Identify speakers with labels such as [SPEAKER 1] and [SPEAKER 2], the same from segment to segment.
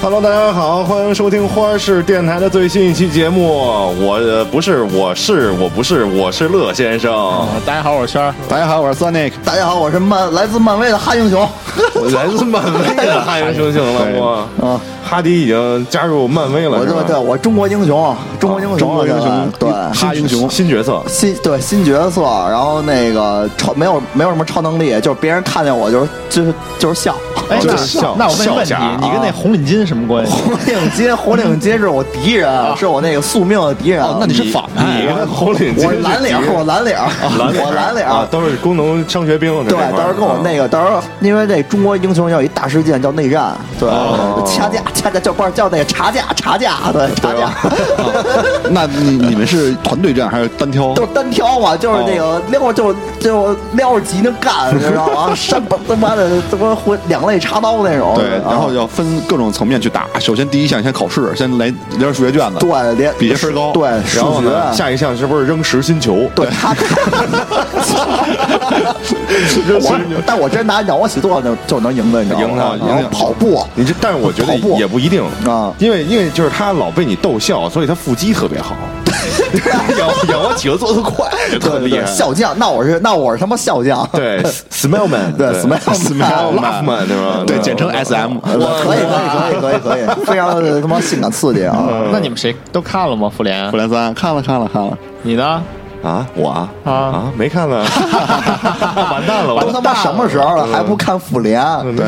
[SPEAKER 1] Hello，大家好，欢迎收听花儿式电台的最新一期节目。我呃不是，我是，我不是，我是乐先生。
[SPEAKER 2] 啊大家好，我是轩儿。
[SPEAKER 3] 大家好，我是 Sonic。
[SPEAKER 4] 大家好，我是漫来自漫威的哈英雄。
[SPEAKER 1] 我来自漫威 的哈迪猩猩了，我
[SPEAKER 4] 啊
[SPEAKER 1] 哎哈迪已经加入漫威了，
[SPEAKER 4] 我
[SPEAKER 1] 是
[SPEAKER 4] 这
[SPEAKER 1] 吧
[SPEAKER 4] 对我中国英雄，中国英雄，
[SPEAKER 1] 中国英
[SPEAKER 4] 这
[SPEAKER 1] 雄
[SPEAKER 4] 个，对
[SPEAKER 1] 新
[SPEAKER 2] 哈英雄
[SPEAKER 1] 新角色，
[SPEAKER 4] 新对新角色，然后那个超没有没有什么超能力，就是别人看见我就是就是就是笑。
[SPEAKER 2] 哎，
[SPEAKER 1] 这
[SPEAKER 2] 那
[SPEAKER 1] 是笑
[SPEAKER 2] 那我问你
[SPEAKER 1] 笑
[SPEAKER 2] 问题，
[SPEAKER 1] 侠
[SPEAKER 2] 你跟那红领巾什么关系？
[SPEAKER 4] 火领街，火领街是我敌人，是我那个宿命的敌人。
[SPEAKER 2] 那你是反派
[SPEAKER 3] 哎
[SPEAKER 2] 啊
[SPEAKER 1] 你跟红领巾
[SPEAKER 4] 我是蓝领，我蓝领，
[SPEAKER 1] 蓝领，
[SPEAKER 4] 我蓝领。
[SPEAKER 1] 啊，都是工农商学兵。
[SPEAKER 4] 对，到时候跟我那
[SPEAKER 1] 个
[SPEAKER 4] 个，到时候因为这中国英雄要有一大事件叫内战，对，掐架掐架叫不是叫那个查价查价，对查价。
[SPEAKER 3] 那你你们是团队战还是单挑？
[SPEAKER 4] 就是单挑嘛，就是那个撩就就撩着急能干，你知道吗？山崩他妈的，他妈会两肋插刀那种。
[SPEAKER 3] 对，
[SPEAKER 4] 啊
[SPEAKER 3] 然后要分各种层面去打。首先第一项先考试，先来点数学卷子。
[SPEAKER 4] 对连
[SPEAKER 3] 比这分高
[SPEAKER 4] 对
[SPEAKER 1] 然后
[SPEAKER 4] 数
[SPEAKER 1] 呢，
[SPEAKER 4] 学，啊
[SPEAKER 1] 下一项是不是扔实心球？
[SPEAKER 4] 对他。我但我真拿仰卧起坐就就能赢的，你知道吗？
[SPEAKER 1] 赢他
[SPEAKER 4] 然后
[SPEAKER 1] 赢他
[SPEAKER 4] 跑步， 啊
[SPEAKER 1] 你这，但是我觉得
[SPEAKER 4] 跑步
[SPEAKER 1] 也不一定
[SPEAKER 4] 啊
[SPEAKER 1] 因为因为就是他老被你逗笑，所以他腹肌特别好，仰仰卧起坐做得快，就特
[SPEAKER 4] 对对
[SPEAKER 1] 厉害
[SPEAKER 4] 对，。笑匠，那我是那我是他妈笑匠，
[SPEAKER 1] 对，Smellman，
[SPEAKER 4] 对
[SPEAKER 1] Smellman，
[SPEAKER 4] Smellman
[SPEAKER 1] 对吧？
[SPEAKER 3] 对，简称 SM。
[SPEAKER 4] 可以可以可以可以可以，非常的他妈性感刺激 啊！
[SPEAKER 2] 那你们谁都看了吗？复联
[SPEAKER 3] 复，联三看了看了看了，
[SPEAKER 2] 你呢？
[SPEAKER 1] 啊，我啊
[SPEAKER 2] 啊
[SPEAKER 1] 啊，没看呢，完蛋 了，
[SPEAKER 4] 都他妈什么时候了还不看复联？
[SPEAKER 1] 对
[SPEAKER 4] 对，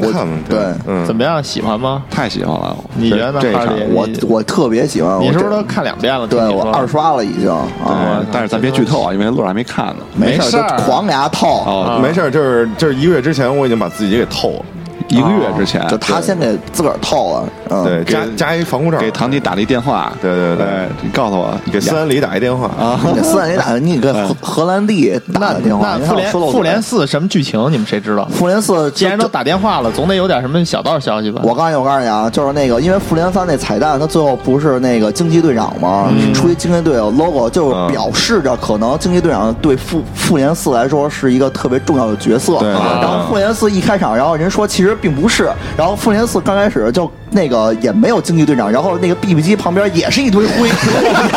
[SPEAKER 1] 对
[SPEAKER 4] 我
[SPEAKER 1] 看了
[SPEAKER 4] 对。
[SPEAKER 1] 嗯，
[SPEAKER 2] 怎么样？喜欢吗？
[SPEAKER 3] 太喜欢了。
[SPEAKER 2] 你觉得呢
[SPEAKER 3] 这这一
[SPEAKER 2] 哈
[SPEAKER 3] 场
[SPEAKER 2] 利
[SPEAKER 4] 我
[SPEAKER 2] 你
[SPEAKER 4] 我特别喜欢。
[SPEAKER 2] 你
[SPEAKER 4] 我
[SPEAKER 2] 是不是
[SPEAKER 4] 这
[SPEAKER 2] 都看两遍了？
[SPEAKER 4] 对
[SPEAKER 2] 听你
[SPEAKER 4] 我
[SPEAKER 2] 说
[SPEAKER 4] 二刷了已经啊，
[SPEAKER 3] 哎对，但是咱别剧透啊，因为乐儿还没看呢。
[SPEAKER 2] 没
[SPEAKER 4] 没事
[SPEAKER 2] 事
[SPEAKER 4] 儿
[SPEAKER 2] 儿
[SPEAKER 4] 就狂给他套。
[SPEAKER 3] 哦，
[SPEAKER 1] 没事儿，就是就是一个月之前我已经把自己给透了，
[SPEAKER 3] 一个月之前
[SPEAKER 4] 就他先给自个儿套了，嗯，
[SPEAKER 1] 对，加加一防护罩，
[SPEAKER 3] 给堂弟打了一电话。
[SPEAKER 1] 对对对
[SPEAKER 3] 哎你告诉我，
[SPEAKER 1] 给斯兰里打一电话啊，
[SPEAKER 4] 你给斯坦尼打，你 给荷荷兰弟打个电
[SPEAKER 2] 那
[SPEAKER 4] 话。你看
[SPEAKER 2] 复
[SPEAKER 4] 我
[SPEAKER 2] 联
[SPEAKER 4] 说漏
[SPEAKER 2] 复
[SPEAKER 4] 嘴
[SPEAKER 2] 联四什么剧情？你们谁知道？
[SPEAKER 4] 复联四，
[SPEAKER 2] 既然都打电话了，总得有点什么小道消息吧？
[SPEAKER 4] 我告诉你，我告诉你啊，就是那个，因为复联三那彩蛋，它最后不是那个惊奇队长吗？
[SPEAKER 3] 嗯
[SPEAKER 4] 出一惊奇队长 logo，就是表示着可能惊奇队长对复复联四来说是一个特别重要的角色。
[SPEAKER 3] 对对对
[SPEAKER 4] 然后复联四一开场，然后人说其实并不是，然后复联四刚开始就那个也没有惊奇队长，然后那个 BB 机旁边也是一堆灰，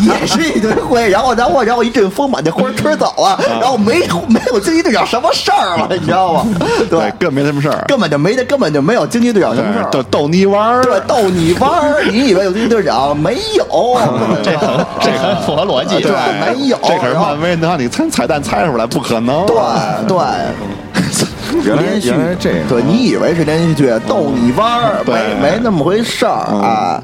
[SPEAKER 4] 也是一堆灰，然后然后然后一阵风把那灰吹走了，然后没没有惊奇队长什么事儿了，你知道吗？
[SPEAKER 3] 对，更没什么事儿。
[SPEAKER 4] 根本就哎没得，根本就没有惊奇队长什么事
[SPEAKER 3] 对，逗
[SPEAKER 4] 儿。
[SPEAKER 3] 逗你玩儿。
[SPEAKER 4] 对，逗你玩儿，你以为有惊奇队长？没 有，
[SPEAKER 2] 这很这很符合逻辑。
[SPEAKER 4] 对没有
[SPEAKER 3] 哎这可是漫威能让你猜彩蛋猜出来，不可能。
[SPEAKER 4] 对对，
[SPEAKER 1] 原来
[SPEAKER 4] 连续
[SPEAKER 1] 原来是这样
[SPEAKER 4] 对你以为是连续剧，逗你玩儿，
[SPEAKER 3] 对嗯
[SPEAKER 4] 没没那么回事儿啊。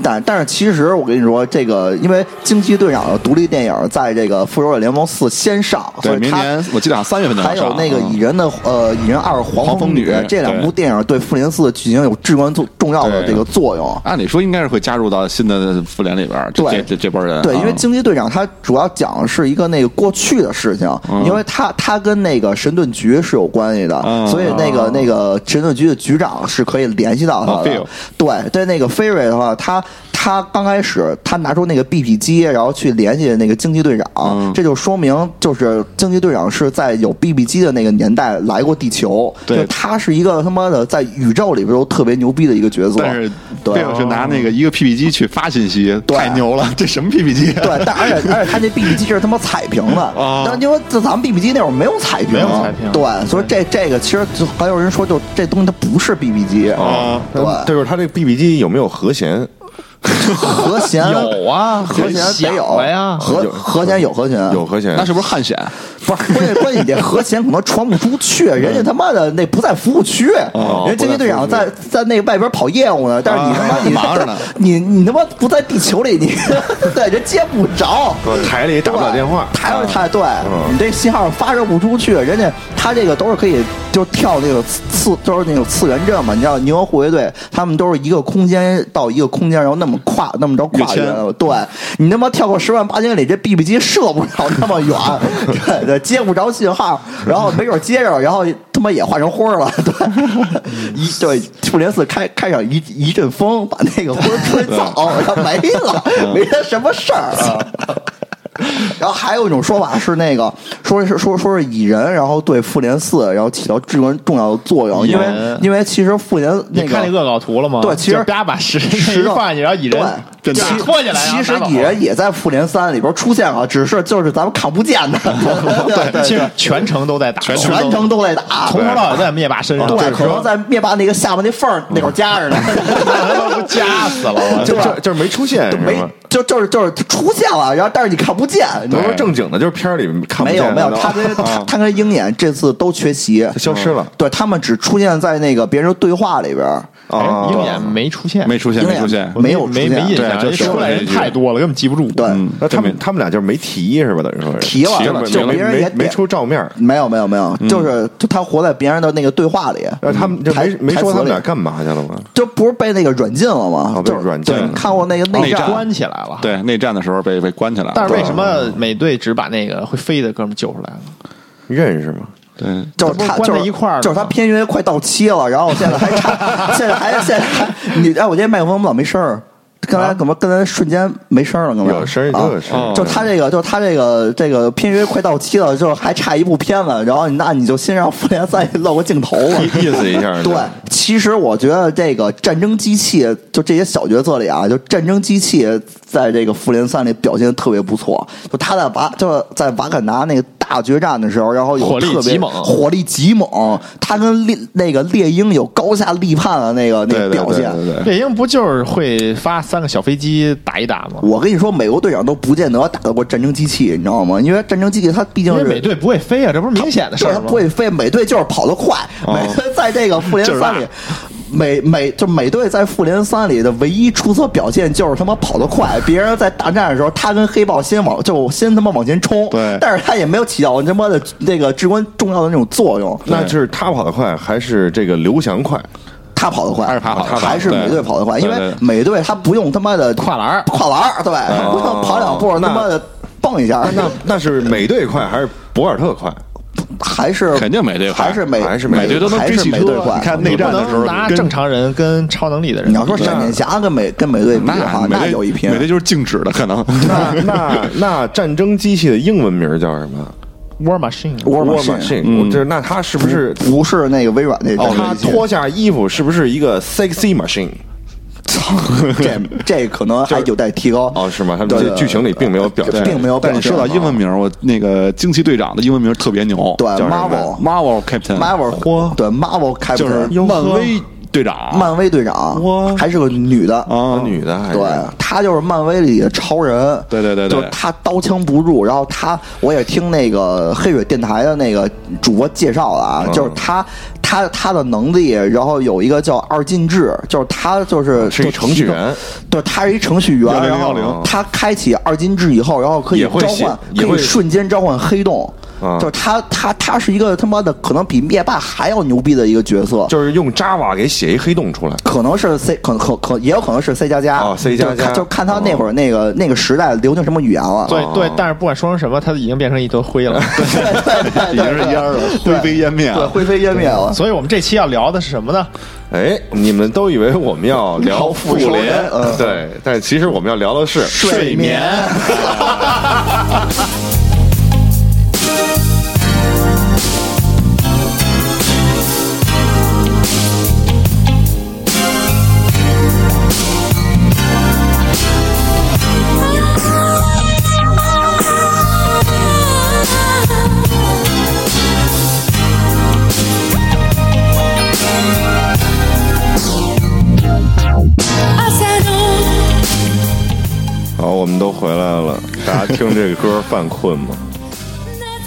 [SPEAKER 4] 但但是其实我跟你说，这个因为惊奇队长的独立电影在这个复仇者联盟四先上，所
[SPEAKER 3] 对，
[SPEAKER 4] 以
[SPEAKER 3] 明
[SPEAKER 4] 它
[SPEAKER 3] 年我记得好像三月份就要
[SPEAKER 4] 还有
[SPEAKER 3] 上
[SPEAKER 4] 那个
[SPEAKER 3] 嗯
[SPEAKER 4] 蚁人的呃蚁人二黄
[SPEAKER 3] 黄
[SPEAKER 4] 蜂
[SPEAKER 3] 蜂
[SPEAKER 4] 女
[SPEAKER 3] 女
[SPEAKER 4] 这两部电影对复联四的剧情有至关重重要的
[SPEAKER 3] 对
[SPEAKER 4] 这个作用。
[SPEAKER 3] 按理说应该是会加入到新的复联里边儿，这
[SPEAKER 4] 对
[SPEAKER 3] 这这这波人啊，
[SPEAKER 4] 对，因为惊奇队长他主要讲的是一个那个过去的事情，因为他他跟那个神盾局是有关系的，
[SPEAKER 3] 嗯
[SPEAKER 4] 所以那个那个神盾局的局长是可以联系到他
[SPEAKER 3] 哦
[SPEAKER 4] 的。
[SPEAKER 3] ，Phil
[SPEAKER 4] 对对，那个菲瑞的话，他他刚开始他拿出那个 BP 机，然后去联系那个惊奇队长，
[SPEAKER 3] 嗯
[SPEAKER 4] 这就说明就是惊奇队长是在有 BP 机的那个年代来过地球，
[SPEAKER 3] 对
[SPEAKER 4] 就他是一个他妈的在宇宙里边都特别牛逼的一个角色。
[SPEAKER 3] 但是
[SPEAKER 4] 对啊
[SPEAKER 3] 贝尔是拿那个一个 PP 机去发信息，
[SPEAKER 4] 对
[SPEAKER 3] 太牛了！这什么 PP 机？
[SPEAKER 4] 对，但而且而且他那 BB 机是他妈彩屏的，
[SPEAKER 1] 啊
[SPEAKER 4] 但因为咱们 BB 机那会儿没有彩屏，
[SPEAKER 2] 没有彩屏
[SPEAKER 4] 对，所以这这个其实就还有人说，就这东西它不是 BB 机，
[SPEAKER 1] 啊，
[SPEAKER 4] 对，
[SPEAKER 1] 就是他这 BB 机有没有和弦？
[SPEAKER 4] 和弦
[SPEAKER 2] 有啊，
[SPEAKER 4] 和弦
[SPEAKER 2] 响
[SPEAKER 4] 得有
[SPEAKER 2] 了呀。
[SPEAKER 4] 和和弦有和弦，
[SPEAKER 1] 有和弦
[SPEAKER 3] 那是不是汉显？
[SPEAKER 4] 不是关键关键你这和弦可能传不出去，人家他妈的那不在服务区，
[SPEAKER 1] 哦
[SPEAKER 4] 人家惊奇队长在在那外边跑业务呢，但是你他妈
[SPEAKER 3] 啊
[SPEAKER 4] 你
[SPEAKER 3] 忙着呢
[SPEAKER 4] 你你他妈不在地球里，你 对人接不着，
[SPEAKER 1] 台里打不了电话啊
[SPEAKER 4] 台上台对、你这信号发射不出去，人家他这个都是可以就跳那个次，就是那种次元阵嘛。你知道银河护卫队他们都是一个空间到一个空间，然后那么跨那么着跨越
[SPEAKER 3] 跃迁，
[SPEAKER 4] 对你他妈跳过十万八千里，这 BB 机射不了那么远，对对，接不着信号，然后没准接着，然后他妈也化成灰儿了， 对，一对复联四开开场一一阵风把那个灰儿吹走，然后没了，没他什么事儿啊。然后还有一种说法是那个说是说说是蚁人，然后对复联四，然后起到至关重要的作用，
[SPEAKER 2] 蚁
[SPEAKER 4] 因为
[SPEAKER 2] 人
[SPEAKER 4] 因为其实复联那
[SPEAKER 2] 你看那恶搞图了吗？
[SPEAKER 4] 对其实
[SPEAKER 2] 就啪把 石
[SPEAKER 4] 石
[SPEAKER 2] 石
[SPEAKER 4] 头
[SPEAKER 2] 放进去，然后蚁人
[SPEAKER 4] 对，
[SPEAKER 2] 就
[SPEAKER 4] 其
[SPEAKER 2] 拖起来，然后
[SPEAKER 4] 其实
[SPEAKER 2] 拿走
[SPEAKER 4] 蚁人也在复联三里边出现了，只是就是咱们看不见 的，对对
[SPEAKER 2] 其实
[SPEAKER 4] 对，
[SPEAKER 2] 全程都在打，
[SPEAKER 3] 全
[SPEAKER 2] 从
[SPEAKER 4] 全程都在打，
[SPEAKER 2] 头到尾在灭霸身上，
[SPEAKER 4] 对，可能在灭霸那个下巴那缝儿那块儿夹 着呢，
[SPEAKER 2] 都夹 死了我。
[SPEAKER 1] 就
[SPEAKER 4] 对
[SPEAKER 1] 就就是没出现，是
[SPEAKER 4] 没
[SPEAKER 1] 吗？
[SPEAKER 4] 就就是就是出现了，然后但是你看不见，你知
[SPEAKER 1] 不
[SPEAKER 4] 道吗
[SPEAKER 1] 是正经的，就是片儿里看不
[SPEAKER 4] 没
[SPEAKER 1] 见
[SPEAKER 4] 有没有，
[SPEAKER 1] 的啊
[SPEAKER 4] 他 跟他他跟鹰眼这次都缺席，
[SPEAKER 1] 他消失了
[SPEAKER 4] 对他们只出现在那个别人对话里边儿，
[SPEAKER 2] 哎
[SPEAKER 1] 啊，
[SPEAKER 2] 鹰眼没出现，
[SPEAKER 3] 没出现，
[SPEAKER 4] 鹰
[SPEAKER 3] 没
[SPEAKER 4] 眼
[SPEAKER 3] 出现。
[SPEAKER 2] 我
[SPEAKER 4] 没有
[SPEAKER 2] 没没
[SPEAKER 4] 出现
[SPEAKER 2] 印象，
[SPEAKER 3] 对就
[SPEAKER 2] 这出来人太多了，根本记不住。
[SPEAKER 4] 对，
[SPEAKER 1] 那嗯他们他们俩就是没提是吧？等于说是
[SPEAKER 4] 提了
[SPEAKER 1] 没
[SPEAKER 4] 就
[SPEAKER 1] 没
[SPEAKER 4] 别人也嗯
[SPEAKER 1] 没没出照面儿，
[SPEAKER 4] 没有没有没有，就是就他活在别人的那个对话里，
[SPEAKER 1] 然嗯呃后他们就
[SPEAKER 4] 台
[SPEAKER 1] 没没说他们。
[SPEAKER 4] 台词
[SPEAKER 1] 俩
[SPEAKER 4] 里
[SPEAKER 1] 干嘛去了吗？
[SPEAKER 4] 就不是被那个软禁了吗
[SPEAKER 1] 哦？
[SPEAKER 4] 就
[SPEAKER 1] 被
[SPEAKER 4] 是
[SPEAKER 1] 软禁
[SPEAKER 4] 对
[SPEAKER 1] 了
[SPEAKER 4] 看过那个内
[SPEAKER 3] 内
[SPEAKER 4] 战
[SPEAKER 3] 战
[SPEAKER 2] 关起来了。
[SPEAKER 3] 对，内战的时候被被关起来了。
[SPEAKER 2] 但是为什么美队只把那个会飞的哥们救出来了？
[SPEAKER 1] 认识吗？
[SPEAKER 3] 对
[SPEAKER 4] 就是
[SPEAKER 2] 他
[SPEAKER 4] 他
[SPEAKER 2] 不是关
[SPEAKER 4] 就
[SPEAKER 2] 在
[SPEAKER 4] 是
[SPEAKER 2] 一块儿了
[SPEAKER 4] 就是他
[SPEAKER 2] 吗
[SPEAKER 4] 片约快到期了，然后现在还差，现在还现在还你哎，我这麦克风怎么没声儿？刚才怎么刚才瞬间没声儿了？刚才
[SPEAKER 1] 啊有声儿
[SPEAKER 4] 啊
[SPEAKER 1] 都有声儿
[SPEAKER 4] 就他这个，就他这个这个片约快到期了，就还差一部片子，然后那你就先让复联三露个镜头吧。
[SPEAKER 1] 意意思一 下
[SPEAKER 4] 对，其实我觉得这个战争机器，就这些小角色里啊，就战争机器在这个复联三里表现得特别不错。就他在瓦，就在瓦坎达那个大决战的时候，然后有
[SPEAKER 2] 火力
[SPEAKER 4] 特别
[SPEAKER 2] 极猛
[SPEAKER 4] 火力极猛。他跟猎那个猎鹰有高下立判的那个那
[SPEAKER 1] 对
[SPEAKER 4] 个
[SPEAKER 1] 对
[SPEAKER 4] 表
[SPEAKER 1] 对
[SPEAKER 4] 现。
[SPEAKER 1] 对对对，
[SPEAKER 2] 猎鹰不就是会发三个小飞机打一打吗？
[SPEAKER 4] 我跟你说，美国队长都不见得打得过战争机器，你知道吗？因为战争机器它毕竟
[SPEAKER 2] 因为
[SPEAKER 4] 是
[SPEAKER 2] 美队不会飞啊，这不是明显的事
[SPEAKER 4] 对，
[SPEAKER 2] 儿
[SPEAKER 4] 他
[SPEAKER 2] 吗
[SPEAKER 4] 不？会飞，美队就是跑得快。
[SPEAKER 1] 哦
[SPEAKER 4] 美队在这个复联三里，美美就美队在复联三里的唯一出色表现就是他妈跑得快。别人在大战的时候，他跟黑豹先往就先他妈往前冲，
[SPEAKER 3] 对
[SPEAKER 4] 但是他也没有起到他妈的那个至关重要的那种作用。
[SPEAKER 1] 那就是他跑得快还是这个刘翔快？
[SPEAKER 4] 他跑得快，
[SPEAKER 3] 还是他跑得快
[SPEAKER 4] 还是美队跑得快，
[SPEAKER 3] 对
[SPEAKER 4] 因为
[SPEAKER 3] 对
[SPEAKER 4] 美队他不用他妈的
[SPEAKER 2] 跨栏儿
[SPEAKER 4] 跨栏儿对，
[SPEAKER 3] 哦
[SPEAKER 4] 不用跑两步
[SPEAKER 1] 那
[SPEAKER 4] 他妈的蹦一下
[SPEAKER 1] 那， 那那是美队快还是博尔特快？
[SPEAKER 4] 还是
[SPEAKER 3] 肯定美队快
[SPEAKER 4] 还是美
[SPEAKER 1] 还是美
[SPEAKER 4] 美
[SPEAKER 3] 队都能
[SPEAKER 4] 还
[SPEAKER 3] 追
[SPEAKER 4] 是
[SPEAKER 3] 汽
[SPEAKER 4] 美
[SPEAKER 3] 车
[SPEAKER 4] 队快
[SPEAKER 3] 你。看内
[SPEAKER 2] 你不
[SPEAKER 3] 战的时候
[SPEAKER 2] 能拿
[SPEAKER 3] 跟
[SPEAKER 2] 正常人跟超能力的人。
[SPEAKER 4] 你要说闪电侠跟美跟美队比的话，
[SPEAKER 3] 美
[SPEAKER 4] 那
[SPEAKER 3] 队
[SPEAKER 4] 有一拼
[SPEAKER 3] 美。队就是静止的，可能
[SPEAKER 1] 那那那战争机器的英文名叫什么
[SPEAKER 2] War Machine，
[SPEAKER 4] War
[SPEAKER 1] War
[SPEAKER 4] Machine
[SPEAKER 1] Machine，我这嗯那他是不是
[SPEAKER 4] 不是那个微软那种
[SPEAKER 3] 哦
[SPEAKER 1] 他脱下衣服是不是一个 sexy machine？
[SPEAKER 4] 这 这可能还有待提高。
[SPEAKER 1] 哦，是吗？他们
[SPEAKER 4] 对
[SPEAKER 1] 这
[SPEAKER 4] 对
[SPEAKER 1] 剧情里并没有表现，
[SPEAKER 4] 并没有表
[SPEAKER 3] 但你
[SPEAKER 4] 现啊
[SPEAKER 3] 说到英文名，我那个惊奇队长的英文名特别牛，
[SPEAKER 4] 对
[SPEAKER 1] 叫什么
[SPEAKER 4] Marvel
[SPEAKER 3] ，Marvel Captain，
[SPEAKER 4] Marvel 对 Marvel 开不
[SPEAKER 3] 嗯就是漫威队长，
[SPEAKER 4] 漫威队长
[SPEAKER 3] 哇
[SPEAKER 4] 还是个女的
[SPEAKER 1] 啊
[SPEAKER 3] 啊，
[SPEAKER 1] 女的还是
[SPEAKER 4] 对，她就是漫威里的超人。
[SPEAKER 3] 对对对对
[SPEAKER 4] 就是她刀枪不入。然后她，我也听那个黑水电台的那个主播介绍了啊，
[SPEAKER 1] 嗯
[SPEAKER 4] 就是她，她她的能力，然后有一个叫二进制，就是她就是
[SPEAKER 1] 是一程序员，
[SPEAKER 4] 对，她是一程序员。
[SPEAKER 3] 1010
[SPEAKER 4] 然后她开启二进制以后，然后可以
[SPEAKER 1] 也
[SPEAKER 4] 召
[SPEAKER 1] 会写
[SPEAKER 4] 唤，
[SPEAKER 1] 也
[SPEAKER 4] 可以
[SPEAKER 1] 会
[SPEAKER 4] 瞬间召唤黑洞。
[SPEAKER 1] 啊
[SPEAKER 4] 就是她，她，她是一个他妈的可能比灭霸还要牛逼的一个角色，
[SPEAKER 1] 就是用 Java 给写一黑洞出来。
[SPEAKER 4] 可能是 C，可可可也有可能是 C 加加
[SPEAKER 1] 哦，C++，
[SPEAKER 4] 就看就看他那会儿那个那个时代流行什么语言了。
[SPEAKER 2] 对对，但是不管说成什么，他已经变成一坨灰了。
[SPEAKER 3] 已经是烟儿了，灰飞烟灭
[SPEAKER 4] 啊对，
[SPEAKER 3] 了。
[SPEAKER 4] 灰飞烟灭了。
[SPEAKER 2] 所以我们这期要聊的是什么呢？
[SPEAKER 1] 哎，你们都以为我们要聊复
[SPEAKER 4] 复仇
[SPEAKER 1] 联
[SPEAKER 4] 人嗯，
[SPEAKER 1] 对，但其实我们要聊的是
[SPEAKER 4] 睡眠。
[SPEAKER 5] I said, oh.
[SPEAKER 1] 好，我们都回来了，大家听这个歌犯困吗？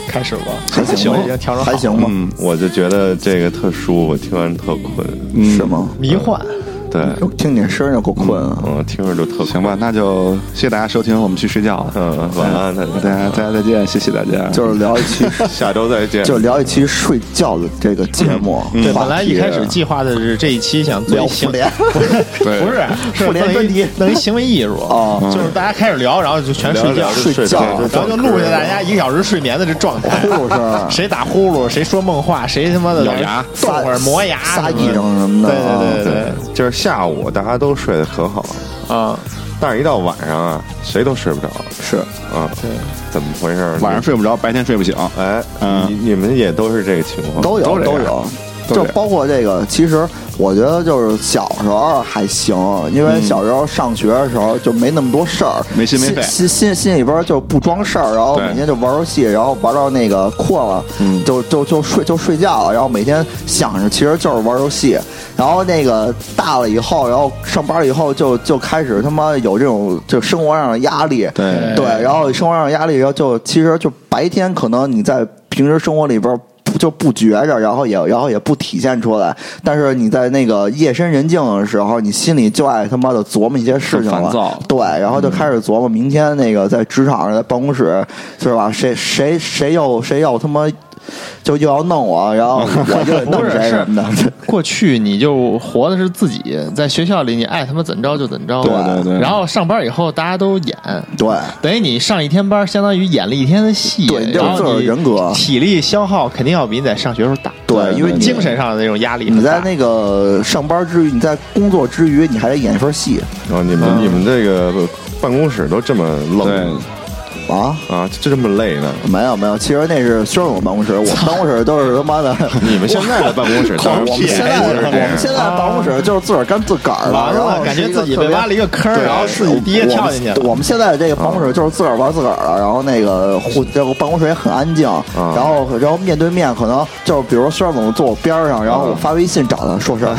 [SPEAKER 2] 开始吧，
[SPEAKER 4] 还行吗
[SPEAKER 2] 我已经调整好
[SPEAKER 4] 还
[SPEAKER 2] 了
[SPEAKER 4] 行吗？
[SPEAKER 1] 嗯，我就觉得这个特舒服，听完特困。
[SPEAKER 4] 是吗？
[SPEAKER 2] 迷幻。
[SPEAKER 1] 对，
[SPEAKER 4] 我听你声儿就够困啊。
[SPEAKER 1] 嗯，听着就特困
[SPEAKER 3] 行吧，，那就谢谢大家收听，我们去睡觉了。
[SPEAKER 1] 嗯晚安大家
[SPEAKER 3] 大家大家再见，谢谢大家。
[SPEAKER 4] 就是聊一期，
[SPEAKER 1] 下周再见。
[SPEAKER 4] 就聊一期睡觉的这个节目。
[SPEAKER 2] 对，
[SPEAKER 4] 话
[SPEAKER 2] 本来一
[SPEAKER 4] 题
[SPEAKER 2] 开始计划的是这一期想做
[SPEAKER 4] 聊
[SPEAKER 2] 一
[SPEAKER 4] 复
[SPEAKER 2] 行，
[SPEAKER 4] 联，
[SPEAKER 3] 对
[SPEAKER 2] 不是啊 是
[SPEAKER 4] 复联
[SPEAKER 2] 弄一
[SPEAKER 4] 专题
[SPEAKER 2] 弄一行为艺术
[SPEAKER 4] 哦，
[SPEAKER 2] 啊就是大家开始聊，然后就全睡
[SPEAKER 1] 聊
[SPEAKER 2] 觉
[SPEAKER 1] 聊，
[SPEAKER 4] 睡觉
[SPEAKER 1] 对
[SPEAKER 2] 然后就录下大家一个小时睡眠的这状态
[SPEAKER 4] 呼。噜声，啊
[SPEAKER 2] 谁打呼噜，谁说梦话，谁他妈的
[SPEAKER 3] 咬牙
[SPEAKER 2] 动会儿磨牙什
[SPEAKER 4] 撒
[SPEAKER 2] 么的，
[SPEAKER 4] 癔症什么的
[SPEAKER 2] 对对对
[SPEAKER 1] 对，今儿下午大家都睡得可好了，
[SPEAKER 2] 对，啊，
[SPEAKER 1] 但是一到晚上啊，谁都睡不着
[SPEAKER 4] 是
[SPEAKER 1] 啊。对，怎么回事？
[SPEAKER 3] 晚上睡不着，白天睡不醒。
[SPEAKER 1] 哎，
[SPEAKER 3] 嗯
[SPEAKER 1] 你你们也都是这个情况，
[SPEAKER 4] 都有
[SPEAKER 3] 都这
[SPEAKER 4] 都
[SPEAKER 3] 样
[SPEAKER 4] 有，
[SPEAKER 3] 都
[SPEAKER 4] 就
[SPEAKER 3] 这样
[SPEAKER 4] 包括这个。其实我觉得就是小时候还行，因为小时候上学的时候就没那么多事儿，
[SPEAKER 3] 嗯没心没肺
[SPEAKER 4] 心心心里边就不装事儿，然后
[SPEAKER 3] 对嗯
[SPEAKER 4] 每天就玩游戏，然后玩到那个困了，就就就睡就睡觉了，然后每天想着其实就是玩游戏。然后那个大了以后，然后上班了以后就就开始他妈有这种就生活上的压力，
[SPEAKER 2] 哎
[SPEAKER 3] 对
[SPEAKER 4] 对，然后生活上的压力，然后就其实就白天可能你在平时生活里边不就不觉着，然后也然后也不体现出来，但是你在那个夜深人静的时候，你心里就爱他妈的琢磨一些事
[SPEAKER 2] 很
[SPEAKER 4] 情
[SPEAKER 2] 烦
[SPEAKER 4] 了
[SPEAKER 2] 躁，嗯
[SPEAKER 4] 对，然后就开始琢磨明天那个在职场上在办公室是吧？谁谁谁又谁又他妈就又要弄我，然后我就弄
[SPEAKER 2] 不是
[SPEAKER 4] 谁什么的，
[SPEAKER 2] 过去你就活的是自己，在学校里你爱他妈怎着就怎着，
[SPEAKER 4] 对对
[SPEAKER 3] 对
[SPEAKER 2] 然后上班以后大家都演，
[SPEAKER 4] 对。
[SPEAKER 2] 等于你上一天班，相当于演了一天的戏，
[SPEAKER 4] 对你就是
[SPEAKER 2] 然后
[SPEAKER 4] 自个儿
[SPEAKER 2] 你
[SPEAKER 4] 人格
[SPEAKER 2] 体力消耗肯定要比你在上学时候大，
[SPEAKER 4] 对因为你
[SPEAKER 2] 精神上的那种压力很
[SPEAKER 4] 你在
[SPEAKER 2] 大
[SPEAKER 4] 那个上班之余，你在工作之余，你还得演一份戏
[SPEAKER 1] 然哦后你们、你们这个办公室都这么冷
[SPEAKER 4] 啊！
[SPEAKER 1] 啊，就这么累呢？
[SPEAKER 4] 没有没有，其实那是薛总的办公室，我们办公室都是他 妈的。
[SPEAKER 1] 你们现在的办公室当然
[SPEAKER 4] 我
[SPEAKER 1] 不
[SPEAKER 4] 们
[SPEAKER 1] 是
[SPEAKER 4] 现
[SPEAKER 1] 这
[SPEAKER 4] 在
[SPEAKER 1] 样，
[SPEAKER 4] 我们现在的办公室就是自个儿干自个儿
[SPEAKER 2] 完
[SPEAKER 4] 然后
[SPEAKER 2] 了，感觉自己
[SPEAKER 4] 是
[SPEAKER 2] 被
[SPEAKER 4] 一个特别
[SPEAKER 2] 挖了一个坑儿，
[SPEAKER 4] 对
[SPEAKER 2] 然后自己第一个跳进去
[SPEAKER 4] 我们
[SPEAKER 2] 了。
[SPEAKER 4] 我们现在这个办公室就是自个儿玩自个儿了，然后那个互这个办公室也很安静，
[SPEAKER 2] 嗯
[SPEAKER 4] 然后然后面对面可能就是比如说薛总坐我边儿上，然后我发微信找他说事 儿，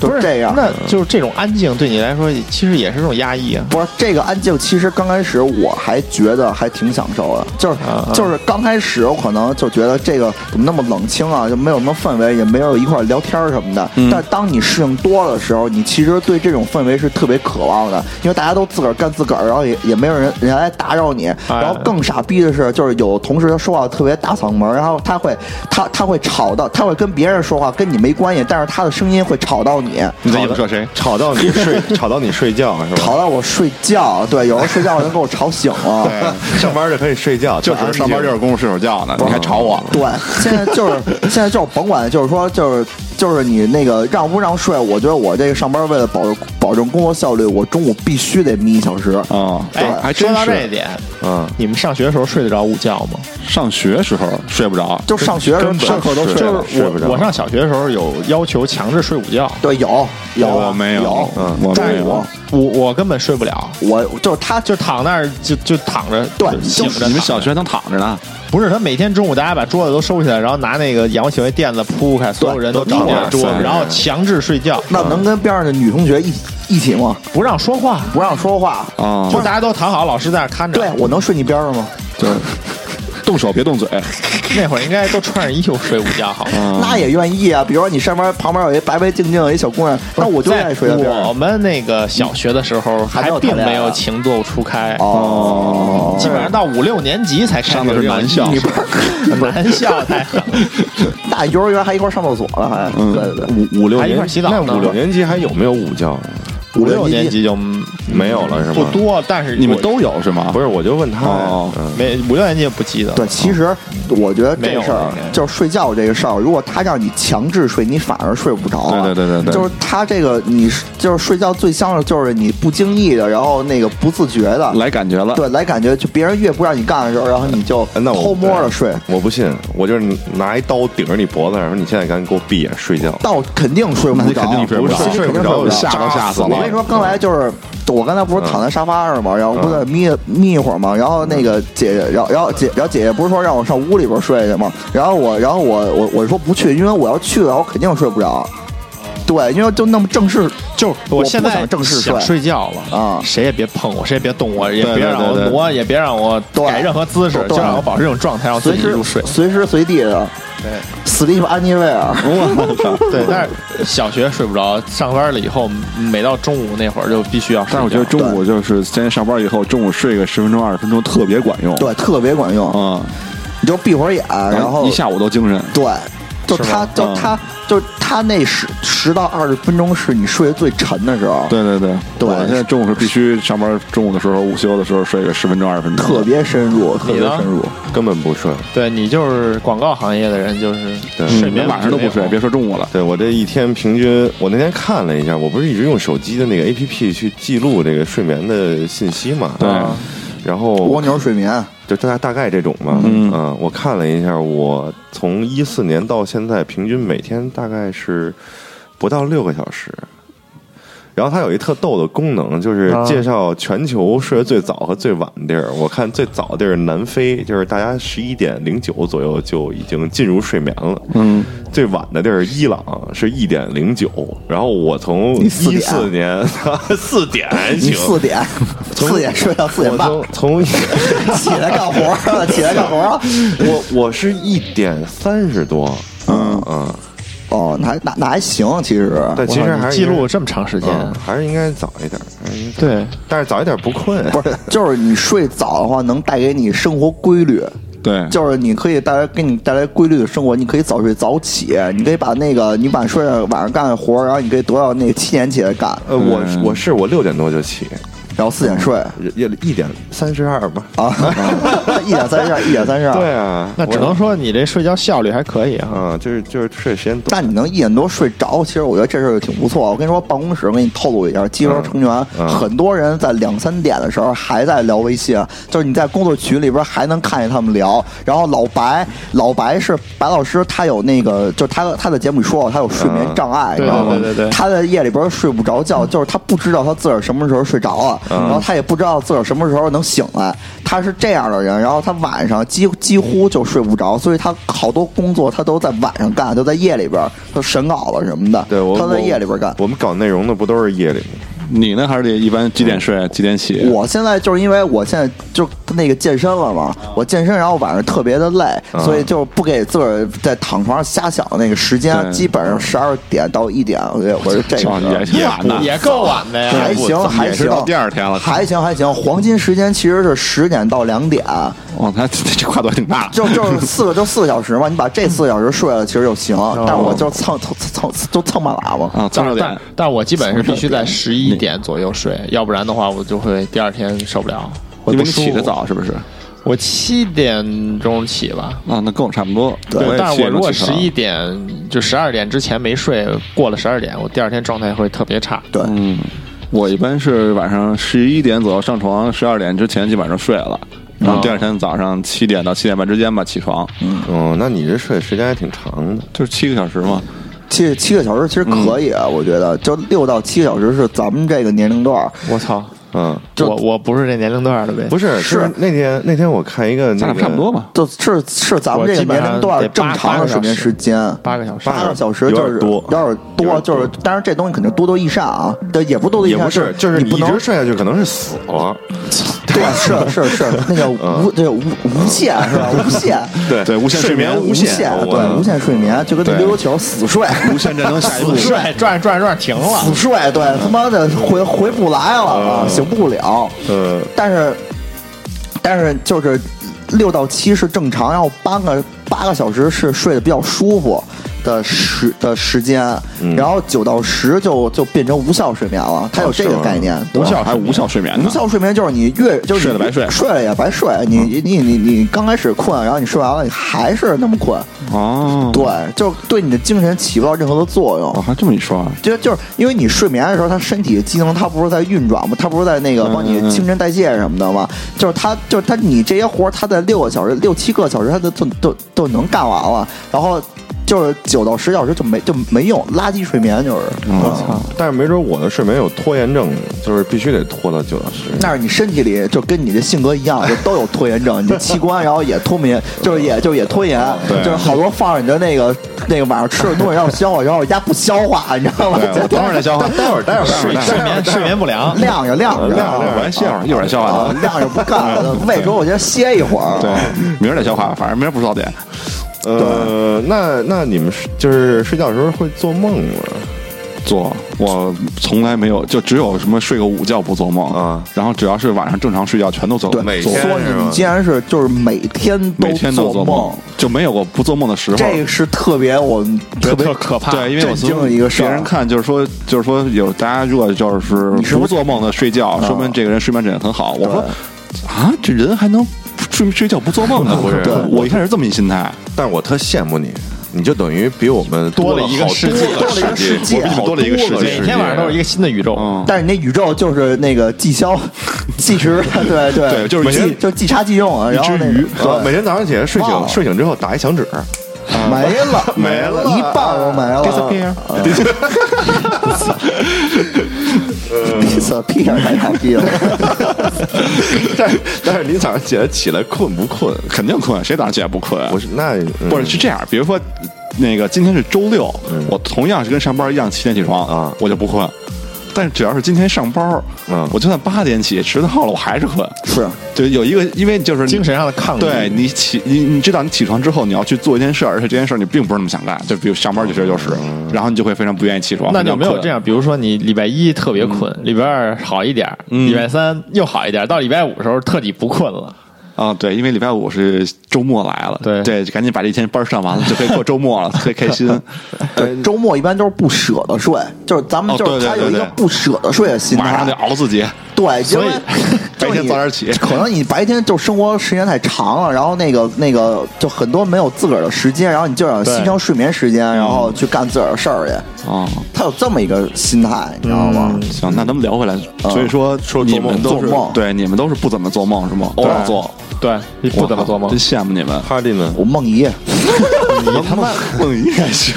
[SPEAKER 4] 就是这样。嗯
[SPEAKER 2] 那哦就是这种安静对你来说，其实也是这种压抑啊。
[SPEAKER 4] 不是这个安静，其实刚开始我还觉得还挺享受的，就是、就是刚开始我可能就觉得这个怎么那么冷清啊，就没有什么氛围，也没有一块儿聊天儿什么的。但当你事情多了的时候，你其实对这种氛围是特别渴望的，因为大家都自个儿干自个儿，然后也也没有人人来打扰你。然后更傻逼的是，就是有同事他说话特别大嗓门儿，然后他会他他会吵到，他会跟别人说话，跟你没关系，但是他的声音会吵到你。
[SPEAKER 3] 你在影射谁？
[SPEAKER 1] 吵到你睡，吵到你睡觉是吧？
[SPEAKER 4] 吵到我睡觉，对，有时候睡觉能给我吵醒了。
[SPEAKER 1] 哎上班就可以睡觉，
[SPEAKER 3] 就是上班就是功夫睡会儿觉呢，你还吵我？
[SPEAKER 4] 对，现在就是 现在就是甭管，就是说就是就是你那个让不让睡，我觉得我这个上班为了保保证工作效率，我中午必须得眯一小时。
[SPEAKER 3] 啊，
[SPEAKER 2] 哎，
[SPEAKER 3] 还
[SPEAKER 2] 说
[SPEAKER 3] 真
[SPEAKER 2] 到这一
[SPEAKER 3] 是。
[SPEAKER 2] 点，
[SPEAKER 1] 嗯，
[SPEAKER 2] 你们上学的时候睡得着午觉吗？
[SPEAKER 3] 上学时候睡不着，
[SPEAKER 4] 就上学的时候
[SPEAKER 3] 根本
[SPEAKER 4] 上课都睡
[SPEAKER 3] 是
[SPEAKER 4] 了
[SPEAKER 2] 就是
[SPEAKER 1] 睡不着
[SPEAKER 2] 我我上小学的时候有要求强制睡午觉，
[SPEAKER 4] 对，有有
[SPEAKER 3] 我没有
[SPEAKER 4] 有，
[SPEAKER 3] 嗯我
[SPEAKER 4] 但
[SPEAKER 3] 没
[SPEAKER 4] 是
[SPEAKER 3] 有
[SPEAKER 4] 我
[SPEAKER 2] 我我根本睡不了，
[SPEAKER 4] 我就是他就
[SPEAKER 2] 就躺那儿就就躺着，
[SPEAKER 4] 对
[SPEAKER 2] 就醒着躺着。
[SPEAKER 3] 你们小学能躺着呢？
[SPEAKER 2] 不是他每天中午大家把桌子都收起来，然后拿那个仰卧起为垫子铺开，所有人都找
[SPEAKER 1] 都
[SPEAKER 2] 着
[SPEAKER 1] 躺
[SPEAKER 2] 桌
[SPEAKER 1] 着
[SPEAKER 2] 子，然后强制睡觉，
[SPEAKER 4] 那能跟边上的女同学一一起吗？
[SPEAKER 2] 不让说话，
[SPEAKER 4] 不让说话。
[SPEAKER 3] 啊
[SPEAKER 2] 就，大家都躺好，老师在那儿看着。
[SPEAKER 4] 对，我能睡你边上吗？
[SPEAKER 3] 就是动手别动嘴，
[SPEAKER 2] 那会儿应该都穿着衣服睡午觉，好
[SPEAKER 3] 嗯
[SPEAKER 2] 吗？
[SPEAKER 4] 那也愿意啊。比如说你上班旁边有一白白净净的一小姑娘，那我就愿意睡她边
[SPEAKER 2] 在我
[SPEAKER 4] 上。
[SPEAKER 2] 们那个小学的时候，
[SPEAKER 4] 还没
[SPEAKER 2] 还
[SPEAKER 4] 有
[SPEAKER 2] 并
[SPEAKER 4] 谈恋爱
[SPEAKER 2] 没有情窦初开，
[SPEAKER 4] 哦，
[SPEAKER 2] 基本上到五六年级才开
[SPEAKER 3] 上的
[SPEAKER 2] 始
[SPEAKER 3] 是男校
[SPEAKER 2] 你不是男校太狠了。
[SPEAKER 4] 大幼儿园还一块儿上厕所了，还
[SPEAKER 3] 嗯
[SPEAKER 4] 对对对，
[SPEAKER 1] 五五六
[SPEAKER 2] 还一块
[SPEAKER 1] 年
[SPEAKER 2] 儿洗澡呢
[SPEAKER 1] 那五六年级还有没有午觉？啊
[SPEAKER 2] 五六年级就嗯
[SPEAKER 1] 没有了是吗
[SPEAKER 2] 不多，但是
[SPEAKER 3] 你们
[SPEAKER 2] 我
[SPEAKER 3] 都有是吗？
[SPEAKER 1] 不是，我就问他，
[SPEAKER 3] 哦
[SPEAKER 1] 嗯
[SPEAKER 2] 没五六年级也不记得。
[SPEAKER 4] 对，其实我觉得这事
[SPEAKER 2] 没有
[SPEAKER 4] 儿
[SPEAKER 2] 了应该
[SPEAKER 4] 就是睡觉这个事儿，如果他让你强制睡，你反而睡不着了。
[SPEAKER 3] 对对对对对
[SPEAKER 4] 就是他这个你是就是睡觉最香的就是你不经意的，然后那个不自觉的，
[SPEAKER 3] 来感觉了，
[SPEAKER 4] 对来感觉就别人越不让你干的时候，然后你就
[SPEAKER 1] 哎
[SPEAKER 3] 哎
[SPEAKER 1] 那我
[SPEAKER 4] 偷摸的睡，
[SPEAKER 1] 我不信，我就是拿一刀顶着你脖子，然后你现在赶紧给我闭眼睡觉。
[SPEAKER 4] 到肯定睡啊不
[SPEAKER 3] 那
[SPEAKER 4] 着，
[SPEAKER 3] 肯定睡不着
[SPEAKER 4] 我心里肯定睡不着，
[SPEAKER 3] 吓都吓死了
[SPEAKER 4] 我跟你说，刚来就是我刚才不是躺在沙发上嘛，然后不是眯眯一会儿嘛，然后那个姐姐，然后然后姐，然后姐姐不是说让我上屋里边睡去嘛，然后我，然后我我我说不去，因为我要去了，我肯定睡不着。对，因为就那么正式，就是
[SPEAKER 2] 我
[SPEAKER 4] 不
[SPEAKER 2] 现在
[SPEAKER 4] 想正式
[SPEAKER 2] 想睡觉了
[SPEAKER 4] 啊
[SPEAKER 2] 谁也别碰我，谁也别动我，也
[SPEAKER 3] 对
[SPEAKER 2] 别让我
[SPEAKER 3] 对对
[SPEAKER 2] 挪，也别让我
[SPEAKER 4] 对
[SPEAKER 2] 改任何姿势
[SPEAKER 4] 对，
[SPEAKER 2] 就让我保持这种状态，让自
[SPEAKER 4] 随
[SPEAKER 2] 己
[SPEAKER 4] 时
[SPEAKER 2] 入睡。
[SPEAKER 4] 随时随地的。史蒂夫安妮威尔，
[SPEAKER 3] 我操！
[SPEAKER 2] 对，但是小学睡不着，上班了以后，每到中午那会儿就必须要睡觉。
[SPEAKER 3] 但是我觉得中午就是先上班以后，中午睡个十分钟、二十分钟特别管用。
[SPEAKER 4] 对，特别管用。
[SPEAKER 3] 嗯，
[SPEAKER 4] 哎你就闭会儿眼，然后
[SPEAKER 3] 一下午都精神。
[SPEAKER 4] 对，就是他
[SPEAKER 2] 吗
[SPEAKER 4] 就他就是他那十十到二十分钟是你睡得最沉的时候，
[SPEAKER 3] 对对对，
[SPEAKER 4] 对
[SPEAKER 3] 我现在中午是必须上班，中午的时候午休的时候睡个十分钟二十分钟，
[SPEAKER 4] 特别深入，特
[SPEAKER 2] 你
[SPEAKER 4] 别
[SPEAKER 2] 呢
[SPEAKER 4] 深入。
[SPEAKER 1] 根本不睡。
[SPEAKER 2] 对你就是广告行业的人，就是
[SPEAKER 1] 对
[SPEAKER 2] 睡
[SPEAKER 3] 连
[SPEAKER 2] 眠
[SPEAKER 3] 嗯晚上都不睡，别说中午了。
[SPEAKER 1] 对我这一天平均，我那天看了一下，我不是一直用手机的那个 A P P 去记录这个睡眠的信息嘛？
[SPEAKER 3] 对
[SPEAKER 1] 啊然
[SPEAKER 4] 蜗
[SPEAKER 1] 后
[SPEAKER 4] 牛睡眠，
[SPEAKER 1] 就大大概这种嘛，
[SPEAKER 3] 嗯
[SPEAKER 1] 啊我看了一下，我从一四年到现在，平均每天大概是不到六个小时。然后它有一特逗的功能，就是
[SPEAKER 2] 啊
[SPEAKER 1] 介绍全球睡得最早和最晚地儿。我看最早地儿南非，就是大家十一点零九左右就已经进入睡眠了。
[SPEAKER 3] 嗯，
[SPEAKER 1] 最晚的地儿伊朗是一点零九，然后我从
[SPEAKER 4] 你
[SPEAKER 1] 一
[SPEAKER 4] 四点啊
[SPEAKER 1] 四年 四点还
[SPEAKER 4] 你
[SPEAKER 1] 行，
[SPEAKER 4] 四点四点睡到四点
[SPEAKER 1] 我
[SPEAKER 4] 半，
[SPEAKER 1] 从从
[SPEAKER 4] 起来干活儿了，起来干活儿了。
[SPEAKER 1] 我我是一点三十多，嗯嗯，
[SPEAKER 4] 哦，那还那那还行，其实
[SPEAKER 1] 但其实还是
[SPEAKER 2] 记
[SPEAKER 1] 应该
[SPEAKER 2] 录这么啊长时间，
[SPEAKER 1] 嗯，还是应该早一点，还是应该早
[SPEAKER 2] 对，
[SPEAKER 1] 但是早一点不困，
[SPEAKER 4] 不是，就是你睡早的话，能带给你生活规律。
[SPEAKER 3] 对，
[SPEAKER 4] 就是你可以带来给你带来规律的生活，你可以早睡早起，你可以把那个你晚睡晚上干的活儿，然后你可以多到那个七点起来干，
[SPEAKER 1] 呃，我我是我六点多就起，
[SPEAKER 4] 然后四点睡
[SPEAKER 1] 也一点三十二吧，
[SPEAKER 4] 啊， 一点三十二，一点三十二。
[SPEAKER 1] 对，啊，
[SPEAKER 2] 那只能说你这睡觉效率还可以啊。
[SPEAKER 1] 啊，就是就是睡时间短，
[SPEAKER 4] 那你能一点多睡着，其实我觉得这事儿挺不错。我跟你说，办公室我给你透露一下，机构成员、
[SPEAKER 1] 嗯
[SPEAKER 4] 很多人在两三点的时候还在聊微信，就是你在工作群里边还能看见他们聊。然后老白，老白是白老师，他有那个，就是他他在节目里说过，他有睡眠障碍，
[SPEAKER 2] 嗯
[SPEAKER 4] 你
[SPEAKER 2] 对
[SPEAKER 4] 知道吗？
[SPEAKER 2] 对对对对
[SPEAKER 4] 他在夜里边睡不着觉，就是他不知道他自个儿什么时候睡着了，然后他也不知道自个儿什么时候能醒来。他是这样的人，然后他晚上几几乎就睡不着，所以他好多工作他都在晚上干，都在夜里边儿，他审稿了什么的，
[SPEAKER 1] 对我
[SPEAKER 4] 他
[SPEAKER 1] 我
[SPEAKER 4] 在夜里边儿干。
[SPEAKER 1] 我们搞内容的不都是夜里吗？
[SPEAKER 3] 你呢还是得一般几点睡几点起？
[SPEAKER 4] 嗯我现在就是因为我现在就那个健身了嘛，我健身，然后晚上特别的累，所以就不给自个儿在躺床上瞎想那个时间，
[SPEAKER 3] 对
[SPEAKER 4] 基本上十二点到一点，我就我是 这个
[SPEAKER 3] 啊
[SPEAKER 4] 时候
[SPEAKER 3] 也挺晚的，
[SPEAKER 2] 也够晚
[SPEAKER 1] 哎
[SPEAKER 2] 的呀。
[SPEAKER 4] 还行
[SPEAKER 3] 我
[SPEAKER 4] 还
[SPEAKER 3] 也是
[SPEAKER 4] 行，
[SPEAKER 3] 到第二天了
[SPEAKER 4] 还行还行。黄金时间其实是十点到两点，
[SPEAKER 3] 哇，他哦这跨度还挺大。
[SPEAKER 4] 就 就是四个就四个小时嘛，你把这四个小时睡了其实就行，
[SPEAKER 1] 哦
[SPEAKER 4] 但我就蹭蹭蹭蹭就蹭半拉嘛。
[SPEAKER 3] 啊，早
[SPEAKER 2] 但
[SPEAKER 3] 上点
[SPEAKER 2] 但但我基本 是必须在十一点左右睡，要不然的话我就会第二天受不了。
[SPEAKER 3] 因为你
[SPEAKER 2] 我不舒服
[SPEAKER 3] 起得早是不是？
[SPEAKER 2] 我七点钟起吧。
[SPEAKER 3] 啊，那跟我差不多。
[SPEAKER 2] 对，但是我
[SPEAKER 3] 也起得
[SPEAKER 2] 如果
[SPEAKER 3] 起
[SPEAKER 2] 十
[SPEAKER 3] 床
[SPEAKER 2] 一点就十二点之前没睡，过了十二点，我第二天状态会特别差。
[SPEAKER 4] 对，
[SPEAKER 3] 嗯，我一般是晚上十一点左右上床，十二点之前基本上睡了，然后第二天早上七点到七点半之间吧起床，
[SPEAKER 1] 嗯，那你这睡时间还挺长的，
[SPEAKER 3] 就是七个小时嘛。
[SPEAKER 4] 七七个小时其实可以，
[SPEAKER 1] 嗯
[SPEAKER 4] 啊，我觉得就六到七个小时是咱们这个年龄段儿。
[SPEAKER 2] 我操，
[SPEAKER 1] 嗯。
[SPEAKER 2] 我我不是这年龄段的呗。
[SPEAKER 1] 不是，
[SPEAKER 4] 是
[SPEAKER 1] 就是那天那天我看一个那
[SPEAKER 3] 咱俩
[SPEAKER 1] 个
[SPEAKER 3] 差不多嘛。
[SPEAKER 4] 就是是咱们这个年龄段儿正常的睡眠时间，
[SPEAKER 2] 八个小时
[SPEAKER 4] 八个小时就是
[SPEAKER 1] 有点多
[SPEAKER 4] 有点
[SPEAKER 1] 有
[SPEAKER 4] 多，
[SPEAKER 1] 点
[SPEAKER 4] 就是当然这东西肯定多多益善啊，但也不多多益
[SPEAKER 1] 也
[SPEAKER 4] 善，
[SPEAKER 1] 不是，就是
[SPEAKER 4] 你
[SPEAKER 1] 你
[SPEAKER 4] 不
[SPEAKER 1] 一
[SPEAKER 4] 能
[SPEAKER 1] 直睡下去可能是死了。
[SPEAKER 4] 对，是 是是，那个无这个无无限是吧？无限。
[SPEAKER 1] 对
[SPEAKER 3] 嗯 对无限睡眠
[SPEAKER 1] 眠
[SPEAKER 4] 无
[SPEAKER 1] 限，我
[SPEAKER 4] 对无限睡眠，就跟那
[SPEAKER 3] 对
[SPEAKER 4] 溜溜球死睡，
[SPEAKER 3] 无限战争下一步
[SPEAKER 2] 不睡，转着转着转着停
[SPEAKER 4] 死
[SPEAKER 2] 了。
[SPEAKER 4] 睡，对他妈的回回不来了
[SPEAKER 3] 嗯
[SPEAKER 4] 啊，醒不了。
[SPEAKER 1] 呃，
[SPEAKER 4] 但是，但是就是六到七是正常，然后八个八个小时是睡得比较舒服的时的时间，
[SPEAKER 3] 嗯
[SPEAKER 4] 然后九到十就就变成无效睡眠了，它有这个概念，对
[SPEAKER 3] 哦无效还无效睡眠呢
[SPEAKER 4] 无。效睡眠就是你越就是
[SPEAKER 3] 睡
[SPEAKER 4] 你
[SPEAKER 3] 了白睡嗯
[SPEAKER 4] 睡了也白睡。你你你你刚开始困，然后你睡完了，你还是那么困，
[SPEAKER 3] 哦，
[SPEAKER 4] 对，就对你的精神起不到任何的作
[SPEAKER 3] 我
[SPEAKER 4] 用。
[SPEAKER 3] 还这么一说啊。
[SPEAKER 4] 就就是因为你睡眠的时候，它身体的机能它不是在运转吗？它不是在那个
[SPEAKER 3] 嗯
[SPEAKER 4] 帮你新陈代谢什么的吗？就是它就是它你这些活儿，它在六个小时、六七个小时，它都都都都能干完了，然后就是九到十小时就没就没用，垃圾睡眠就是。嗯
[SPEAKER 1] 但是没准我的睡眠有拖延症，就是必须得拖到九小时。
[SPEAKER 4] 那是你身体里就跟你的性格一 样，就都有拖延症，你的器官然后也脱敏，就是也就也拖延，
[SPEAKER 3] 对
[SPEAKER 4] 就是好多放着你的那个那个晚上吃的东西要消化，然后压不消化，你知道吗？
[SPEAKER 3] 对，我等会儿再消化，待会儿待会
[SPEAKER 2] 睡睡眠睡眠不良，
[SPEAKER 4] 晾着晾着
[SPEAKER 3] 亮亮，
[SPEAKER 4] 啊，
[SPEAKER 3] 我先歇会儿，一会儿消化
[SPEAKER 4] 啊
[SPEAKER 3] 了。
[SPEAKER 4] 晾着不干，胃说我先歇一会儿。
[SPEAKER 3] 对，明儿再消化，反正明儿不是早点。
[SPEAKER 1] 呃，那那你们是就是睡觉的时候会做梦吗？
[SPEAKER 3] 做我从来没有，就只有什么睡个午觉不做梦
[SPEAKER 1] 啊
[SPEAKER 3] 然后只要是晚上正常睡觉，全都做
[SPEAKER 4] 对，
[SPEAKER 1] 每
[SPEAKER 3] 做
[SPEAKER 1] 天
[SPEAKER 4] 所以
[SPEAKER 1] 是吧
[SPEAKER 4] 你既然是就是每天
[SPEAKER 3] 每天都
[SPEAKER 4] 做
[SPEAKER 3] 梦，就没有过不做梦的时候。
[SPEAKER 4] 这个是特别我特别
[SPEAKER 2] 特可怕。
[SPEAKER 3] 对，因为我
[SPEAKER 4] 震惊的一个事
[SPEAKER 3] 从
[SPEAKER 4] 儿
[SPEAKER 3] 别人看就是说，就是说有大家如果就是
[SPEAKER 4] 你是不
[SPEAKER 3] 不
[SPEAKER 4] 是
[SPEAKER 3] 做梦的睡觉，说明这个人睡眠质量很好。我说啊，这人还能睡睡觉不做梦呢？
[SPEAKER 1] 不是
[SPEAKER 3] 我 我一开始这么一心态，
[SPEAKER 1] 但是我特羡慕你，你就等于比我们
[SPEAKER 2] 多
[SPEAKER 1] 了
[SPEAKER 2] 了一个
[SPEAKER 1] 好
[SPEAKER 2] 世
[SPEAKER 1] 多
[SPEAKER 2] 界
[SPEAKER 1] 个
[SPEAKER 4] 多了一个
[SPEAKER 1] 世
[SPEAKER 4] 世界
[SPEAKER 1] 我比你们多了一个世界。
[SPEAKER 2] 每天晚上都是一个新的宇宙。
[SPEAKER 3] 嗯，
[SPEAKER 4] 但是你那宇宙就是那个计 销、计时， 对对
[SPEAKER 3] 对就是
[SPEAKER 4] 计
[SPEAKER 3] 一
[SPEAKER 4] 就是计差计用啊。然后那个
[SPEAKER 1] 啊，每
[SPEAKER 4] 对
[SPEAKER 1] 天早上起来睡
[SPEAKER 4] 忘
[SPEAKER 1] 醒，
[SPEAKER 4] 了
[SPEAKER 1] 睡醒之后打一响指，
[SPEAKER 4] 没了没
[SPEAKER 1] 了
[SPEAKER 4] 一半我没了
[SPEAKER 2] Disappear
[SPEAKER 4] disappear 太傻逼 了。
[SPEAKER 1] 但是但是你早上起来起来困不困？
[SPEAKER 3] 肯定困，谁早上起来不困？
[SPEAKER 1] 不是，那
[SPEAKER 3] 不是是这样，比如说那个今天是周六
[SPEAKER 1] 嗯，
[SPEAKER 3] 我同样是跟上班一样七点起床
[SPEAKER 1] 啊
[SPEAKER 3] 我就不困。但是只要是今天上班，
[SPEAKER 1] 嗯
[SPEAKER 3] 我就算八点起迟到了，我还是困。
[SPEAKER 4] 是，
[SPEAKER 3] 就有一个，因为就是你
[SPEAKER 2] 精神上的抗拒
[SPEAKER 3] 对你起，你你知道你起床之后你要去做一件事儿，而且这件事儿你并不是那么想干，就比如上班有时候就是，然后你就会非常不愿意起床。
[SPEAKER 2] 那就没有
[SPEAKER 3] 非常困
[SPEAKER 2] 这。样，比嗯如说你礼拜一特别困，礼拜二好一点儿，礼拜三又好一点儿，到礼拜五的时候彻底不困了。
[SPEAKER 3] 啊，对，因为礼拜五是周末来了，
[SPEAKER 2] 对
[SPEAKER 3] 对，赶紧把这一天班儿上完了，就可以过周 末了，特别开心。
[SPEAKER 4] 对，周末一般都是不舍得睡，就是咱们
[SPEAKER 3] 哎哦
[SPEAKER 4] 就是他
[SPEAKER 3] 对对
[SPEAKER 4] 有一
[SPEAKER 3] 对
[SPEAKER 4] 个
[SPEAKER 3] 对
[SPEAKER 4] 不舍得睡的心态，
[SPEAKER 3] 马上就熬自己，
[SPEAKER 4] 对，
[SPEAKER 3] 所以
[SPEAKER 4] 因为
[SPEAKER 3] 白天
[SPEAKER 4] 就是你
[SPEAKER 3] 早点起
[SPEAKER 4] 可能你白天就生活时间太长了，然后那个那个就很多没有自个儿的时间，然后你就想牺牲睡眠时间，
[SPEAKER 3] 嗯
[SPEAKER 4] 然后去干自个儿的事儿去。
[SPEAKER 3] 啊。
[SPEAKER 4] 他有这么一个心态，你知道吗？
[SPEAKER 3] 行，那咱们聊回来，所以说说嗯你们都是
[SPEAKER 4] 做梦
[SPEAKER 3] 对你们都是不怎么做梦是吗？偶尔做，
[SPEAKER 2] 对，你不怎么做梦
[SPEAKER 3] 真。羡慕你们。
[SPEAKER 1] 哈利呢？
[SPEAKER 4] 我梦遗，
[SPEAKER 1] 你他妈梦遗还行，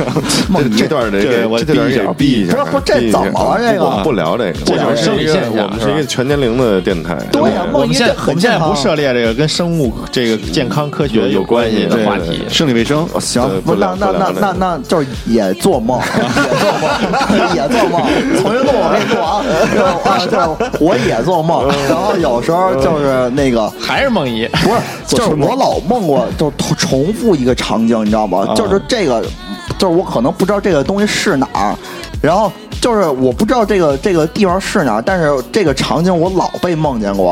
[SPEAKER 4] 梦遗
[SPEAKER 1] 这段得给
[SPEAKER 3] 这我
[SPEAKER 1] 这段得给避一下
[SPEAKER 4] 不是不是这
[SPEAKER 1] 避一下
[SPEAKER 4] 怎么了这个
[SPEAKER 1] 不不聊这个，
[SPEAKER 2] 这种生理现象
[SPEAKER 1] 我们是一
[SPEAKER 2] 是
[SPEAKER 1] 个
[SPEAKER 2] 吧
[SPEAKER 1] 全年龄的电台，
[SPEAKER 4] 对呀
[SPEAKER 2] 我们现在
[SPEAKER 4] 梦遗这很啊
[SPEAKER 2] 我们现在
[SPEAKER 4] 健康
[SPEAKER 2] 不涉猎这个跟生物这个健康科学有关系的话
[SPEAKER 1] 对
[SPEAKER 2] 题
[SPEAKER 1] 对。
[SPEAKER 3] 生理卫生，
[SPEAKER 4] 行
[SPEAKER 1] 对，
[SPEAKER 4] 啊不
[SPEAKER 1] 呃不聊
[SPEAKER 4] 那那
[SPEAKER 1] 不
[SPEAKER 4] 那
[SPEAKER 1] 聊这
[SPEAKER 4] 那
[SPEAKER 1] 个
[SPEAKER 4] 那就是也做梦，也做梦，也做梦。 重新录我跟你说啊，就是就是我也做 梦，然后有时候就是那个。
[SPEAKER 2] 还是梦遗，
[SPEAKER 4] 不是，就是我老梦过，就重复一个场景，你知道吗？
[SPEAKER 1] 啊
[SPEAKER 4] 就是这个，就是我可能不知道这个东西是哪儿，然后就是我不知道这个这个地方是哪儿，但是这个场景我老被梦见
[SPEAKER 1] 啊
[SPEAKER 4] 过。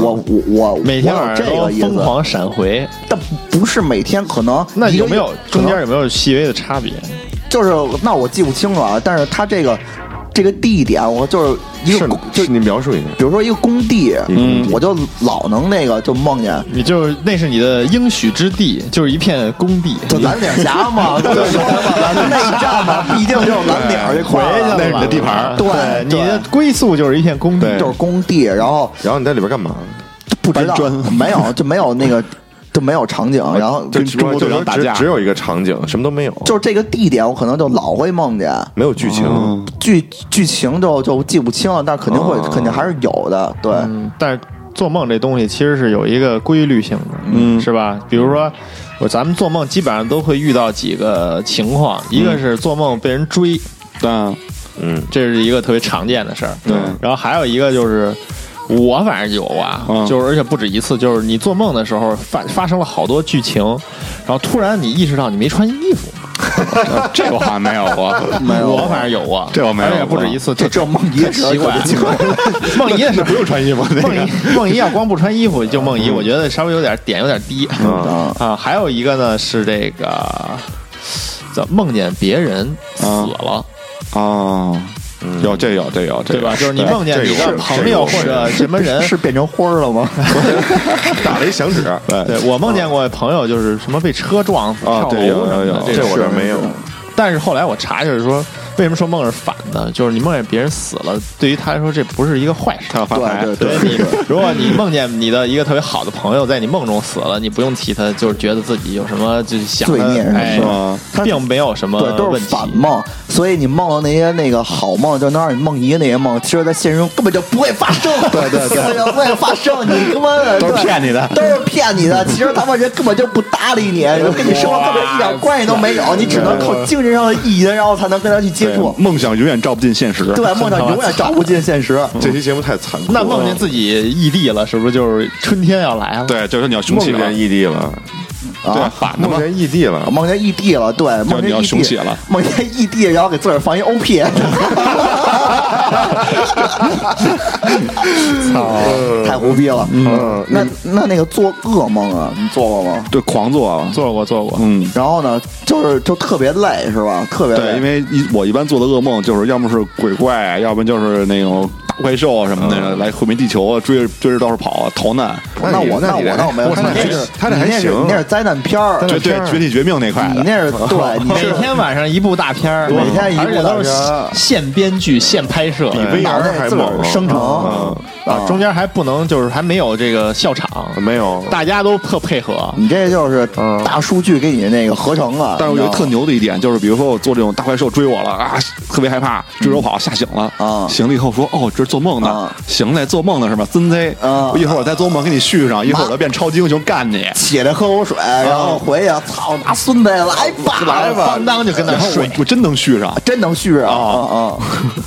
[SPEAKER 4] 我我我
[SPEAKER 2] 每天晚上
[SPEAKER 4] 我有这
[SPEAKER 2] 都
[SPEAKER 4] 个意思
[SPEAKER 2] 疯，狂闪回。
[SPEAKER 4] 但不是每天，可能
[SPEAKER 2] 那
[SPEAKER 4] 一个
[SPEAKER 2] 有没有
[SPEAKER 4] 月
[SPEAKER 2] 中
[SPEAKER 4] 可
[SPEAKER 2] 间
[SPEAKER 4] 能
[SPEAKER 2] 有没有细微的差别？
[SPEAKER 4] 就是那我记不清了啊，但是他这个这个地点，我就是一
[SPEAKER 1] 是
[SPEAKER 4] 个工就。
[SPEAKER 1] 是你描述一下，
[SPEAKER 4] 比如说一个工地，
[SPEAKER 1] 嗯
[SPEAKER 4] 我就老能那个就梦见，
[SPEAKER 2] 你就是那是你的应许之地，就是一片工地。
[SPEAKER 4] 就蓝领侠 嘛，都是说嘛，咱们内战嘛，毕竟就是蓝领儿这块
[SPEAKER 2] 回去
[SPEAKER 4] 儿
[SPEAKER 2] 了，
[SPEAKER 4] 了，
[SPEAKER 2] 你的地盘
[SPEAKER 4] 对对
[SPEAKER 2] 你的归宿就是一片工地。
[SPEAKER 4] 就是工地，然后
[SPEAKER 1] 然后你在里边干嘛？
[SPEAKER 4] 不知道
[SPEAKER 3] 搬砖
[SPEAKER 4] 没有就没有那个就没有场
[SPEAKER 2] 哦
[SPEAKER 4] 景，然后
[SPEAKER 1] 就
[SPEAKER 4] 就
[SPEAKER 1] 只不过
[SPEAKER 3] 中国队
[SPEAKER 1] 就是
[SPEAKER 3] 长打
[SPEAKER 1] 只
[SPEAKER 3] 架
[SPEAKER 1] 只有一个场景，什么都没有，
[SPEAKER 4] 就是这个地点，我可能就老会梦见。
[SPEAKER 1] 没有剧情。
[SPEAKER 4] 剧剧情就就记不清了，但肯定会
[SPEAKER 1] 哦
[SPEAKER 4] 肯定还是有的，对，
[SPEAKER 2] 嗯，但是做梦这东西其实是有一个规律性的，嗯，是吧？比如说，我咱们做梦基本上都会遇到几个情
[SPEAKER 4] 嗯
[SPEAKER 2] 况，一个是做梦被人追，
[SPEAKER 3] 但
[SPEAKER 1] 嗯，
[SPEAKER 2] 这是一个特别常见的事儿。
[SPEAKER 3] 对
[SPEAKER 2] 然后还有一个就是。我反正有啊，
[SPEAKER 3] 嗯
[SPEAKER 2] 就是而且不止一次，就是你做梦的时候发发生了好多剧情，然后突然你意识到你没穿衣服，
[SPEAKER 3] 这我好像没有过，
[SPEAKER 4] 没有
[SPEAKER 2] 我反正有过，
[SPEAKER 3] 这我没有
[SPEAKER 2] 而且不止
[SPEAKER 3] 过
[SPEAKER 2] 一次，
[SPEAKER 4] 这这梦遗的时候
[SPEAKER 2] 奇怪
[SPEAKER 4] 可就 奇怪，
[SPEAKER 2] 梦遗的时候
[SPEAKER 3] 不用穿衣服那
[SPEAKER 2] 梦
[SPEAKER 3] 个。
[SPEAKER 2] 遗梦遗要光不穿衣服就梦遗，我觉得稍微有点点有点低
[SPEAKER 4] 啊
[SPEAKER 2] 啊。还有一个呢是这个，怎么梦见别人死了，
[SPEAKER 3] 哦，有这有这有这
[SPEAKER 2] 对
[SPEAKER 3] 有
[SPEAKER 2] 吧？就是你梦见你
[SPEAKER 1] 这个
[SPEAKER 2] 的
[SPEAKER 1] 是
[SPEAKER 2] 朋
[SPEAKER 1] 这
[SPEAKER 2] 友或
[SPEAKER 1] 个是
[SPEAKER 2] 者什么人。
[SPEAKER 4] 是变成花儿了吗？
[SPEAKER 1] 打了一响指，
[SPEAKER 2] 对我梦见过朋友就是什么被车撞死、
[SPEAKER 3] 啊
[SPEAKER 2] 跳楼
[SPEAKER 3] 对有
[SPEAKER 2] 什么的
[SPEAKER 3] 有有
[SPEAKER 2] 这
[SPEAKER 1] 这
[SPEAKER 2] 种
[SPEAKER 1] 我
[SPEAKER 2] 事
[SPEAKER 1] 这
[SPEAKER 2] 儿
[SPEAKER 1] 儿没有。
[SPEAKER 2] 但是后来我查就是说，为什么说梦是反的？就是你梦见别人死了，对于他来说这不是一个坏事。
[SPEAKER 3] 他要发财，
[SPEAKER 4] 对对
[SPEAKER 2] 所以你，如果你梦见你的一个特别好的朋友在你梦中死了，你不用提他，就是觉得自己有什么就是想
[SPEAKER 4] 罪孽是吧
[SPEAKER 2] 哎
[SPEAKER 4] 是
[SPEAKER 3] 吧，
[SPEAKER 4] 他
[SPEAKER 2] 并没有什么
[SPEAKER 3] 呃
[SPEAKER 4] 对，都
[SPEAKER 2] 问
[SPEAKER 4] 是
[SPEAKER 2] 题
[SPEAKER 4] 反梦，所以你梦到那些那个好梦，就能让你梦遗那些梦，其实在现实中根本就不会发生。对对对，不会发生，你他妈的
[SPEAKER 3] 都是
[SPEAKER 4] 对
[SPEAKER 3] 骗你的
[SPEAKER 4] 都是骗你的。其实他妈人根本就不搭理你，跟你生活根本一点关系都没有，你只能靠精神上的意义，然后才能跟他去接
[SPEAKER 3] 对
[SPEAKER 4] 触。
[SPEAKER 3] 梦想永远照不进现实。
[SPEAKER 4] 对，梦想永远照不进现实。
[SPEAKER 1] 这期节目太残酷了。
[SPEAKER 2] 那梦见自己异地了，是不是就是春天要来了？，
[SPEAKER 3] 对，就是你要雄
[SPEAKER 1] 梦
[SPEAKER 3] 起了
[SPEAKER 1] 见，异地了，
[SPEAKER 3] 对
[SPEAKER 4] 啊，，
[SPEAKER 3] 反的
[SPEAKER 1] 梦
[SPEAKER 3] 嘛。
[SPEAKER 1] 见异地了，
[SPEAKER 4] 梦见异地了，对，梦
[SPEAKER 3] 你
[SPEAKER 4] 见
[SPEAKER 3] 要
[SPEAKER 4] 异
[SPEAKER 3] 雄
[SPEAKER 4] 地
[SPEAKER 3] 起了
[SPEAKER 4] 梦见异地，然后给自个儿放一 OP。太胡逼了。嗯，那那那个做噩梦啊，你做过吗？
[SPEAKER 3] 对，狂做啊，
[SPEAKER 2] 做过做过，
[SPEAKER 3] 嗯，
[SPEAKER 4] 然后呢，就是就特别累是吧？特别累，
[SPEAKER 3] 对，因为一我一般做的噩梦就是要么是鬼怪，要不然就是那种大怪兽啊什么的、来毁灭地球啊，追着追着到处跑啊逃难，
[SPEAKER 4] 那我那我倒没有，
[SPEAKER 1] 他
[SPEAKER 4] 你那
[SPEAKER 1] 这
[SPEAKER 4] 是
[SPEAKER 1] 他这还
[SPEAKER 4] 你那是
[SPEAKER 1] 行
[SPEAKER 4] 你，那是灾难片儿，
[SPEAKER 1] 灾
[SPEAKER 3] 对
[SPEAKER 1] 难
[SPEAKER 3] 对
[SPEAKER 1] 片儿，
[SPEAKER 3] 绝体绝命那块
[SPEAKER 4] 你
[SPEAKER 3] 的。
[SPEAKER 4] 那是对，你
[SPEAKER 2] 每
[SPEAKER 4] 是
[SPEAKER 2] 天晚上一部大片儿，
[SPEAKER 4] 每天一部
[SPEAKER 2] 而且都是
[SPEAKER 4] 大片儿
[SPEAKER 2] 现编剧、现拍摄，
[SPEAKER 1] 比 VR
[SPEAKER 4] 脑
[SPEAKER 1] 还
[SPEAKER 4] 袋自个
[SPEAKER 1] 猛
[SPEAKER 4] 儿生成
[SPEAKER 2] 啊，中间还不能就是还没有这个笑场，
[SPEAKER 1] 没有，
[SPEAKER 2] 大家都特配合。
[SPEAKER 4] 你这就是大数据给你那个合成了，
[SPEAKER 3] 但是我觉得特
[SPEAKER 4] 你
[SPEAKER 3] 牛的一点就是，比如说我做这种大怪兽追我了啊，特别害怕，追着我跑，吓醒了
[SPEAKER 4] 啊
[SPEAKER 3] 醒了以后说哦，这是做梦呢
[SPEAKER 4] 啊，
[SPEAKER 3] 醒来做梦呢是吧？真贼
[SPEAKER 4] 啊
[SPEAKER 3] 一会儿我再做梦给你续上，一会儿我
[SPEAKER 4] 妈
[SPEAKER 3] 就变超级英雄干你。
[SPEAKER 4] 知道吗起来喝口水，然后回去，操，拿孙子来吧，啊来吧，
[SPEAKER 2] 当当就跟那
[SPEAKER 3] 然后我
[SPEAKER 2] 睡，
[SPEAKER 3] 我真能续上，
[SPEAKER 4] 真能续啊啊啊！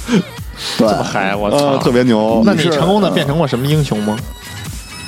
[SPEAKER 4] 对，
[SPEAKER 2] 嗨，我
[SPEAKER 3] 呃，
[SPEAKER 2] 操，
[SPEAKER 3] 特别牛。
[SPEAKER 2] 那你
[SPEAKER 4] 是
[SPEAKER 2] 成功的变成过什么英雄吗？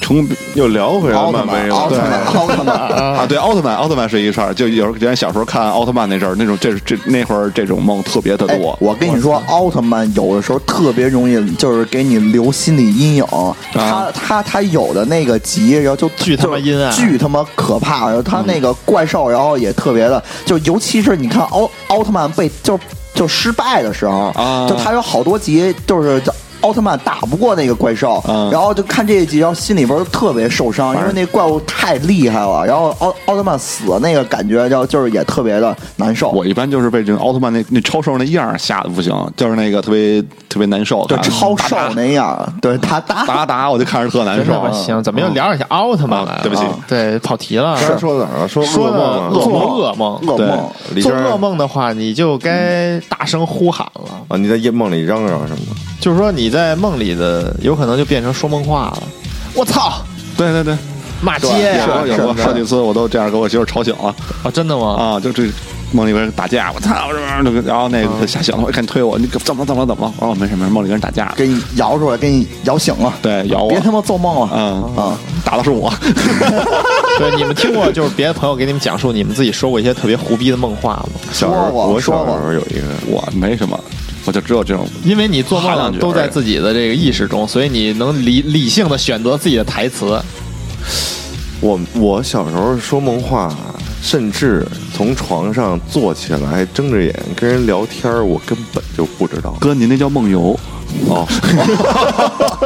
[SPEAKER 3] 成功
[SPEAKER 1] 又聊回来
[SPEAKER 4] 奥
[SPEAKER 1] 漫
[SPEAKER 4] 特曼，
[SPEAKER 1] 威
[SPEAKER 4] 奥
[SPEAKER 1] 了，
[SPEAKER 4] 特
[SPEAKER 1] 对，
[SPEAKER 4] 曼，奥特曼，
[SPEAKER 3] 啊，对，奥特曼，奥特曼是一事儿，就有原来小时候看奥特曼那阵儿，那种这这那会儿这种梦特别的
[SPEAKER 4] 哎
[SPEAKER 3] 多，。
[SPEAKER 4] 我跟你说，奥特曼有的时候特别容易，就是给你留心理阴影。他他他有的那个集，然后就
[SPEAKER 2] 巨他妈阴暗
[SPEAKER 4] 就巨他妈可怕。然后他那个怪兽，然后也特别的，就尤其是你看奥奥特曼被就就失败的时候，
[SPEAKER 3] 啊
[SPEAKER 4] 就他有好多集就是。奥特曼打不过那个怪兽，
[SPEAKER 3] 嗯
[SPEAKER 4] 然后就看这一集，然后心里边儿特别受伤，因为那怪物太厉害了。然后奥奥特曼死的那个感觉，就就是也特别的难受。
[SPEAKER 3] 我一般就是被这个奥特曼那那超兽那样儿吓得不行，就是那个特别特别难受，
[SPEAKER 4] 就
[SPEAKER 3] 打
[SPEAKER 4] 超
[SPEAKER 3] 打
[SPEAKER 4] 瘦
[SPEAKER 3] 打
[SPEAKER 4] 那样，对他打
[SPEAKER 3] 啊打打，我就看着特难
[SPEAKER 2] 真的
[SPEAKER 3] 受
[SPEAKER 2] 吗？。行，怎么又聊一下奥特曼来了？
[SPEAKER 3] 嗯啊对不起
[SPEAKER 2] 对，跑题了。
[SPEAKER 1] 刚才说的哪儿了？说
[SPEAKER 2] 说
[SPEAKER 1] 噩
[SPEAKER 2] 的
[SPEAKER 1] 梦啊
[SPEAKER 2] 做
[SPEAKER 4] 噩
[SPEAKER 2] 噩梦，
[SPEAKER 4] 噩梦，
[SPEAKER 1] 里
[SPEAKER 2] 做
[SPEAKER 1] 边儿
[SPEAKER 2] 噩梦的话，你就该大声呼喊了。
[SPEAKER 1] 啊！你在夜梦里嚷嚷什么？
[SPEAKER 2] 就是说你在梦里的，有可能就变成说梦话了。我操，
[SPEAKER 3] 对对对，
[SPEAKER 2] 骂
[SPEAKER 3] 对
[SPEAKER 2] 街呀！
[SPEAKER 3] 有过有过好几次，我都这样给我媳妇儿吵醒了
[SPEAKER 2] 啊，真的吗？
[SPEAKER 3] 啊，就这梦里边打架，我操，这个然后那个吓醒了，我一看推我，你怎么了怎么了怎么了？我说没事没事，梦里跟人打架，
[SPEAKER 4] 给你摇出来，给你摇醒了，
[SPEAKER 3] 对咬我
[SPEAKER 4] 别，他妈做梦了
[SPEAKER 3] 嗯
[SPEAKER 4] 啊！
[SPEAKER 3] 打的是我，
[SPEAKER 2] 对，你们听过就是别的朋友给你们讲述你们自己说过一些特别胡逼的梦话吗？
[SPEAKER 1] 小时候
[SPEAKER 4] 说我
[SPEAKER 1] 我
[SPEAKER 4] 说
[SPEAKER 1] 小
[SPEAKER 4] 我
[SPEAKER 1] 时候有一个，
[SPEAKER 3] 我没什么，我就只有这种
[SPEAKER 2] 因为你做
[SPEAKER 3] 喊两句
[SPEAKER 2] 梦都在自己的这个意识中，所以你能理理性的选择自己的台词。
[SPEAKER 1] 我我小时候说梦话，甚至从床上坐起来，睁着眼跟人聊天儿，我根本就不知道。
[SPEAKER 3] 哥，您那叫梦游哦，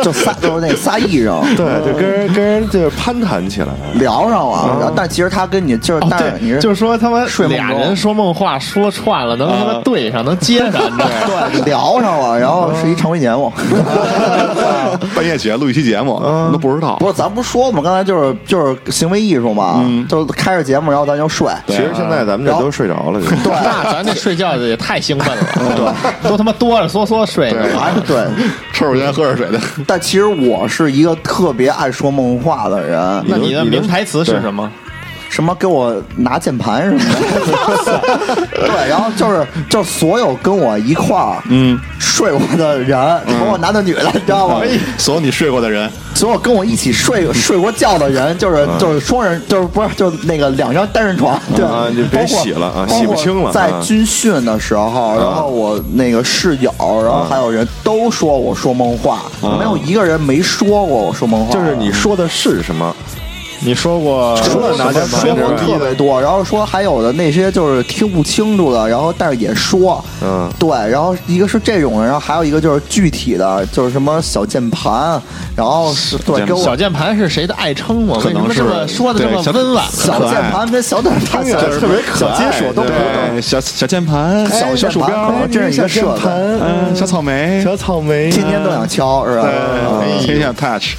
[SPEAKER 4] 就仨就是那仨艺人
[SPEAKER 1] 对，就跟人跟人就是攀谈起来。啊
[SPEAKER 4] 聊上了，然后但其实他跟你就是，但是你是
[SPEAKER 2] 就是说他妈
[SPEAKER 4] 睡梦中啊
[SPEAKER 2] 俩人说梦话说串了，能他妈对上，能接上，你知道吗？
[SPEAKER 4] 对聊上了，然后是一常规节目。
[SPEAKER 3] 半夜起来录一期节目，
[SPEAKER 4] 嗯
[SPEAKER 3] 都不知道。
[SPEAKER 4] 不是，咱不是说嘛，刚才就是就是行为艺术嘛，就开着节目，然后咱就睡。
[SPEAKER 1] 其实现在咱们这都睡着了，就
[SPEAKER 4] 对，
[SPEAKER 2] 那咱这睡觉的也太兴奋了，对，都他妈哆了嗦嗦睡哎着了。
[SPEAKER 4] 还是对，
[SPEAKER 3] 抽着烟喝着水的，
[SPEAKER 4] 但其实我是一个特别爱说梦话的人，
[SPEAKER 2] 那你的名台词是什么？
[SPEAKER 4] 什么给我拿键盘什么 的，对，然后就是就是所有跟我一块儿嗯睡过的人，甭管男的女的，你知道吗？
[SPEAKER 1] 嗯
[SPEAKER 3] 所有你睡过的人，
[SPEAKER 4] 所有跟我一起睡 睡过觉的人，就是就是双人，就是不是就是那个两张单人床，对
[SPEAKER 1] 嗯啊，你别洗了啊
[SPEAKER 4] 包括
[SPEAKER 1] 洗不清了
[SPEAKER 4] 包括
[SPEAKER 1] 啊
[SPEAKER 4] 在军训的时候，然后我那个室友，然
[SPEAKER 1] 啊
[SPEAKER 4] 后还有人都说我说梦话，没有一个人没说过我说梦 话，
[SPEAKER 1] 就是你说的是什么？
[SPEAKER 2] 你说过
[SPEAKER 1] 啊
[SPEAKER 4] 除了拿键盘说过特别多，然后说还有的那些就是听不清楚的，然后但是也说，
[SPEAKER 1] 嗯
[SPEAKER 4] 对，然后一个是这种的，然后还有一个就是具体的，就是什么小键盘，然后是对给我
[SPEAKER 2] 小键盘是谁的爱称吗？为什么这么说的这么温婉呢？
[SPEAKER 4] 小键盘跟小短盘小
[SPEAKER 1] 特别可
[SPEAKER 4] 小金
[SPEAKER 1] 爱
[SPEAKER 4] 属都不哎懂。
[SPEAKER 3] 对，小小键盘，小小鼠标，
[SPEAKER 4] 这是一个设备，
[SPEAKER 3] 嗯，小草莓，呃
[SPEAKER 1] 草莓
[SPEAKER 4] 天天都想敲是吧？啊
[SPEAKER 3] 对，
[SPEAKER 4] 哎
[SPEAKER 3] 天天 touch，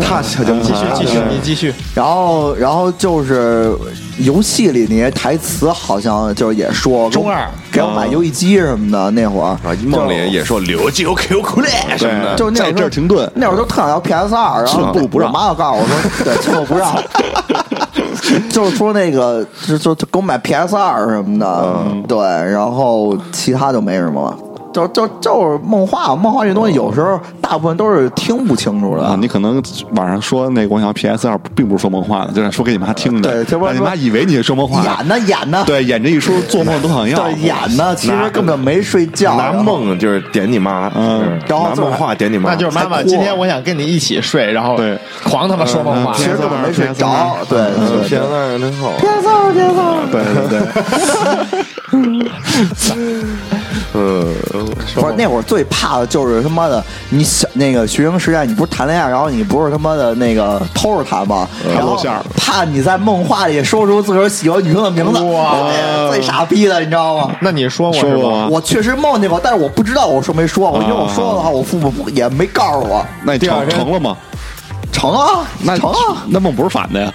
[SPEAKER 1] 踏小脚
[SPEAKER 2] 继续继续，你继续。
[SPEAKER 4] 然后，然后就是游戏里那些台词，好像就是也说
[SPEAKER 2] 中二
[SPEAKER 4] 给我买游戏机什么的那会儿
[SPEAKER 1] 啊！梦里也说留就 Q 苦力什么的，
[SPEAKER 4] 就那会
[SPEAKER 3] 在
[SPEAKER 4] 儿
[SPEAKER 3] 这儿停顿，
[SPEAKER 4] 那会儿都特想要 PS 二，然后
[SPEAKER 3] 寸步不让
[SPEAKER 4] 我妈就告诉我说，对，寸步不 让，就是说那个
[SPEAKER 3] 嗯
[SPEAKER 4] 就就就给我买 PS 二什么的，对，然后其他就没什么了。就就就是梦话，梦话这东西有时候大部分都是听不清楚的。
[SPEAKER 3] 啊，你可能晚上说那个，我想 PS 二并不是说梦话的，就是说给你妈听的，
[SPEAKER 4] 对这不是
[SPEAKER 3] 让你妈以为你是说梦话，
[SPEAKER 4] 演呢演呢，
[SPEAKER 3] 对，演这一出做梦都想要，
[SPEAKER 4] 对演呢，其实根本没睡觉，
[SPEAKER 1] 拿
[SPEAKER 4] 然后
[SPEAKER 1] 梦就是点你妈，
[SPEAKER 3] 嗯
[SPEAKER 1] 就是
[SPEAKER 4] 然后
[SPEAKER 1] 拿
[SPEAKER 4] 就是
[SPEAKER 1] 梦话点你妈，
[SPEAKER 2] 那就是妈妈，今天我想跟你一起睡，然后
[SPEAKER 3] 对
[SPEAKER 2] 狂他妈说梦话。
[SPEAKER 4] 嗯其实根本没睡着。对，
[SPEAKER 3] 嗯
[SPEAKER 4] 对
[SPEAKER 1] 现在真好。
[SPEAKER 3] 对对对，
[SPEAKER 4] 不是那会儿最怕的就是他妈的，你想那个学生时代，你不是谈恋爱，然后你不是他妈的那个偷着谈吗？然后
[SPEAKER 3] 露馅儿
[SPEAKER 4] 怕你在梦话里说出自个儿喜欢女生的名字，哇，最傻逼的，你知道吗？
[SPEAKER 2] 那你说我是
[SPEAKER 3] 说过
[SPEAKER 2] 吧？
[SPEAKER 3] 吗？
[SPEAKER 4] 我确实梦见过，但是我不知道我说没说，我因为我说了的话，我父母不也没告诉我。
[SPEAKER 3] 那你成成了吗？
[SPEAKER 4] 成啊，
[SPEAKER 3] 那
[SPEAKER 4] 成啊
[SPEAKER 3] 那梦不是反的呀？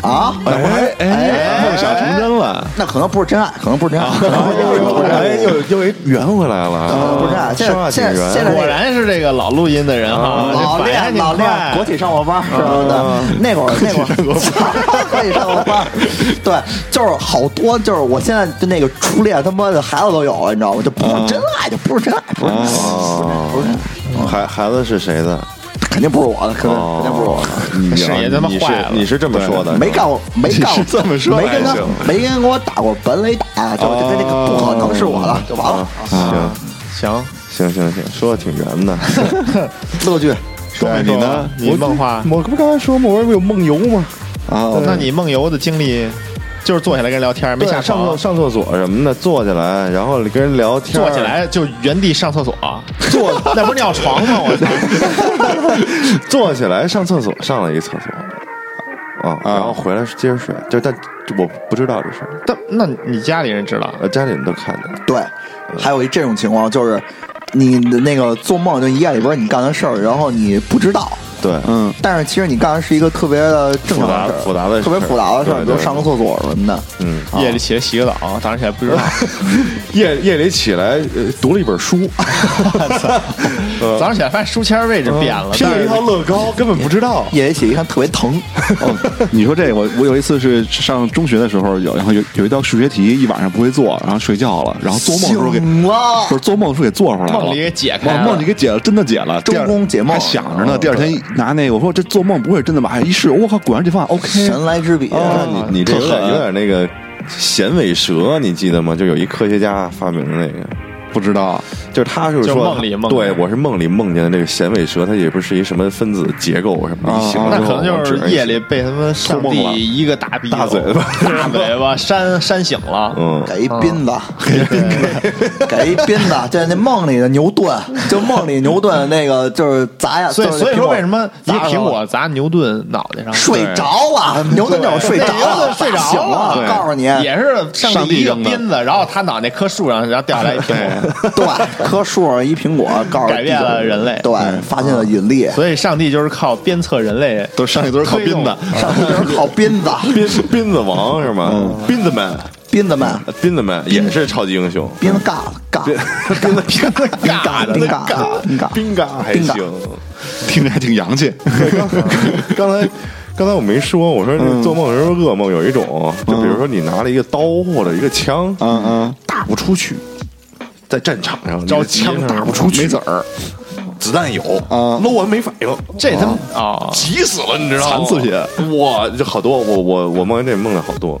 [SPEAKER 4] 啊！
[SPEAKER 3] 哎
[SPEAKER 4] 哎
[SPEAKER 3] 梦想成真了，
[SPEAKER 4] 那可能不是真爱，可能不是真爱，啊可能不是真爱
[SPEAKER 1] 哎，又又给圆回来了，
[SPEAKER 4] 不是真爱。现在现在现在
[SPEAKER 2] 果
[SPEAKER 4] 这个
[SPEAKER 2] 然是这个老录音的人
[SPEAKER 1] 啊
[SPEAKER 2] 哈，
[SPEAKER 4] 老
[SPEAKER 2] 这反
[SPEAKER 4] 练
[SPEAKER 2] 应
[SPEAKER 4] 老
[SPEAKER 2] 挺
[SPEAKER 4] 练，
[SPEAKER 2] 快。
[SPEAKER 4] 国企上过
[SPEAKER 3] 嗯
[SPEAKER 4] 班是吧？对那会儿那会 儿国企上过班，对，就是好多就是我现在就那个初恋他妈的孩子都有了，你知道吗？就不
[SPEAKER 3] 嗯
[SPEAKER 4] 是真爱，就不是真爱，不是真爱不是真爱，
[SPEAKER 1] 哦孩孩子是谁的？
[SPEAKER 4] 肯定不是我的，肯定
[SPEAKER 3] 哦
[SPEAKER 4] 肯定不是我的。
[SPEAKER 1] 你
[SPEAKER 2] 是也他妈
[SPEAKER 1] 你是
[SPEAKER 2] 坏了
[SPEAKER 1] 你是这么说的？
[SPEAKER 4] 没干过，没干过，
[SPEAKER 3] 嗯你是这么说
[SPEAKER 4] 没跟他
[SPEAKER 3] 还行，
[SPEAKER 4] 没跟我打过本垒打，就就跟那个不可能是我
[SPEAKER 3] 嗯
[SPEAKER 4] 的，就完了。
[SPEAKER 1] 啊行
[SPEAKER 2] 行，
[SPEAKER 1] 行行行，说的挺圆 的。
[SPEAKER 4] 乐剧，
[SPEAKER 2] 说没
[SPEAKER 3] 你
[SPEAKER 2] 说
[SPEAKER 3] 呢
[SPEAKER 2] 你梦话？
[SPEAKER 1] 啊我不刚才说梦不有梦游吗？
[SPEAKER 3] 啊，
[SPEAKER 2] 那你梦游的经历就是坐下来跟人聊天，没
[SPEAKER 1] 对，
[SPEAKER 2] 下
[SPEAKER 1] 上
[SPEAKER 2] 床啊
[SPEAKER 1] 厕，上厕所什么的，坐起来，然后跟人聊天，
[SPEAKER 2] 坐起，来就原地上厕所，坐那不是尿床吗？我操！
[SPEAKER 1] 坐起来上厕所，上了一厕所，啊，然后回来接着睡，就但我不知道这事儿，
[SPEAKER 2] 但那你家里人知道？
[SPEAKER 1] 呃，家里人都看见了，
[SPEAKER 4] 对，
[SPEAKER 3] 嗯
[SPEAKER 4] 还有一这种情况就是，你的那个做梦就一夜里边你干的事儿，然后你不知道，
[SPEAKER 1] 对，
[SPEAKER 3] 嗯，
[SPEAKER 4] 但是其实你干的是一个特别的正常的事儿，
[SPEAKER 1] 复杂复杂的
[SPEAKER 4] 特别
[SPEAKER 1] 事儿
[SPEAKER 4] 复杂的事
[SPEAKER 1] 对
[SPEAKER 4] 儿，比如
[SPEAKER 1] 对
[SPEAKER 4] 上个厕所什么的。
[SPEAKER 1] 嗯，
[SPEAKER 2] 夜里起来洗个澡，早上起来不知
[SPEAKER 1] 啊
[SPEAKER 2] 道，
[SPEAKER 1] 夜夜里起来呃读了一本书，
[SPEAKER 2] 啊早上起来发现书签位置变了，
[SPEAKER 1] 拼
[SPEAKER 2] 但
[SPEAKER 1] 了一
[SPEAKER 2] 是
[SPEAKER 1] 套乐高，根本不知道，
[SPEAKER 4] 夜里起来一看特别 疼，
[SPEAKER 3] 哦，你说这个，我我有一次是上中学的时候有，然后有有一道数学题一晚上不会做，然后睡觉了，然后做梦的时候给
[SPEAKER 4] 醒 了
[SPEAKER 3] 不是做梦的时候给做出来了，
[SPEAKER 2] 梦里给解开
[SPEAKER 3] 梦
[SPEAKER 2] 了
[SPEAKER 3] 梦里给解了，真的解了，
[SPEAKER 4] 周公解梦
[SPEAKER 3] 还想着呢，第二天一拿那个我说这做梦不会是真的吧？哎一试，我靠，果然这方案 OK，
[SPEAKER 4] 神来之笔。
[SPEAKER 1] 哦，
[SPEAKER 2] 啊
[SPEAKER 1] 你你这有
[SPEAKER 3] 特
[SPEAKER 1] 点
[SPEAKER 3] 狠啊
[SPEAKER 1] 有点那个衔尾蛇，你记得吗？就有一科学家发明那个。
[SPEAKER 3] 不知道
[SPEAKER 1] 就是他就是
[SPEAKER 2] 就
[SPEAKER 1] 说
[SPEAKER 2] 梦里梦里
[SPEAKER 1] 对我是梦里梦见的那个衔尾蛇，它也不是一什么分子结构什么的，一醒了
[SPEAKER 2] 啊那
[SPEAKER 1] 之后
[SPEAKER 2] 可能就是夜里被他们上
[SPEAKER 1] 做梦了
[SPEAKER 2] 帝一个大逼
[SPEAKER 1] 大嘴巴
[SPEAKER 2] 大嘴巴扇扇醒了。
[SPEAKER 1] 嗯，
[SPEAKER 4] 给一斌
[SPEAKER 2] 哦
[SPEAKER 4] 子， 给一斌子，给一斌子，就是那梦里的 牛顿，就梦里牛顿那个就是砸呀，
[SPEAKER 2] 所以
[SPEAKER 4] 就是
[SPEAKER 2] 所以
[SPEAKER 4] 苹
[SPEAKER 2] 说
[SPEAKER 4] 果
[SPEAKER 2] 为什么一个
[SPEAKER 4] 砸
[SPEAKER 2] 苹
[SPEAKER 4] 着了
[SPEAKER 2] 果砸牛顿脑袋上？
[SPEAKER 4] 睡着了，哎牛顿那会儿睡着
[SPEAKER 2] 对 牛顿
[SPEAKER 4] 了，
[SPEAKER 2] 睡着
[SPEAKER 4] 醒了，
[SPEAKER 2] 对
[SPEAKER 4] 告诉你，
[SPEAKER 2] 也是上
[SPEAKER 3] 上帝
[SPEAKER 2] 帝一个
[SPEAKER 3] 扔的
[SPEAKER 2] 鞭子，然后他脑袋磕树上，然后掉下来一苹果。
[SPEAKER 4] 对，棵树上一苹果，告诉
[SPEAKER 2] 改变了
[SPEAKER 4] 地球
[SPEAKER 2] 人类嗯
[SPEAKER 4] 对，发现了引力，
[SPEAKER 2] 所以上帝就是靠鞭策人类，
[SPEAKER 3] 都上去都是靠斌的，
[SPEAKER 4] 上帝就是靠 斌子，
[SPEAKER 1] 斌斌子王是吗？
[SPEAKER 3] 嗯
[SPEAKER 1] 斌子们，
[SPEAKER 4] 斌子们，
[SPEAKER 1] 斌子们也是超级英 雄，
[SPEAKER 4] 斌子尬尬，斌子斌子尬的，斌尬的，斌尬，
[SPEAKER 1] 冰嘎还
[SPEAKER 4] 冰嘎
[SPEAKER 1] 行。
[SPEAKER 3] 听着还挺洋气，
[SPEAKER 1] 刚才刚才我没说，我说那做梦的时候噩梦有一种，就比如说你拿了一个刀或者一个枪，
[SPEAKER 3] 嗯嗯，
[SPEAKER 1] 打不出去，在战场上，
[SPEAKER 2] 招
[SPEAKER 1] 你的
[SPEAKER 2] 枪
[SPEAKER 1] 敌人
[SPEAKER 2] 打不
[SPEAKER 1] 出去，没子儿，子弹有啊，搂完没反应，
[SPEAKER 2] 这他妈哦，
[SPEAKER 1] 急死了，你知道吗？
[SPEAKER 3] 残次品，
[SPEAKER 1] 哇，这好多，我我我梦见这梦了好多，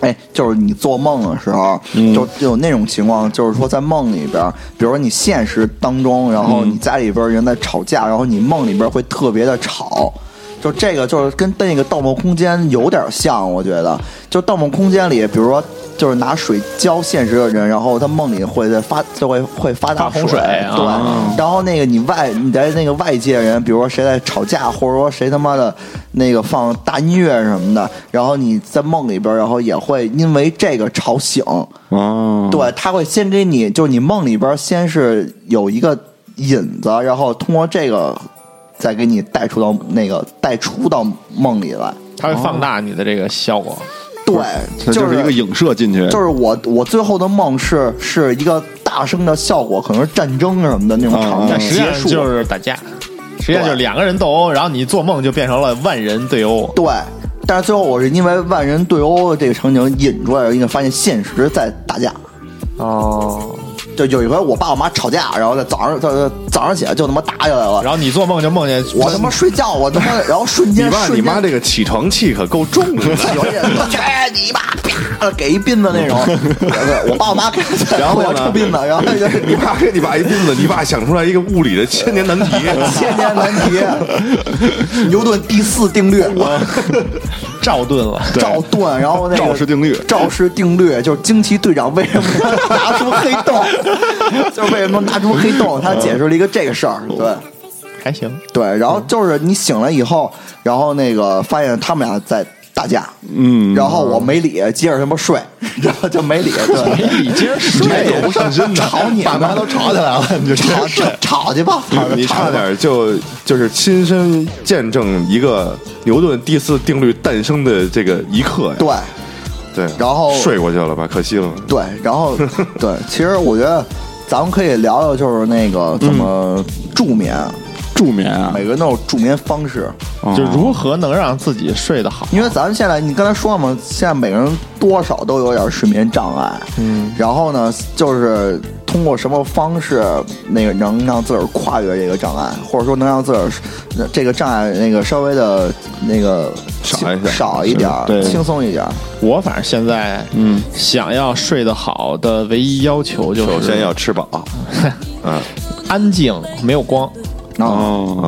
[SPEAKER 4] 哎，就是你做梦的时候，
[SPEAKER 2] 嗯
[SPEAKER 4] 就有那种情况，就是说在梦里边，比如说你现实当中，然
[SPEAKER 2] 嗯
[SPEAKER 4] 后你家里边人在吵架，然后你梦里边会特别的吵。就这个就是跟那个《盗梦空间》有点像，我觉得。就《盗梦空间》里，比如说就是拿水浇现实的人，然后他梦里会在发就会会发大
[SPEAKER 2] 发洪水啊
[SPEAKER 4] 对。然后那个你外你在那个外界人，比如说谁在吵架，或者说谁他妈的那个放大音乐什么的，然后你在梦里边，然后也会因为这个吵醒。
[SPEAKER 3] 哦，
[SPEAKER 4] 对，他会先给你，就是你梦里边先是有一个引子，然后通过这个再给你带出到那个带出到梦里来。
[SPEAKER 2] 他会放大你的这个效果。
[SPEAKER 4] 对，
[SPEAKER 3] 它
[SPEAKER 4] 就
[SPEAKER 3] 就是是一个影射进去，
[SPEAKER 4] 就是我我最后的梦是是一个大声的效果，可能是战争什么的那种场
[SPEAKER 3] 啊
[SPEAKER 4] 景
[SPEAKER 2] 但实际
[SPEAKER 4] 结
[SPEAKER 2] 上
[SPEAKER 4] 束，
[SPEAKER 2] 就是打架，实际上就是两个人斗殴，然后你做梦就变成了万人对殴。
[SPEAKER 4] 对。但是最后我是因为万人对殴这个场景引出来，因为发现现实在打架。
[SPEAKER 2] 哦，
[SPEAKER 4] 就有一回我爸我妈吵架，然后在早上早早上起来就他妈打起来了，
[SPEAKER 2] 然后你做梦就梦见
[SPEAKER 4] 我他妈睡觉，我他妈 然后瞬
[SPEAKER 1] 你
[SPEAKER 4] 间
[SPEAKER 1] 爸你
[SPEAKER 4] 瞬
[SPEAKER 1] 妈
[SPEAKER 4] 间
[SPEAKER 1] 这个起床气可够重的，
[SPEAKER 4] 有一点哎你妈啪给一bin子 那种，对我爸我妈给
[SPEAKER 1] 然后
[SPEAKER 4] 我要
[SPEAKER 1] 呢
[SPEAKER 4] 抽bin子，然 后就
[SPEAKER 1] 你爸给你爸一棍子，你爸想出来一个物理的千年难题，
[SPEAKER 4] 千年难题，牛顿第四定律。
[SPEAKER 2] 赵盾了，
[SPEAKER 4] 赵盾，然后那个
[SPEAKER 3] 赵氏定律
[SPEAKER 4] 赵氏定律就是惊奇队长为什么拿出黑洞， 就是为什么拿出黑洞，他解释了一个这个事儿，对
[SPEAKER 2] 还行。
[SPEAKER 4] 对，然后就是你醒了以后，然后那个发现他们俩在打架，
[SPEAKER 3] 嗯
[SPEAKER 4] 然后我没理，接着他妈睡， 然后就没理，对，
[SPEAKER 2] 你接着睡，
[SPEAKER 4] 也不上身吵你，
[SPEAKER 6] 爸妈都吵起来了，你就这
[SPEAKER 4] 吵吵吵去吧，吵
[SPEAKER 1] 你差点就就是亲身见证一个牛顿第四定律诞生的这个一刻呀。
[SPEAKER 4] 对。
[SPEAKER 1] 对，
[SPEAKER 4] 然后
[SPEAKER 1] 睡过去了吧？可惜了。
[SPEAKER 4] 对，然后对，其实我觉得咱们可以聊聊，就是那个怎么助眠，
[SPEAKER 3] 助眠啊，
[SPEAKER 4] 每个人都有助眠方式。
[SPEAKER 2] 就如何能让自己睡得好？
[SPEAKER 4] 因为咱们现在，你刚才说了嘛，现在每个人多少都有点睡眠障碍，嗯，然后呢，就是通过什么方式，那个能让自个儿跨越这个障碍，或者说能让自个儿呃这个障碍那个稍微的那个
[SPEAKER 1] 少一点
[SPEAKER 4] 少一点儿，
[SPEAKER 3] 对
[SPEAKER 4] 轻松一点儿，
[SPEAKER 2] 我反正现在，嗯，想要睡得好的唯一要求就是
[SPEAKER 1] 首先要吃饱，嗯
[SPEAKER 2] 安静，没有光，
[SPEAKER 4] 啊，
[SPEAKER 3] 哦，
[SPEAKER 1] 啊，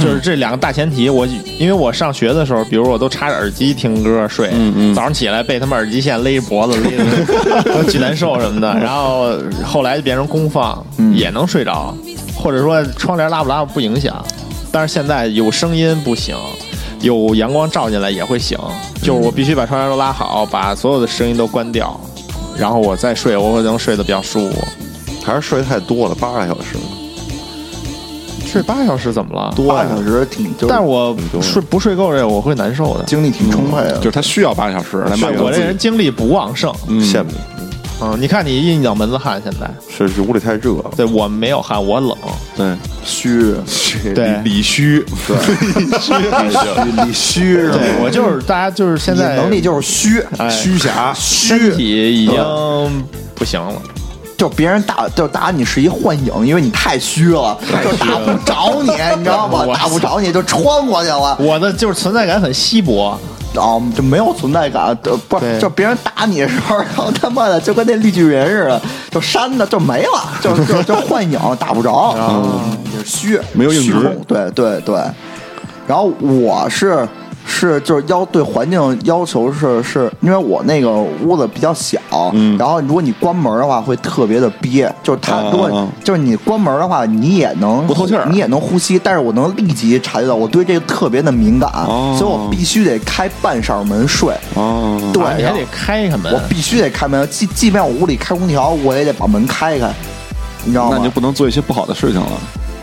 [SPEAKER 2] 就是这两个大前提。我因为我上学的时候，比如我都插着耳机听歌睡，早上起来被他们耳机线勒着脖子勒着 巨难受什么的。然后后来就变成功放，也能睡着，或者说窗帘拉不拉不影响。但是现在有声音不行，有阳光照进来也会醒，就是我必须把窗帘都拉好，把所有的声音都关掉，然后我再睡，我会能睡得比较舒服。
[SPEAKER 1] 还是睡太多了，八个小时。
[SPEAKER 2] 睡八个小时怎么了？
[SPEAKER 4] 八个小时挺，就是
[SPEAKER 2] 嗯但是我
[SPEAKER 1] 多
[SPEAKER 2] 睡不睡够这个我会难受的。
[SPEAKER 4] 精力挺充沛的，
[SPEAKER 3] 哎嗯就是他需要八个小时来满
[SPEAKER 2] 是
[SPEAKER 3] 足
[SPEAKER 2] 我这
[SPEAKER 3] 自己
[SPEAKER 2] 人精力不旺盛，
[SPEAKER 1] 羡慕，
[SPEAKER 2] 嗯，你看你一脑门子汗，现在
[SPEAKER 1] 是是屋里太热了。
[SPEAKER 2] 对我没有汗，我冷，
[SPEAKER 3] 对
[SPEAKER 4] 虚，
[SPEAKER 2] 对
[SPEAKER 1] 理理虚，
[SPEAKER 4] 你虚是吧？
[SPEAKER 2] 对我就是大家就是现
[SPEAKER 4] 你
[SPEAKER 2] 在
[SPEAKER 4] 能力就是虚，
[SPEAKER 2] 哎
[SPEAKER 1] 虚侠，
[SPEAKER 2] 身体已经不行了，
[SPEAKER 4] 就别人打就打你是一幻影，因为你太虚了，就打不着你，你知道吗？
[SPEAKER 2] 我
[SPEAKER 4] 打不着你就穿过去了，
[SPEAKER 2] 我的就是存在感很稀薄，
[SPEAKER 4] 啊，就没有存在感。呃不是，
[SPEAKER 2] 对
[SPEAKER 4] 就别人打你的时候，然后他妈的就跟那绿巨人似的，就扇的就没了，就就就幻影打不着，嗯，就是虚，
[SPEAKER 3] 没有硬直
[SPEAKER 4] 虚空对对对。然后我是是就是要对环境要求是是因为我那个屋子比较小，嗯，然后如果你关门的话会特别的憋，就是它
[SPEAKER 3] 啊
[SPEAKER 4] 如果、
[SPEAKER 3] 啊啊
[SPEAKER 4] 就是你关门的话，你也能
[SPEAKER 3] 不透气儿
[SPEAKER 4] 你也能呼吸，但是我能立即察觉到我对这个特别的敏感，
[SPEAKER 3] 哦
[SPEAKER 4] 啊所以我必须得开半扇门睡。
[SPEAKER 3] 哦，
[SPEAKER 4] 对，
[SPEAKER 2] 啊你还
[SPEAKER 4] 然后
[SPEAKER 2] 得开一个门
[SPEAKER 4] 我，
[SPEAKER 3] 哎
[SPEAKER 4] 必须得开门，即即便我屋里开空调，我也得把门开开，你知道
[SPEAKER 3] 那
[SPEAKER 4] 吗
[SPEAKER 3] 你就？不能做一些不好的事情了。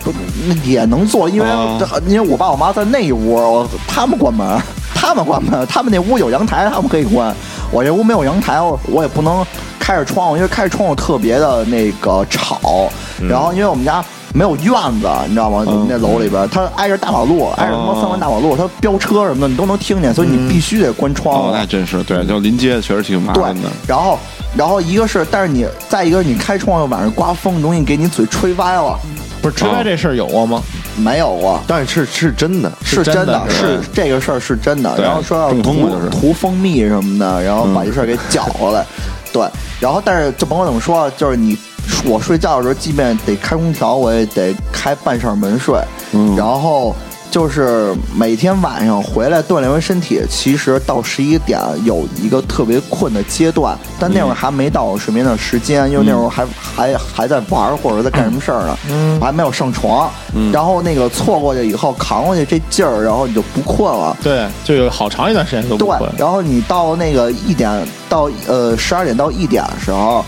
[SPEAKER 4] 不那也能做，因为、
[SPEAKER 3] 哦
[SPEAKER 4] 因为我爸我妈在那一屋，我他们关门， 他们关门，他们那屋有阳台，他们可以关。我这屋没有阳台，我我也不能开着窗户，因为开着窗户特别的那个吵。
[SPEAKER 3] 嗯
[SPEAKER 4] 然后因为我们家没有院子，你知道吗？
[SPEAKER 3] 哦
[SPEAKER 4] 那楼里边它挨着大马路，挨着什么三环大马路，它飙车什么的你都能听见，所以你必须得关窗户。
[SPEAKER 3] 嗯哦，那真是对，就临街确实挺麻
[SPEAKER 4] 对
[SPEAKER 3] 烦的。，
[SPEAKER 4] 然后然后一个是，但是你再一个是你开窗户晚上刮风，容易给你嘴吹歪了，
[SPEAKER 2] 不是吃饭这事儿有过吗？
[SPEAKER 4] 没有过。
[SPEAKER 1] 但是是 真的，
[SPEAKER 4] 是真的，
[SPEAKER 2] 是
[SPEAKER 4] 是这个事儿是真的。
[SPEAKER 3] 对
[SPEAKER 4] 然后说要
[SPEAKER 3] 中风
[SPEAKER 4] 涂
[SPEAKER 3] 了就是嗯
[SPEAKER 4] 涂蜂蜜什么的，然后把这事儿给搅和 来。对，然后但是就甭管怎么说，啊就是你我睡觉的时候，即便得开空调，我也得开半扇门睡。
[SPEAKER 3] 嗯
[SPEAKER 4] 然后就是每天晚上回来锻炼完身体，其实到十一点有一个特别困的阶段，但
[SPEAKER 3] 嗯
[SPEAKER 4] 那会儿还没到睡眠的时间，因为那会儿还还还在玩儿或者在干什么事儿呢，
[SPEAKER 3] 嗯
[SPEAKER 4] 我还没有上床。然后那个错过去以后扛过去这劲儿，然后你就不困了。
[SPEAKER 2] 对，就有好长一段时间都不
[SPEAKER 4] 对
[SPEAKER 2] 困，，
[SPEAKER 4] 然后你到那个一点到呃十二点到一点的时候，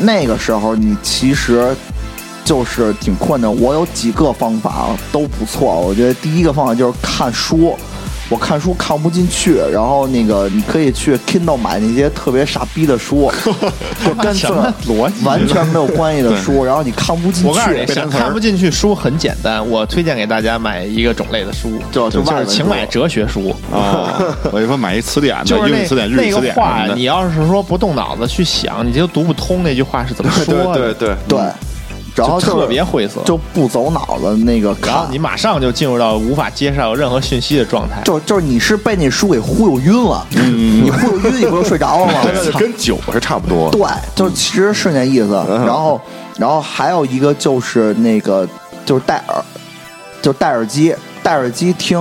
[SPEAKER 4] 那个时候你其实就是挺困的。我有几个方法都不错，我觉得第一个方法就是看书。我看书看不进去，然后那个你可以去 Kindle 买那些特别傻逼的书，就跟自
[SPEAKER 2] 什
[SPEAKER 4] 个
[SPEAKER 2] 么
[SPEAKER 4] 儿
[SPEAKER 2] 逻辑？
[SPEAKER 4] 完全没有关系的 书，然后你看不进去。
[SPEAKER 2] 我告诉你，想
[SPEAKER 4] 单词
[SPEAKER 2] 看不进去书很简单，我推荐给大家买一个种类的书，
[SPEAKER 4] 就就
[SPEAKER 2] 就
[SPEAKER 4] 外
[SPEAKER 2] 是
[SPEAKER 4] 文
[SPEAKER 2] 请
[SPEAKER 4] 书
[SPEAKER 2] 买哲学书。
[SPEAKER 3] 哦，我就说买一词典
[SPEAKER 2] 就
[SPEAKER 3] 的，
[SPEAKER 2] 是
[SPEAKER 3] 英语词
[SPEAKER 2] 那
[SPEAKER 3] 典、日
[SPEAKER 2] 那
[SPEAKER 3] 语词
[SPEAKER 2] 个
[SPEAKER 3] 典
[SPEAKER 2] 话
[SPEAKER 3] 什，么
[SPEAKER 2] 你
[SPEAKER 3] 的。
[SPEAKER 2] 要是说不动脑子去想，你就读不通那句话是怎么说的，
[SPEAKER 1] 对对对，
[SPEAKER 4] 对，然后
[SPEAKER 2] 就
[SPEAKER 4] 就是
[SPEAKER 2] 特别晦涩。
[SPEAKER 4] 就不走脑子那个
[SPEAKER 2] 然后
[SPEAKER 4] 看
[SPEAKER 2] 你。马上就进入到无法接受任何讯息的状态。
[SPEAKER 4] 就就是你是被那书给忽悠晕了，你忽悠晕你不就睡着了吗？
[SPEAKER 1] 嗯
[SPEAKER 3] 呃
[SPEAKER 1] 对，跟酒是差不多。
[SPEAKER 4] 对，就是其实是那意思。
[SPEAKER 1] 嗯
[SPEAKER 4] 然后，然后还有一个就是那个就是戴耳，就是戴耳机，戴耳机听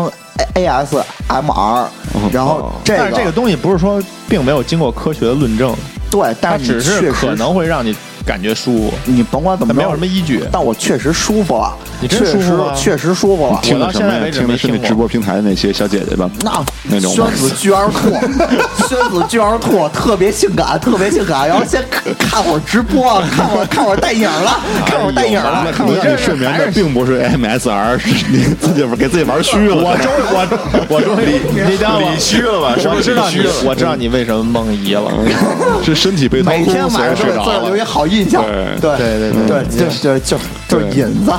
[SPEAKER 4] A S M R，然
[SPEAKER 1] 哦
[SPEAKER 4] 后这
[SPEAKER 2] 但是这个东西不是说并没有经过科学的论证，
[SPEAKER 4] 对，
[SPEAKER 2] 它
[SPEAKER 4] 但是
[SPEAKER 2] 只
[SPEAKER 4] 你
[SPEAKER 2] 是
[SPEAKER 4] 确
[SPEAKER 2] 可
[SPEAKER 4] 实
[SPEAKER 2] 能会让你感觉舒服。
[SPEAKER 4] 你甭管怎么
[SPEAKER 2] 但
[SPEAKER 4] 着，
[SPEAKER 2] 没有什么依据
[SPEAKER 4] 但我确实舒服了，
[SPEAKER 2] 你真
[SPEAKER 4] 确
[SPEAKER 2] 舒服
[SPEAKER 4] 实
[SPEAKER 2] 吗
[SPEAKER 4] 确实舒服了。
[SPEAKER 3] 听的
[SPEAKER 2] 我到
[SPEAKER 3] 什么
[SPEAKER 2] 现在
[SPEAKER 3] 呀？
[SPEAKER 2] 为止
[SPEAKER 3] 听的
[SPEAKER 2] 没
[SPEAKER 3] 是
[SPEAKER 2] 听
[SPEAKER 3] 那
[SPEAKER 2] 过
[SPEAKER 3] 直播平台的那些小姐姐吧？
[SPEAKER 4] 那
[SPEAKER 3] 那种
[SPEAKER 4] 宣子居然吐，宣子居然吐，特别性感，特别性感。然后先看看会儿直播，看会儿看会儿带影了，看会儿带影了。
[SPEAKER 3] 那看我让你睡眠的并不是 MSR，是你自己给自己玩虚了。
[SPEAKER 2] 我终于我我终于你知道吗？
[SPEAKER 1] 理虚了吧是不是
[SPEAKER 2] 我知道你
[SPEAKER 1] 理虚了，
[SPEAKER 2] 我知道你为什么梦遗了。
[SPEAKER 3] 是身体被掏
[SPEAKER 4] 每
[SPEAKER 3] 空，
[SPEAKER 4] 天晚
[SPEAKER 3] 所
[SPEAKER 4] 上都给
[SPEAKER 3] 以睡
[SPEAKER 4] 自
[SPEAKER 3] 着
[SPEAKER 4] 个儿留一
[SPEAKER 3] 了。
[SPEAKER 4] 好印象。对
[SPEAKER 3] 对
[SPEAKER 2] 对
[SPEAKER 4] 对对，对就是就是就是引 子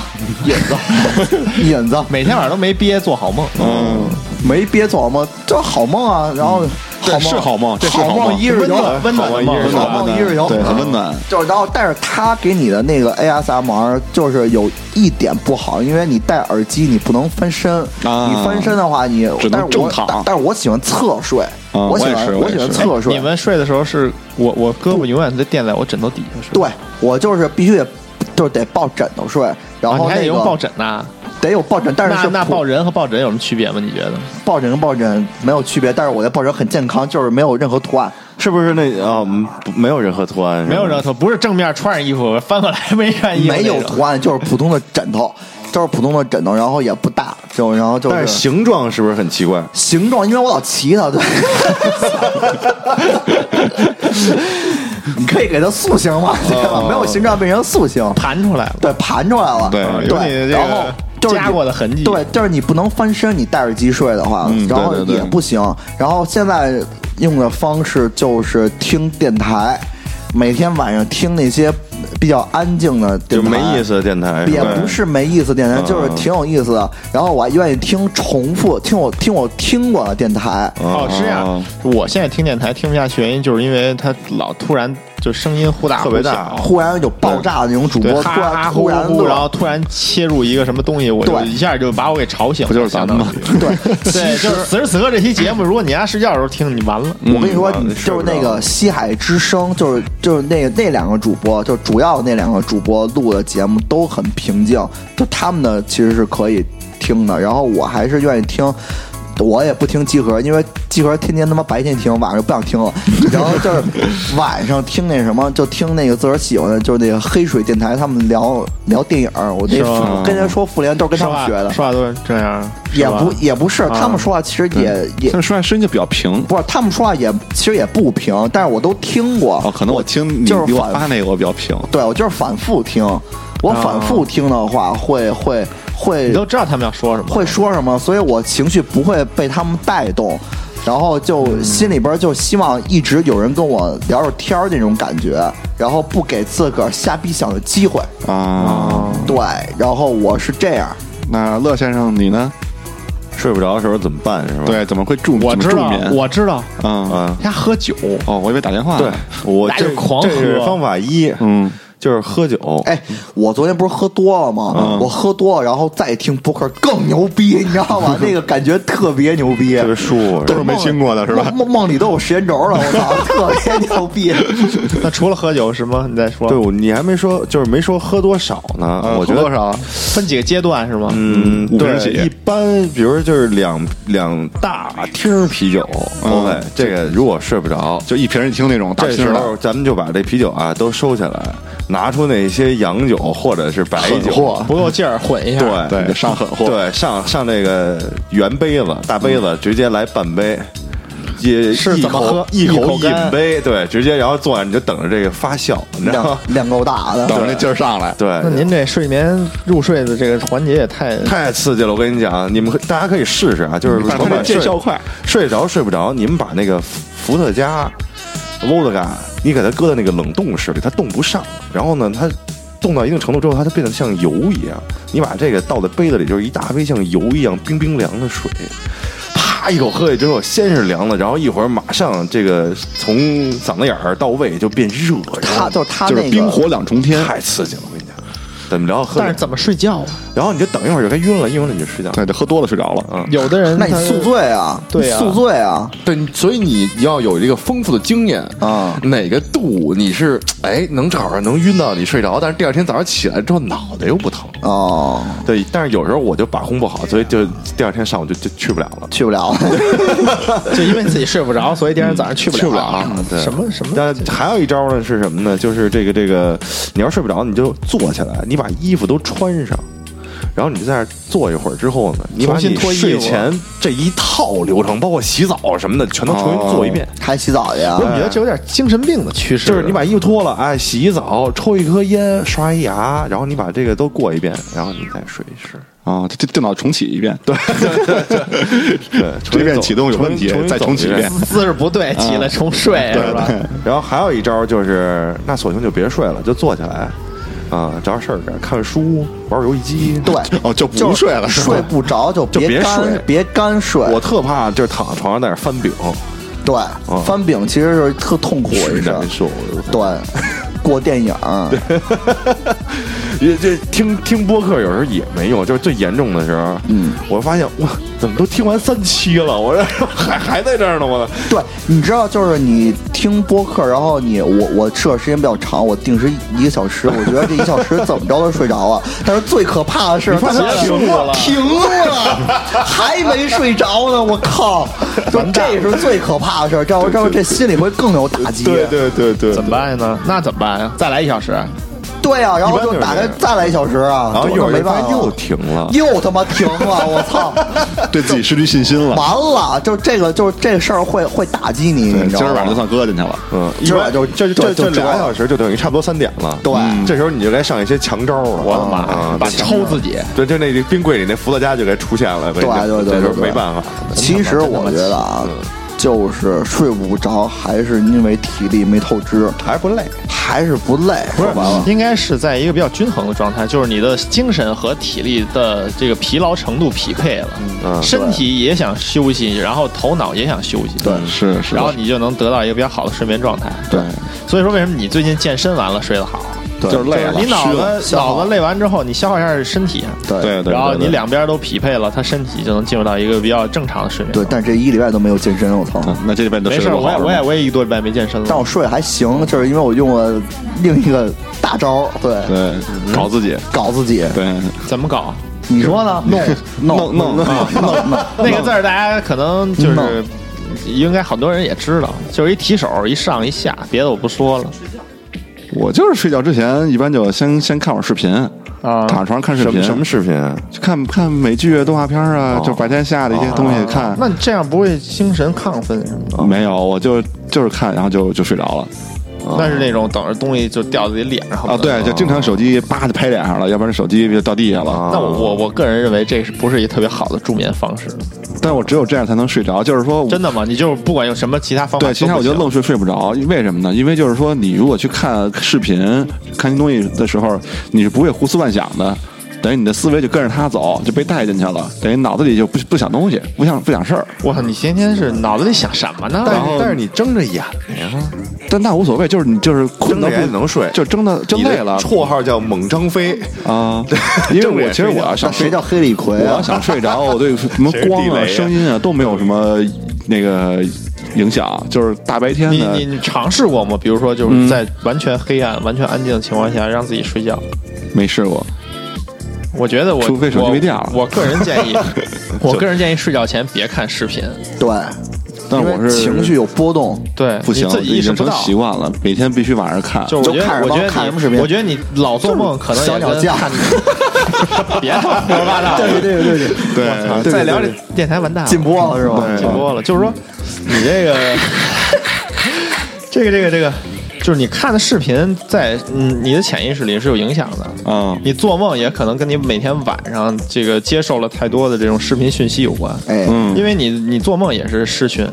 [SPEAKER 4] 引子引子，
[SPEAKER 2] 每天晚上都没憋做好梦，
[SPEAKER 3] 嗯，
[SPEAKER 4] 没憋做梦，这好梦啊。然后好
[SPEAKER 3] 对
[SPEAKER 4] 梦
[SPEAKER 3] 是好梦这是
[SPEAKER 4] 好
[SPEAKER 3] 好梦
[SPEAKER 4] 一日
[SPEAKER 2] 温
[SPEAKER 4] 游，
[SPEAKER 2] 暖温暖的
[SPEAKER 3] 好
[SPEAKER 2] 梦
[SPEAKER 3] 梦
[SPEAKER 2] 是
[SPEAKER 3] 温
[SPEAKER 2] 吧？
[SPEAKER 3] 暖
[SPEAKER 4] 好梦一日游，
[SPEAKER 3] 对，很温暖。
[SPEAKER 4] 就是，然后，但是他给你的那个 ASMR 就是有一点不好，因为你戴耳机你不能翻身，
[SPEAKER 3] 啊
[SPEAKER 4] 你翻身的话你
[SPEAKER 3] 只能
[SPEAKER 4] 但是我
[SPEAKER 3] 正躺
[SPEAKER 4] 但但是我喜欢侧睡，
[SPEAKER 3] 啊
[SPEAKER 4] 喜
[SPEAKER 3] 我也是
[SPEAKER 4] 欢
[SPEAKER 3] 我也
[SPEAKER 4] 喜
[SPEAKER 3] 是
[SPEAKER 4] 欢
[SPEAKER 3] 哎
[SPEAKER 4] 侧睡。
[SPEAKER 2] 你们睡的时候是我我胳膊永远在垫在我枕头底下睡，
[SPEAKER 4] 对我就是必须得就是得抱枕头睡，然
[SPEAKER 2] 啊
[SPEAKER 4] 后
[SPEAKER 2] 你还得
[SPEAKER 4] 那
[SPEAKER 2] 用抱
[SPEAKER 4] 个
[SPEAKER 2] 枕呐。
[SPEAKER 4] 得有抱枕，但是
[SPEAKER 2] 那
[SPEAKER 4] 是
[SPEAKER 2] 那
[SPEAKER 4] 普
[SPEAKER 2] 抱人和抱枕有什么区别吗？你觉得？
[SPEAKER 4] 抱枕跟抱枕没有区别，但是我的抱枕很健康，就是没有任何图案。
[SPEAKER 1] 是不是那啊、不没有任何图案，是吧
[SPEAKER 2] 没有热头，不是正面穿上衣服翻过来没穿衣哎服那
[SPEAKER 4] 没
[SPEAKER 2] 种，
[SPEAKER 4] 有图案，就是普通的枕头，就是普通的枕头，然后也不大，就然后就
[SPEAKER 1] 但是
[SPEAKER 4] 是
[SPEAKER 1] 形状是不是很奇怪？
[SPEAKER 4] 形状，因为我老骑它，对。你可以给它塑形嘛，对吧？没有形状变成塑形，
[SPEAKER 2] 盘出来了。
[SPEAKER 4] 对，盘出来了，
[SPEAKER 3] 对
[SPEAKER 4] 对，
[SPEAKER 2] 有你这个
[SPEAKER 4] 然后就是你
[SPEAKER 2] 夹过的痕迹
[SPEAKER 4] 对，就是你不能翻身，你戴耳机睡的话，
[SPEAKER 3] 嗯
[SPEAKER 4] 然后
[SPEAKER 3] 对对对
[SPEAKER 4] 也不行。然后现在用的方式就是听电台，每天晚上听那些比较安静的
[SPEAKER 1] 就
[SPEAKER 4] 电台，
[SPEAKER 1] 没意思的电台
[SPEAKER 4] 也
[SPEAKER 1] 吧
[SPEAKER 4] 不是没意思，电台
[SPEAKER 1] 嗯
[SPEAKER 4] 就是挺有意思的。然后我还愿意听重复，听我听我听过的电台。
[SPEAKER 2] 哦，是这样
[SPEAKER 1] 哦。
[SPEAKER 2] 我现在听电台听不下去，原因就是因为它老突然就声音忽大哦
[SPEAKER 1] 特别
[SPEAKER 2] 忽小
[SPEAKER 1] 大
[SPEAKER 4] 忽然有爆炸的那种主
[SPEAKER 2] 对，
[SPEAKER 4] 播，
[SPEAKER 2] 哈
[SPEAKER 4] 突
[SPEAKER 2] 哈
[SPEAKER 4] 然
[SPEAKER 2] 呼
[SPEAKER 4] 突然
[SPEAKER 2] 呼，
[SPEAKER 4] 乐
[SPEAKER 2] 然后突然切入一个什么东西，我就
[SPEAKER 4] 对
[SPEAKER 2] 一下就把我给吵醒了。
[SPEAKER 3] 不就是咱们吗
[SPEAKER 2] 相当于？
[SPEAKER 4] 对，
[SPEAKER 2] 对，就是此时此刻这期节目，如果你要睡觉的时候听，你完了。
[SPEAKER 4] 我跟你说，
[SPEAKER 1] 嗯
[SPEAKER 4] 你
[SPEAKER 1] 是
[SPEAKER 4] 就是
[SPEAKER 1] 不
[SPEAKER 4] 那个西海之声，就是就是那个那两个主播，就主要那两个主播录的节目都很平静，就他们的其实是可以听的。然后我还是愿意听。我也不听集合，因为集合天天他妈白天听，晚上就不想听了。然后就是晚上听那什么，就听那个自个儿喜欢的，就是那个黑水电台，他们聊聊电影儿。我那
[SPEAKER 2] 是吗
[SPEAKER 4] 我跟人说复联都是跟他
[SPEAKER 2] 说
[SPEAKER 4] 们
[SPEAKER 2] 话
[SPEAKER 4] 学的，
[SPEAKER 2] 说话都是这样，是
[SPEAKER 4] 也
[SPEAKER 2] 吧
[SPEAKER 4] 不也不是，他们说话其实也也
[SPEAKER 3] 他们说话声音就比较平。
[SPEAKER 4] 不是，他们说话也其实也不平，但是我都听过。
[SPEAKER 3] 哦，可能我听你
[SPEAKER 4] 就是
[SPEAKER 3] 给我
[SPEAKER 4] 反
[SPEAKER 3] 发那个我比较平。
[SPEAKER 4] 对我就是反复听，我反复听的话会会
[SPEAKER 2] 啊你
[SPEAKER 4] 会
[SPEAKER 2] 都知道他们要说什么。
[SPEAKER 4] 会说什么，所以我情绪不会被他们带动，然后
[SPEAKER 2] 嗯
[SPEAKER 4] 就心里边就希望一直有人跟我聊聊天儿那种感觉，然后不给自个儿瞎逼想的机会。
[SPEAKER 3] 啊，
[SPEAKER 2] 嗯
[SPEAKER 4] 对，然后我是这样，
[SPEAKER 3] 那乐先生你呢？
[SPEAKER 1] 睡不着的时候怎么办是吧？
[SPEAKER 3] 对，怎么会助
[SPEAKER 2] 我
[SPEAKER 3] 怎么
[SPEAKER 2] 知
[SPEAKER 3] 助
[SPEAKER 2] 道，
[SPEAKER 3] 眠？
[SPEAKER 2] 我知道，
[SPEAKER 3] 啊
[SPEAKER 1] 啊，
[SPEAKER 2] 他喝酒。
[SPEAKER 3] 哦，我以为打电话。
[SPEAKER 1] 对，我
[SPEAKER 2] 那
[SPEAKER 1] 这
[SPEAKER 2] 就狂
[SPEAKER 1] 这是
[SPEAKER 2] 喝
[SPEAKER 1] 方法一，
[SPEAKER 3] 嗯，
[SPEAKER 1] 就是喝酒。
[SPEAKER 4] 哎，我昨天不是喝多了吗？
[SPEAKER 2] 嗯
[SPEAKER 4] 我喝多了，然后再听播客更牛逼，你知道 吗？那个感觉特别牛逼，
[SPEAKER 1] 特别舒服，
[SPEAKER 3] 都是没听过的是吧
[SPEAKER 4] 梦？梦梦里都有时间轴了，我 操，特别牛逼。
[SPEAKER 2] 那除了喝酒什么？你再说。
[SPEAKER 1] 对，我你还没说，就是没说喝多少呢。
[SPEAKER 3] 啊
[SPEAKER 1] 我觉
[SPEAKER 3] 喝多
[SPEAKER 1] 得，
[SPEAKER 3] 少？
[SPEAKER 2] 分几个阶段是吗？
[SPEAKER 1] 嗯，
[SPEAKER 3] 五瓶
[SPEAKER 1] 对
[SPEAKER 3] 起
[SPEAKER 1] 一般比如就是两两大听啤酒，OK，这个如果睡不着，
[SPEAKER 3] 就一瓶一听那种大
[SPEAKER 1] 这
[SPEAKER 3] 瓶
[SPEAKER 1] 时候
[SPEAKER 3] 的。
[SPEAKER 1] 咱们就把这啤酒啊都收起来，拿出那些洋酒或者是白
[SPEAKER 3] 狠
[SPEAKER 1] 酒
[SPEAKER 3] 货，
[SPEAKER 2] 不够劲儿混一下。
[SPEAKER 1] 对
[SPEAKER 3] 对，上狠货。
[SPEAKER 1] 对，上上这个圆杯子、大杯子，直接来半杯，也
[SPEAKER 2] 是
[SPEAKER 1] 一
[SPEAKER 2] 怎么
[SPEAKER 1] 口
[SPEAKER 2] 喝
[SPEAKER 1] 一
[SPEAKER 2] 一
[SPEAKER 1] 口
[SPEAKER 2] 口
[SPEAKER 1] 饮
[SPEAKER 2] 干
[SPEAKER 1] 杯，对，直接然后坐下你就等着这个发酵，你知道
[SPEAKER 4] 量
[SPEAKER 1] 吗？
[SPEAKER 4] 量够大的，
[SPEAKER 3] 等着那劲儿上来。
[SPEAKER 1] 对，
[SPEAKER 2] 那您这睡眠入睡的这个环节也太
[SPEAKER 1] 太刺激了！我跟你讲，啊你们可大家可以试试啊，就是甭管睡
[SPEAKER 3] 快，
[SPEAKER 1] 睡着睡不着，你们把那个伏特加、伏特加，你给它搁在那个冷冻室里，它冻不上。然后呢，它冻到一定程度之后，它就变得像油一样。你把这个倒在杯子里，就是一大杯像油一样冰冰凉的水。啪一口喝下去之后，先是凉了，然后一会儿马上这个从嗓子眼儿到胃就变热，然
[SPEAKER 4] 他
[SPEAKER 1] 后
[SPEAKER 4] 就是他
[SPEAKER 3] 就是
[SPEAKER 4] 那
[SPEAKER 3] 冰
[SPEAKER 4] 个
[SPEAKER 3] 火两重天。
[SPEAKER 1] 太刺激了！我跟你讲，怎么着喝
[SPEAKER 2] 但
[SPEAKER 1] 点
[SPEAKER 2] 是，怎么睡觉啊？
[SPEAKER 1] 然后你就等一会儿就该晕了，晕了你就睡觉。
[SPEAKER 3] 对，这喝多了睡着了。
[SPEAKER 1] 嗯，
[SPEAKER 2] 有的人
[SPEAKER 4] 那你
[SPEAKER 2] 他
[SPEAKER 4] 宿醉啊，
[SPEAKER 2] 对啊
[SPEAKER 4] 你宿醉啊，
[SPEAKER 6] 对，所以你要有这个丰富的经验
[SPEAKER 4] 啊
[SPEAKER 6] 哪个度你是哎能正好能晕到你睡着，但是第二天早上起来之后脑袋又不疼。
[SPEAKER 4] 哦，
[SPEAKER 1] 对，但是有时候我就把控不好，所以就第二天上午就就去不了了。
[SPEAKER 4] 去不了，
[SPEAKER 2] 就因为自己睡不着，所以第二天早上嗯去不了。啊
[SPEAKER 1] 去不了对
[SPEAKER 2] 什么什么？
[SPEAKER 1] 但还有一招呢是什么呢？就是这个这个，你要睡不着，你就坐起来，你把衣服都穿上，然后你就在那儿坐一会儿之后呢，你把
[SPEAKER 2] 重新
[SPEAKER 1] 你
[SPEAKER 2] 脱衣服
[SPEAKER 1] 睡前这一套流程，包括洗澡什么的，全都重
[SPEAKER 6] 哦
[SPEAKER 1] 新做一遍。
[SPEAKER 4] 还洗澡去啊
[SPEAKER 2] 我？怎么觉得这有点精神病的趋势？
[SPEAKER 1] 就是你把衣服脱了，哎，洗一澡，抽一颗烟，刷一牙，然后你把这个都过一遍，然后你再睡一 试。
[SPEAKER 3] 啊，这这电脑重启一遍， 对，
[SPEAKER 1] 对，重
[SPEAKER 3] 这
[SPEAKER 1] 新
[SPEAKER 3] 遍
[SPEAKER 1] 走
[SPEAKER 3] 启动有问题
[SPEAKER 1] 重新，
[SPEAKER 3] 再重启一遍。。
[SPEAKER 2] 姿势不嗯对，起来重睡是吧？
[SPEAKER 1] 然后还有一招就是，那索性就别睡了，就坐起来，啊、找点事儿干，看书，玩游戏机。
[SPEAKER 4] 对，
[SPEAKER 3] 哦，就不睡了，是吧
[SPEAKER 4] 睡不着就
[SPEAKER 1] 就别
[SPEAKER 4] 别
[SPEAKER 1] 睡
[SPEAKER 4] 干别干睡，
[SPEAKER 1] 我特怕就是躺床上在那儿翻饼，
[SPEAKER 4] 对
[SPEAKER 3] 哦
[SPEAKER 4] 翻饼其实是特痛苦
[SPEAKER 1] 巨
[SPEAKER 4] 一事儿
[SPEAKER 1] 难，受。
[SPEAKER 4] 对，过电影儿
[SPEAKER 1] 也这听听播客有时候也没用，就是最严重的时候，嗯，我发现哇，怎么都听完三期了，我这还还在这儿呢，我
[SPEAKER 4] 对，你知道，就是你听播客，然后你我我吃的时间比较长，我定时一个 小时，我觉得这一小时怎么着都睡着了。但是最可怕的是，
[SPEAKER 1] 发现
[SPEAKER 4] 它
[SPEAKER 1] 停了
[SPEAKER 4] 停了，还没睡着呢，我靠！就这是最可怕的事儿，这要这这心里会更有打击。
[SPEAKER 1] 对对对对，
[SPEAKER 2] 怎么办呢？那怎么办呀？再来一小时，
[SPEAKER 4] 对啊，然后
[SPEAKER 1] 一般就是
[SPEAKER 4] 就打
[SPEAKER 1] 这
[SPEAKER 4] 开
[SPEAKER 1] 样
[SPEAKER 4] 再来一小时啊，
[SPEAKER 1] 然后
[SPEAKER 4] 就
[SPEAKER 1] 一会儿
[SPEAKER 4] 没
[SPEAKER 1] 就发
[SPEAKER 4] 办
[SPEAKER 1] 现
[SPEAKER 4] 法
[SPEAKER 1] 又
[SPEAKER 4] 了，
[SPEAKER 1] 停了，
[SPEAKER 4] 又他妈停了，我操！
[SPEAKER 3] 对自己失去信心了。
[SPEAKER 4] 完了，就这个就是这个事儿会会打击你，
[SPEAKER 3] 对
[SPEAKER 4] 你知
[SPEAKER 3] 今
[SPEAKER 4] 道吗？
[SPEAKER 3] 儿晚上就算搁进去了。
[SPEAKER 1] 嗯，一
[SPEAKER 4] 今儿
[SPEAKER 1] 般
[SPEAKER 4] 晚就
[SPEAKER 1] 这
[SPEAKER 4] 就
[SPEAKER 1] 这这
[SPEAKER 4] 就
[SPEAKER 1] 俩
[SPEAKER 4] 这
[SPEAKER 1] 小时就等于差不多三点了，
[SPEAKER 4] 对
[SPEAKER 1] 嗯这时候你就该上一些强招了，
[SPEAKER 2] 我的妈
[SPEAKER 1] 啊
[SPEAKER 2] 呀！把抽自己，
[SPEAKER 1] 对，就那冰柜里那伏特加就该出现了，对
[SPEAKER 4] 对对对，
[SPEAKER 1] 这就
[SPEAKER 4] 对
[SPEAKER 1] 是没办法。
[SPEAKER 4] 其实我觉得啊，就是睡不着，还是因为体力没透支，
[SPEAKER 1] 还是不累，
[SPEAKER 4] 还是不累。
[SPEAKER 2] 不是嗯
[SPEAKER 4] 说白了，
[SPEAKER 2] 应该是在一个比较均衡的状态，就是你的精神和体力的这个疲劳程度匹配了，
[SPEAKER 1] 嗯
[SPEAKER 2] 身体也想休息，然后头脑也想休息，对
[SPEAKER 3] 是是
[SPEAKER 2] 然后你就能得到一个比较好的睡眠状态。
[SPEAKER 3] 对，
[SPEAKER 2] 所以说为什么你最近健身完了睡得好？啊
[SPEAKER 4] 对
[SPEAKER 3] 就是累了，
[SPEAKER 2] 你脑
[SPEAKER 3] 虚了。
[SPEAKER 2] 子脑子累完之后，你消耗一下身体，
[SPEAKER 4] 对
[SPEAKER 3] 对对，
[SPEAKER 2] 然后
[SPEAKER 3] 对对
[SPEAKER 2] 你两边都匹配了，他身体就能进入到一个比较正常的睡眠。
[SPEAKER 4] 对，，但这一礼拜都没有健身，我操！
[SPEAKER 3] 嗯那这礼拜你都
[SPEAKER 2] 没
[SPEAKER 3] 睡
[SPEAKER 2] 事，
[SPEAKER 3] 得不
[SPEAKER 2] 我
[SPEAKER 3] 好
[SPEAKER 2] 也
[SPEAKER 3] 是
[SPEAKER 2] 我也
[SPEAKER 3] 吗？
[SPEAKER 2] 我也一多礼拜没健身
[SPEAKER 4] 但
[SPEAKER 2] 了
[SPEAKER 4] 我。睡得还行，就是因为我用了另一个大招儿，对，
[SPEAKER 2] 嗯
[SPEAKER 3] 对，搞自己，
[SPEAKER 4] 搞自己。
[SPEAKER 3] 对，
[SPEAKER 2] 怎么搞？
[SPEAKER 4] 你说呢？弄弄弄啊弄弄弄，
[SPEAKER 2] 那个字儿大家可能就是应该很多人也知道，就是一提手一上一下，别的我不说了。
[SPEAKER 3] 我就是睡觉之前一般就先先看会儿视频，
[SPEAKER 2] 啊
[SPEAKER 3] 躺床上看视
[SPEAKER 1] 什
[SPEAKER 3] 频，
[SPEAKER 1] 么什么视频啊？
[SPEAKER 3] 就看看美剧啊、动画片啊，就白天下的一些东西看。
[SPEAKER 2] 哦那你这样不会精神亢奋什么的？
[SPEAKER 3] 没有，我就就是看，然后就就睡着了
[SPEAKER 2] 但是那种等着东西就掉自己脸上
[SPEAKER 3] 嗯啊。对，就经常手机叭就拍脸上了，要不然手机就掉地下了。
[SPEAKER 2] 那我我我个人认为这是不是一特别好的助眠方式？
[SPEAKER 3] 嗯但我只有这样才能睡着，就是说我
[SPEAKER 2] 真的吗？你就是不管用什么其他
[SPEAKER 1] 哦
[SPEAKER 2] 方法都
[SPEAKER 3] 对，
[SPEAKER 2] 不
[SPEAKER 3] 其
[SPEAKER 2] 行，
[SPEAKER 3] 他我觉得愣睡睡不着，为什么呢？因为就是说，你如果去看视频、看东西的时候，你是不会胡思乱想的，等于你的思维就跟着它走，就被带进去了，等于脑子里就不不想东西，不想不想事儿。
[SPEAKER 2] 我操，你天天是脑子里想什么呢？
[SPEAKER 1] 但是但是你睁着眼呀，
[SPEAKER 3] 但那无所谓，就是你就是困 到
[SPEAKER 1] 睁着眼
[SPEAKER 3] 不
[SPEAKER 1] 能睡
[SPEAKER 3] 就睁的就
[SPEAKER 1] 你的
[SPEAKER 3] 累了
[SPEAKER 1] 绰号叫猛张 飞，
[SPEAKER 3] 啊。因为我其实我要
[SPEAKER 4] 那
[SPEAKER 3] 想
[SPEAKER 4] 谁
[SPEAKER 3] 睡
[SPEAKER 4] 叫黑李逵
[SPEAKER 3] 我
[SPEAKER 4] 啊
[SPEAKER 3] 要？想 睡着，我对什么光
[SPEAKER 1] 谁是地雷
[SPEAKER 3] 啊、
[SPEAKER 1] 啊
[SPEAKER 3] 声音啊都没有什么那个影响，就是大白天
[SPEAKER 2] 你
[SPEAKER 3] 的
[SPEAKER 2] 你你尝试过吗？比如说，就是
[SPEAKER 3] 嗯
[SPEAKER 2] 在完全黑暗、完全安静的情况下，让自己睡觉。
[SPEAKER 3] 没试过。
[SPEAKER 2] 我觉得我
[SPEAKER 3] 除非手机没电了
[SPEAKER 2] 我我个人建 议，我个人建议睡觉前别看视频，
[SPEAKER 4] 对，
[SPEAKER 3] 但我
[SPEAKER 4] 因为
[SPEAKER 3] 是
[SPEAKER 4] 情绪有波动，
[SPEAKER 2] 对，
[SPEAKER 3] 不行
[SPEAKER 2] 你，自己意
[SPEAKER 3] 已
[SPEAKER 2] 识
[SPEAKER 3] 经
[SPEAKER 2] 不
[SPEAKER 3] 成
[SPEAKER 2] 到。
[SPEAKER 3] 习惯了，每天必须晚上看。
[SPEAKER 2] 就我觉
[SPEAKER 4] 就看
[SPEAKER 2] 得，
[SPEAKER 4] 着
[SPEAKER 2] 我觉
[SPEAKER 4] 帮
[SPEAKER 2] 得
[SPEAKER 4] 看什么视
[SPEAKER 2] 你，
[SPEAKER 4] 频
[SPEAKER 2] 我觉得你老做梦可能也
[SPEAKER 4] 小鸟
[SPEAKER 2] 跟
[SPEAKER 4] 叫
[SPEAKER 2] 看， 别胡说 八道了。
[SPEAKER 4] 对对对对，
[SPEAKER 3] 对，
[SPEAKER 2] 再聊这电台完蛋了，
[SPEAKER 4] 进波了是吗？
[SPEAKER 2] 进播了。就是说，你这个，这个，这个，这个，就是你看的视频在，嗯你的潜意识里是有影响的。
[SPEAKER 3] 啊，
[SPEAKER 2] 你做梦也可能跟你每天晚上这个接受了太多的这种视频讯息有关，
[SPEAKER 4] 哎，
[SPEAKER 3] 嗯，
[SPEAKER 2] 因为你你做梦也是视讯，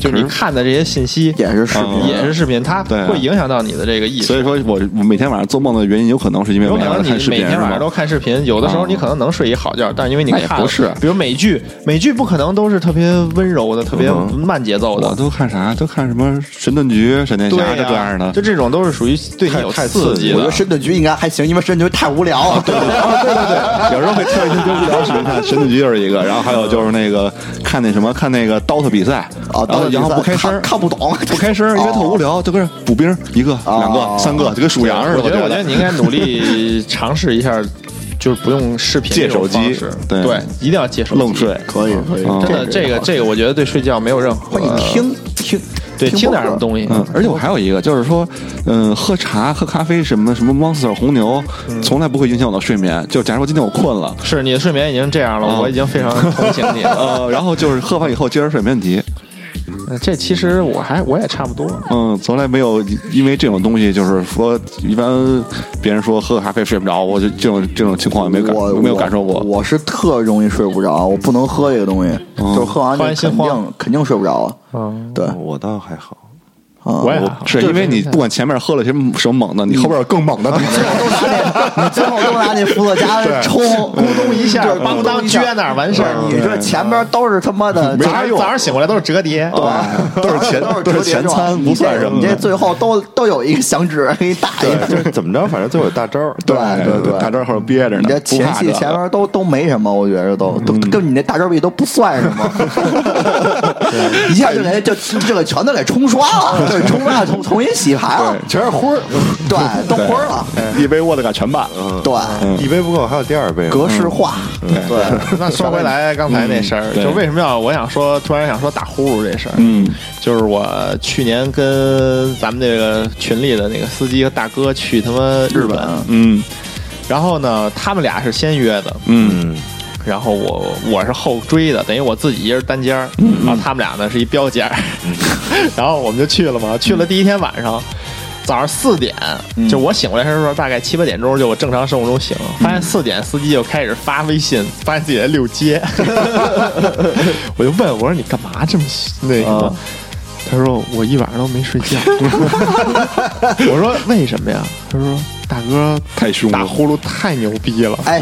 [SPEAKER 2] 就是你看的这些信息
[SPEAKER 4] 也是视
[SPEAKER 3] 嗯
[SPEAKER 4] 频，
[SPEAKER 2] 也是视频，它
[SPEAKER 3] 对啊
[SPEAKER 2] 会影响到你的这个意识
[SPEAKER 3] 所。以说我我每天晚上做梦的原因，有可能是因为
[SPEAKER 2] 有
[SPEAKER 3] 我
[SPEAKER 2] 可
[SPEAKER 3] 晚
[SPEAKER 2] 能
[SPEAKER 3] 上看
[SPEAKER 2] 你
[SPEAKER 3] 视
[SPEAKER 2] 每
[SPEAKER 3] 频，
[SPEAKER 2] 天晚上
[SPEAKER 3] 是吧
[SPEAKER 2] 都看视频，有的时候
[SPEAKER 3] 啊
[SPEAKER 2] 你可能能睡一好觉，但是因为你
[SPEAKER 3] 那也
[SPEAKER 2] 看
[SPEAKER 3] 不
[SPEAKER 2] 了
[SPEAKER 3] 是
[SPEAKER 2] 比如美剧，美剧不可能都是特别温柔的、特别
[SPEAKER 1] 嗯
[SPEAKER 2] 慢节奏
[SPEAKER 3] 我
[SPEAKER 2] 的。
[SPEAKER 3] 都看啥？都看什么《神盾局》《闪电侠
[SPEAKER 2] 对呀》
[SPEAKER 3] 这样的
[SPEAKER 2] 就。这种都是属于对你有
[SPEAKER 1] 太太刺
[SPEAKER 2] 刺
[SPEAKER 1] 激
[SPEAKER 2] 激
[SPEAKER 4] 我觉得
[SPEAKER 2] 的。
[SPEAKER 4] 深蹲局应该还行，因啊为深蹲局太无聊
[SPEAKER 3] 啊
[SPEAKER 4] 了。对对对
[SPEAKER 3] 有时候会跳一些就无聊视频看，《神盾局》就是一个，然后还有就是那个看那什么，看那个 DOTA 比赛，
[SPEAKER 4] 哦
[SPEAKER 3] 然后
[SPEAKER 4] DOTA
[SPEAKER 3] 啊然后
[SPEAKER 4] 比赛
[SPEAKER 3] 不开声，
[SPEAKER 4] 看看不懂
[SPEAKER 3] 不开声，因为特无聊，
[SPEAKER 2] 哦
[SPEAKER 3] 就跟补兵一个、
[SPEAKER 4] 哦
[SPEAKER 3] 两个、三个，就跟数羊似的。
[SPEAKER 2] 我觉得，
[SPEAKER 3] 我
[SPEAKER 2] 我觉得你应该努力尝试一下，就是不用视频
[SPEAKER 3] 借
[SPEAKER 2] 这种
[SPEAKER 3] 手机
[SPEAKER 2] 方式
[SPEAKER 3] 对
[SPEAKER 2] 对，一定要借手机
[SPEAKER 3] 愣睡。
[SPEAKER 4] 可以可以
[SPEAKER 3] 嗯
[SPEAKER 2] 真的，这个这个，我觉得对睡觉没有任
[SPEAKER 4] 或
[SPEAKER 2] 何
[SPEAKER 4] 者你听听
[SPEAKER 2] 对听点什么
[SPEAKER 4] 西。
[SPEAKER 2] 东西，
[SPEAKER 3] 嗯，而且我还有一个，就是说，嗯，喝茶、喝咖啡什么的，什么 Monster 红牛，
[SPEAKER 2] 嗯
[SPEAKER 3] 从来不会影响我的睡眠。就假如说今天我困了，
[SPEAKER 2] 是你的睡眠已经这样
[SPEAKER 3] 啊
[SPEAKER 2] 了，我已经非常同情你 了。
[SPEAKER 3] 呃，然后就是喝完以后接着睡没问题。
[SPEAKER 2] 呃这其实我还我也差不多，
[SPEAKER 3] 嗯，从来没有因为这种东西，就是说，一般别人说喝咖啡睡不着，我就这种这种情况也没有感
[SPEAKER 4] 我
[SPEAKER 3] 没有感受过。
[SPEAKER 4] 我我是特容易睡不着，我不能喝这个东西，
[SPEAKER 3] 嗯
[SPEAKER 4] 就是喝完
[SPEAKER 2] 喝
[SPEAKER 4] 就
[SPEAKER 2] 完心
[SPEAKER 4] 肯
[SPEAKER 2] 慌
[SPEAKER 4] 定肯定睡不着。
[SPEAKER 2] 嗯，
[SPEAKER 4] 对，
[SPEAKER 1] 我倒还好，
[SPEAKER 4] 我
[SPEAKER 2] 我也还好
[SPEAKER 3] 是因为你不管前面喝了些什么猛的，你后边有更猛的东西。
[SPEAKER 4] 你 最后都拿那伏特加冲， 咕咚一下，
[SPEAKER 2] 咣当撅那儿完事儿
[SPEAKER 3] 嗯
[SPEAKER 4] 对你这前边都是他妈的，
[SPEAKER 2] 早上早上醒过来都是折叠，
[SPEAKER 4] 对，都是前哦都是
[SPEAKER 3] 都是
[SPEAKER 4] 折叠
[SPEAKER 3] 前
[SPEAKER 4] 状
[SPEAKER 3] 餐不算什么
[SPEAKER 4] 你这你这最后 都都有一个响指给你打一
[SPEAKER 1] 对，
[SPEAKER 4] 下。
[SPEAKER 1] 就是怎么着，反正最后有大招儿。
[SPEAKER 4] 对对对，
[SPEAKER 3] 大招后边憋着
[SPEAKER 4] 你
[SPEAKER 3] 呢
[SPEAKER 4] 这，
[SPEAKER 3] 不
[SPEAKER 4] 前
[SPEAKER 3] 怕
[SPEAKER 4] 戏
[SPEAKER 3] 这嗯
[SPEAKER 4] 前面都都没什么，我觉着都都跟你那大招比都不算什 么，一下就给就这个全都给冲刷了，对，冲刷了重重新洗牌了，
[SPEAKER 1] 全是灰儿，
[SPEAKER 4] 对，都灰儿了，
[SPEAKER 3] 一杯沃德嘎全满了。
[SPEAKER 4] 对，
[SPEAKER 3] 嗯
[SPEAKER 1] 嗯一杯不够，还有第二杯吗。
[SPEAKER 4] 格式化，对，
[SPEAKER 2] 那说回来刚才那事儿，
[SPEAKER 3] 对
[SPEAKER 2] 就为什么要我想说，突然想说打呼噜这事儿，
[SPEAKER 3] 嗯，
[SPEAKER 2] 就是我去年跟咱们这个群里的那个司机和大哥去他妈日本，
[SPEAKER 3] 嗯
[SPEAKER 2] 然后呢，他们俩是先约的，
[SPEAKER 3] 嗯
[SPEAKER 1] 嗯，
[SPEAKER 2] 然后我我是后追的，等于我自己一人单间儿，然后他们俩呢是一标间儿， 然后我们就去了嘛，去了第一天晚上。早上四点，就我醒过来的时候，大概七八点钟，就我正常生物钟醒，发现四点司机就开始发微信，发现自己在遛街，我就问我说你干嘛这么那什么？他说我一晚上都没睡觉。我说为什么呀？他说大哥
[SPEAKER 3] 太凶了
[SPEAKER 2] 打呼噜太牛逼了。
[SPEAKER 4] 哎，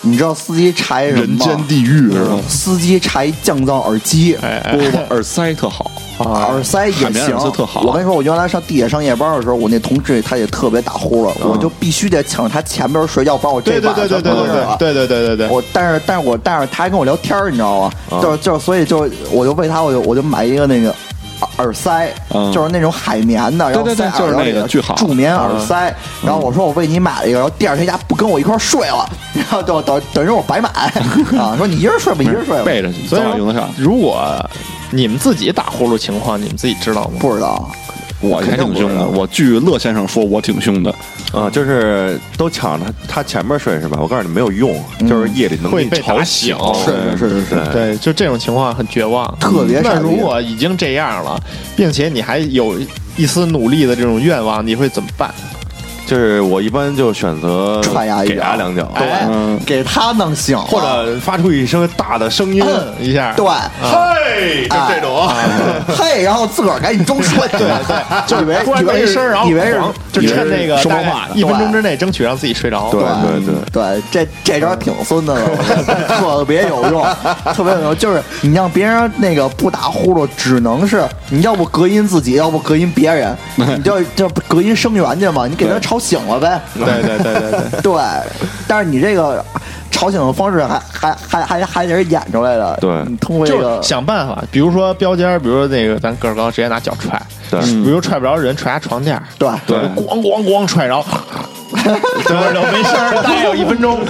[SPEAKER 4] 你知道司机查一什
[SPEAKER 3] 人
[SPEAKER 4] 么吗？
[SPEAKER 3] 间地狱是吧？
[SPEAKER 4] 司机查一降噪耳机，
[SPEAKER 2] 哎哎
[SPEAKER 3] 不不不，耳塞特好，
[SPEAKER 4] 耳塞也
[SPEAKER 3] 海绵
[SPEAKER 4] 行，
[SPEAKER 3] 啊耳塞特好啊
[SPEAKER 4] 我跟你说，我原来上地铁上夜班的时候，我那同事他也特别打呼噜，
[SPEAKER 3] 嗯
[SPEAKER 4] 我就必须得抢着他前边睡觉，不然我这
[SPEAKER 2] 对对
[SPEAKER 4] 晚
[SPEAKER 2] 对对
[SPEAKER 4] 上
[SPEAKER 2] 对
[SPEAKER 4] 不
[SPEAKER 2] 对
[SPEAKER 4] 能睡了
[SPEAKER 2] 对对对对对对。
[SPEAKER 4] 我但是但是我但是他还跟我聊天儿，你知道吗？
[SPEAKER 3] 嗯
[SPEAKER 4] 就是就是所以就我就为他我就我就买一个那个耳耳塞，
[SPEAKER 3] 嗯
[SPEAKER 4] 就是那种海绵的，然后
[SPEAKER 3] 对对对
[SPEAKER 4] 塞耳
[SPEAKER 3] 就是
[SPEAKER 4] 朵
[SPEAKER 3] 那
[SPEAKER 4] 里
[SPEAKER 3] 个
[SPEAKER 4] 的
[SPEAKER 3] 巨好嗯
[SPEAKER 4] 助眠耳塞。然后我说我为你买了一个，然后第二天家不跟我一块儿睡了，然后就等等于我白 买啊，说你一人睡吧，一人睡吧，
[SPEAKER 3] 嗯背着
[SPEAKER 2] 所
[SPEAKER 3] 早
[SPEAKER 2] 以
[SPEAKER 3] 晚用得上
[SPEAKER 2] 说。如果你们自己打呼噜情况，你们自己知道吗？
[SPEAKER 4] 不知道。
[SPEAKER 3] 我还挺凶的，我据乐先生说，我挺凶的。
[SPEAKER 1] 啊，就是都抢着他他前面睡是吧？我告诉你没有用，
[SPEAKER 4] 嗯
[SPEAKER 1] 就是夜里能给
[SPEAKER 2] 会
[SPEAKER 1] 你
[SPEAKER 2] 被
[SPEAKER 1] 吵
[SPEAKER 2] 打
[SPEAKER 1] 醒。
[SPEAKER 2] 醒。
[SPEAKER 4] 是是是是，
[SPEAKER 2] 对，就这种情况很绝望，
[SPEAKER 4] 特别傻
[SPEAKER 2] 那
[SPEAKER 4] 逼
[SPEAKER 2] 如果已经这样了，并且你还有一丝努力的这种愿望，你会怎么办？
[SPEAKER 1] 就是我一般就选择
[SPEAKER 4] 踹他一脚
[SPEAKER 1] 给他两脚，
[SPEAKER 2] 哎
[SPEAKER 3] 嗯
[SPEAKER 4] 对，给他弄醒了，
[SPEAKER 1] 或者发出一声大的声音，
[SPEAKER 2] 摁一下，啊哎
[SPEAKER 4] 对，
[SPEAKER 1] 嘿，就这种。
[SPEAKER 4] 嘿，然后自个儿赶紧装睡，对 对，就以为
[SPEAKER 2] 突然
[SPEAKER 4] 以
[SPEAKER 2] 弄
[SPEAKER 4] 为
[SPEAKER 2] 一
[SPEAKER 4] 是
[SPEAKER 2] 声，然后
[SPEAKER 4] 以为是
[SPEAKER 2] 狂就趁那个
[SPEAKER 3] 说
[SPEAKER 2] 大
[SPEAKER 3] 梦话
[SPEAKER 2] 概
[SPEAKER 3] 呢
[SPEAKER 2] 一分钟
[SPEAKER 4] 对
[SPEAKER 2] 之内争取让自己睡着。
[SPEAKER 1] 对对对，
[SPEAKER 4] 对，这这招挺孙子的，特别有用，特别有用。就是你让别人那个不打呼噜，只能是你要不隔音自己，要不隔音别人，你就就隔音声源去嘛，你给他吵醒了呗。
[SPEAKER 2] 对对对对对。
[SPEAKER 4] 对，但是你这个吵醒的方式还还还还还得是演出来的，
[SPEAKER 1] 对
[SPEAKER 4] 你通过这
[SPEAKER 2] 就
[SPEAKER 4] 个
[SPEAKER 2] 是想办法，比如说标间儿，比如说那个咱个儿高，直接拿脚踹，嗯
[SPEAKER 1] 对
[SPEAKER 2] 比如踹不着人，踹他床垫儿，
[SPEAKER 4] 嗯对
[SPEAKER 1] 对
[SPEAKER 2] 咣咣咣踹，然后。 等会儿就没声儿，大概有一分钟，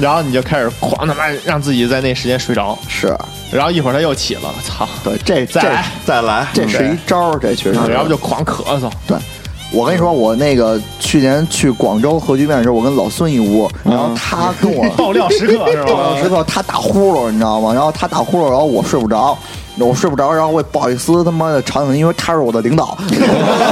[SPEAKER 2] 然后你就开始狂他妈让自己在那时间睡着，
[SPEAKER 4] 是
[SPEAKER 2] 然后一会儿他又起了，操，
[SPEAKER 4] 对这
[SPEAKER 2] 再
[SPEAKER 4] 这
[SPEAKER 2] 来嗯
[SPEAKER 1] 再来，
[SPEAKER 4] 这是一招儿，这确实是，
[SPEAKER 2] 然后就狂咳嗽，
[SPEAKER 4] 对。我跟你说，我那个去年去广州核聚变的时候，我跟老孙一屋，然后他跟我
[SPEAKER 2] 爆料时刻是
[SPEAKER 4] 爆料时
[SPEAKER 2] 吧？
[SPEAKER 4] 刻他打呼噜，你知道吗？然后他打呼噜，然后我睡不着，我睡不着，然后我也不好意思他妈的吵你们，因为他是我的领导，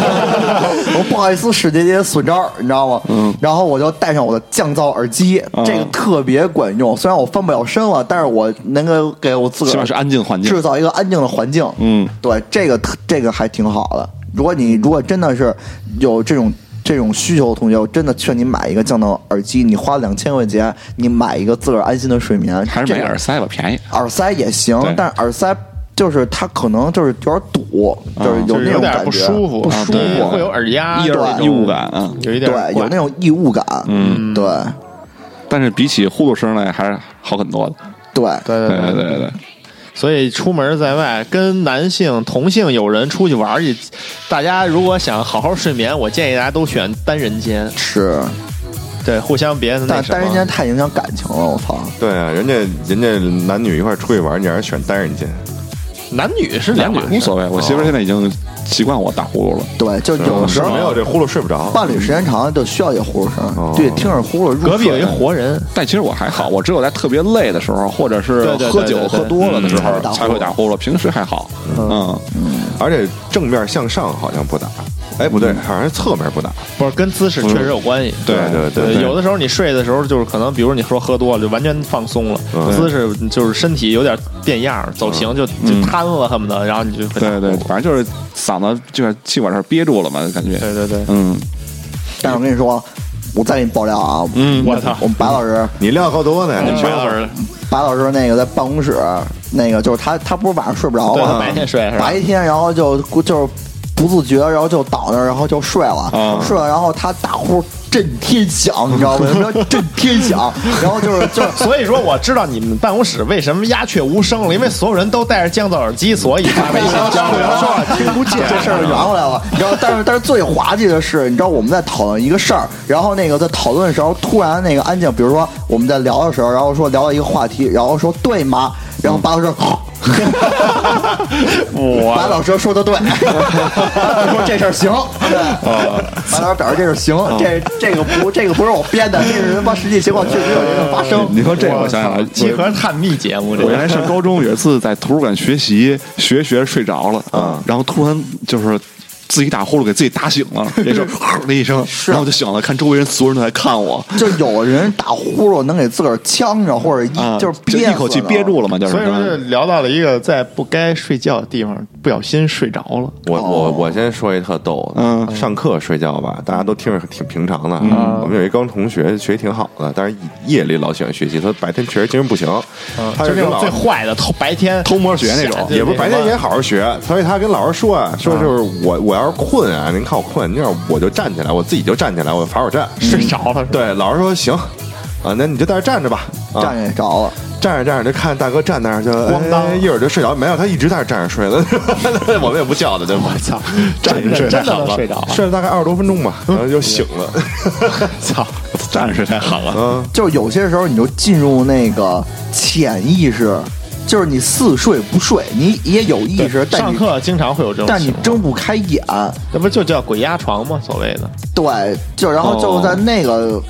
[SPEAKER 4] 我不好意思使这些损招儿，你知道吗？嗯，然后我就戴上我的降噪耳机，这个特别管用。虽然我翻不了身了，但是我能够给我自个儿
[SPEAKER 3] 起码是安静环境
[SPEAKER 4] 制造一个安静的环境。嗯，对，这个特这个还挺好的。如果你如果真的是有这种这种需求的同学，我真的劝你买一个降噪耳机，你花两千块钱，你买一个自个儿安心的睡眠，
[SPEAKER 3] 还是
[SPEAKER 4] 这
[SPEAKER 3] 买
[SPEAKER 4] 个
[SPEAKER 3] 耳塞吧，便宜。
[SPEAKER 4] 耳塞也行
[SPEAKER 3] 对，
[SPEAKER 4] 但是耳塞就是它可能就是有点堵，就是
[SPEAKER 2] 啊
[SPEAKER 4] 有
[SPEAKER 2] 就是有
[SPEAKER 4] 那种
[SPEAKER 2] 点
[SPEAKER 4] 感觉
[SPEAKER 2] 不舒服，
[SPEAKER 4] 不舒
[SPEAKER 2] 啊对会有
[SPEAKER 4] 服，
[SPEAKER 2] 耳压
[SPEAKER 3] 一
[SPEAKER 2] 这
[SPEAKER 3] 耳
[SPEAKER 2] 种
[SPEAKER 3] 异物感啊，
[SPEAKER 2] 有一点
[SPEAKER 4] 对，
[SPEAKER 2] 怪
[SPEAKER 4] 有那种异物感，嗯，对
[SPEAKER 3] 但是比起呼噜声来，还是好很多的。
[SPEAKER 4] 对
[SPEAKER 2] 对
[SPEAKER 3] 对
[SPEAKER 2] 对对
[SPEAKER 3] 对对对，
[SPEAKER 2] 所以出门在外跟男性、同性友人出去玩儿去，大家如果想好好睡眠，我建议大家都选单人间，
[SPEAKER 4] 是，
[SPEAKER 2] 对，互相别那
[SPEAKER 4] 但
[SPEAKER 2] 什么
[SPEAKER 4] 单人间太影响感情了，我操，
[SPEAKER 1] 对啊，人家人家男女一块儿出去玩，你还是选单人间。
[SPEAKER 2] 男女是两码事
[SPEAKER 3] 无所谓。我媳妇儿
[SPEAKER 1] 啊
[SPEAKER 3] 现在已经习惯我打呼噜了。
[SPEAKER 4] 对，就有的时
[SPEAKER 1] 没有
[SPEAKER 4] 候
[SPEAKER 1] 这呼噜睡不着。
[SPEAKER 4] 伴侣时间长了就需要有呼噜声，对，听着呼噜入
[SPEAKER 2] 隔壁有
[SPEAKER 4] 睡
[SPEAKER 2] 一活人，
[SPEAKER 3] 但其实我还好，我只有在特别累的时候，或者是
[SPEAKER 2] 对对对
[SPEAKER 3] 喝酒
[SPEAKER 2] 对嗯对
[SPEAKER 3] 喝多了的时
[SPEAKER 4] 才
[SPEAKER 3] 候
[SPEAKER 4] 会打呼噜
[SPEAKER 3] 才会打呼噜，平时还好。嗯，
[SPEAKER 1] 而且正面向上好像不打，哎，不对，
[SPEAKER 4] 嗯
[SPEAKER 1] 好像是侧面不打。
[SPEAKER 2] 不是跟姿势确实有关系。
[SPEAKER 1] 对对对
[SPEAKER 2] 有的时候你睡的时候，就是可能，比如你说喝多了，就完全放松了，
[SPEAKER 1] 嗯
[SPEAKER 2] 姿势就是身体有点变样儿，走形就
[SPEAKER 1] 嗯
[SPEAKER 2] 就瘫了，恨不得，然后你就会打
[SPEAKER 3] 对对，反正就是嗓子就是气管这儿憋住了嘛，感觉。
[SPEAKER 2] 对对对，
[SPEAKER 3] 嗯，
[SPEAKER 4] 但是我跟你说，我再给你爆料啊，嗯
[SPEAKER 2] 我操
[SPEAKER 4] 我们白老师，
[SPEAKER 1] 你料够多呢，你
[SPEAKER 2] 白
[SPEAKER 4] 嗯
[SPEAKER 2] 老师
[SPEAKER 4] 白老师那个在办公室，那个就是他，他不是晚上睡不着
[SPEAKER 2] 对
[SPEAKER 4] 吗？
[SPEAKER 2] 他白天睡是吧
[SPEAKER 4] 白天然后就就是不自觉，然后就倒那儿，然后就睡了，
[SPEAKER 3] 啊
[SPEAKER 4] 睡了，然后他打呼震天响，你 知道吗？什么叫震天响？然后就是就是。
[SPEAKER 2] 所以说，我知道你们办公室为什么鸦雀无声了，因为所有人都戴着降噪耳机，所以发微信交流。
[SPEAKER 3] 啊
[SPEAKER 4] 说话听不见，这事儿圆回来了。你知道，但是但是最滑稽的是，你知道我们在讨论一个事儿，然后那个在讨论的时候突然那个安静，比如说我们在聊的时候，然后说聊到一个话题，然后说对吗？然后白老师，
[SPEAKER 3] 嗯
[SPEAKER 2] 我
[SPEAKER 4] 白老师说的对，说这事儿行，
[SPEAKER 3] 嗯
[SPEAKER 4] 对，白老师表示这事儿行，这这个不这个不是我编的，这是他妈实际情况确实有这个发生。
[SPEAKER 3] 你说这我想想啊，
[SPEAKER 2] 集合探秘节目这
[SPEAKER 3] 我原来
[SPEAKER 2] 个。
[SPEAKER 3] 上高中有一次在图书馆学习，学学睡着了，
[SPEAKER 2] 嗯
[SPEAKER 3] 啊，然后突然就是。自己打呼噜给自己打醒 了，也是吼的一声，然后我就醒了，看周围人所有人都在看我，
[SPEAKER 4] 就有人打呼噜能给自个儿呛着，或者一、
[SPEAKER 3] 啊，
[SPEAKER 4] 就是憋
[SPEAKER 3] 一口气憋住了嘛，就是。
[SPEAKER 2] 所以说，就聊到了一个在不该睡觉的地方不小心睡着了。
[SPEAKER 1] 我我我先说一特逗的，
[SPEAKER 3] 嗯
[SPEAKER 1] 上课睡觉吧，大家都听着挺平常的。啊我们有一高中同学学习挺好的，但是夜里老喜欢学习，他白天确实精神不行。他
[SPEAKER 2] 就
[SPEAKER 1] 跟
[SPEAKER 2] 那种
[SPEAKER 1] 老
[SPEAKER 2] 最坏的，偷白天
[SPEAKER 3] 偷摸学那种
[SPEAKER 2] 对
[SPEAKER 1] 也不是白天
[SPEAKER 2] 那
[SPEAKER 1] 也
[SPEAKER 2] 什么
[SPEAKER 1] 好好学，所以他跟老师说啊，说就是我我要是困啊，您看我困，那样我就站起来，我自己就站起来，我罚我站。
[SPEAKER 2] 睡着了。，
[SPEAKER 1] 对，老师说行，啊，那你就在这站着吧，啊、
[SPEAKER 4] 站也着了。
[SPEAKER 1] 站着站着就看大哥站那儿就
[SPEAKER 2] 咣当
[SPEAKER 1] 哎一会儿就睡着，没有他一直在那儿站着睡 的，我们也不叫他，对吧？我操，站着睡
[SPEAKER 2] 真的
[SPEAKER 1] 太狠了
[SPEAKER 2] 睡着了
[SPEAKER 1] 睡了大概二十多分钟吧，然后就醒了。
[SPEAKER 2] 操！
[SPEAKER 3] 战士太狠了，
[SPEAKER 1] 嗯，
[SPEAKER 4] 就是有些时候你就进入那个潜意识，就是你似睡不睡，你也有意识，但
[SPEAKER 2] 上
[SPEAKER 4] 你
[SPEAKER 2] 课经常会有这种情
[SPEAKER 4] 但
[SPEAKER 2] 况，
[SPEAKER 4] 你睁不开眼，
[SPEAKER 2] 那不就叫鬼压床吗？所谓的
[SPEAKER 4] 对，就然后就在那个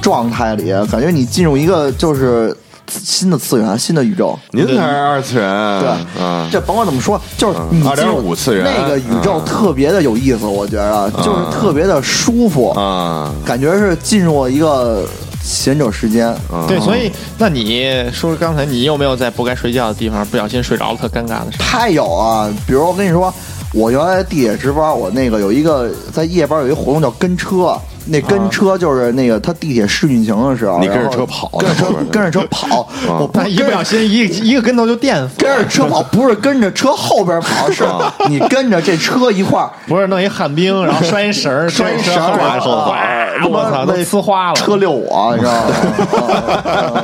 [SPEAKER 4] 状态里，感觉你进入一个就是新的次元、新的宇宙。
[SPEAKER 1] 您才是二次元，
[SPEAKER 4] 对，
[SPEAKER 1] 啊，
[SPEAKER 4] 这甭管怎么说，就是你进入
[SPEAKER 1] 2.5次元
[SPEAKER 4] 那个宇宙特别的有意思，我觉得就是特别的舒服，
[SPEAKER 1] 啊，
[SPEAKER 4] 感觉是进入了一个贤者时间。
[SPEAKER 2] 对，所以那你说刚才你有没有在不该睡觉的地方不小心睡着了，特尴尬的 事？
[SPEAKER 4] 太有啊！比如我跟你说，我原来地铁值班，我那个有一个在夜班有一活动叫跟车，那跟车就是那个他地铁试运行的时候，
[SPEAKER 1] 你跟着
[SPEAKER 4] 然后
[SPEAKER 1] 车跑啊
[SPEAKER 4] 跟着 车
[SPEAKER 1] 那会儿
[SPEAKER 4] 跟着车跑，我不
[SPEAKER 2] 但一不小心一一个跟头就垫死
[SPEAKER 4] 跟
[SPEAKER 2] 了，
[SPEAKER 4] 着车跑，不是跟着车后边跑，是
[SPEAKER 1] 啊
[SPEAKER 4] 你跟着这车一块儿。
[SPEAKER 2] 不是弄一旱冰，然后 拴一绳儿，
[SPEAKER 4] 摔
[SPEAKER 2] 一
[SPEAKER 4] 绳
[SPEAKER 2] 绳儿，
[SPEAKER 4] 儿
[SPEAKER 2] 然后
[SPEAKER 4] 啊
[SPEAKER 2] 哗我操，那呲花了。
[SPEAKER 4] 车遛我，你知道吗？啊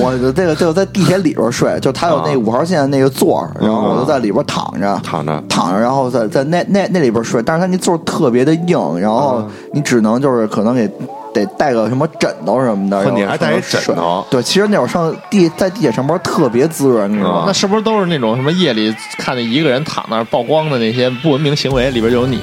[SPEAKER 4] 我这个这个在地铁里边睡，就他有那五号线那个座儿，然后我就在里边躺着，
[SPEAKER 1] 躺着
[SPEAKER 4] 躺着，然后在在那那那里边睡，但是他那座儿特别的硬，然后你只能就是可能给。得带个什么枕头什么的，
[SPEAKER 1] 呵
[SPEAKER 4] 然后
[SPEAKER 1] 你还带一枕头
[SPEAKER 4] 才能睡对，其实那会儿上地在地铁上班特别滋润，你知道吗？
[SPEAKER 2] 那是不是都是那种什么夜里看见一个人躺那儿曝光的那些不文明行为里边有你？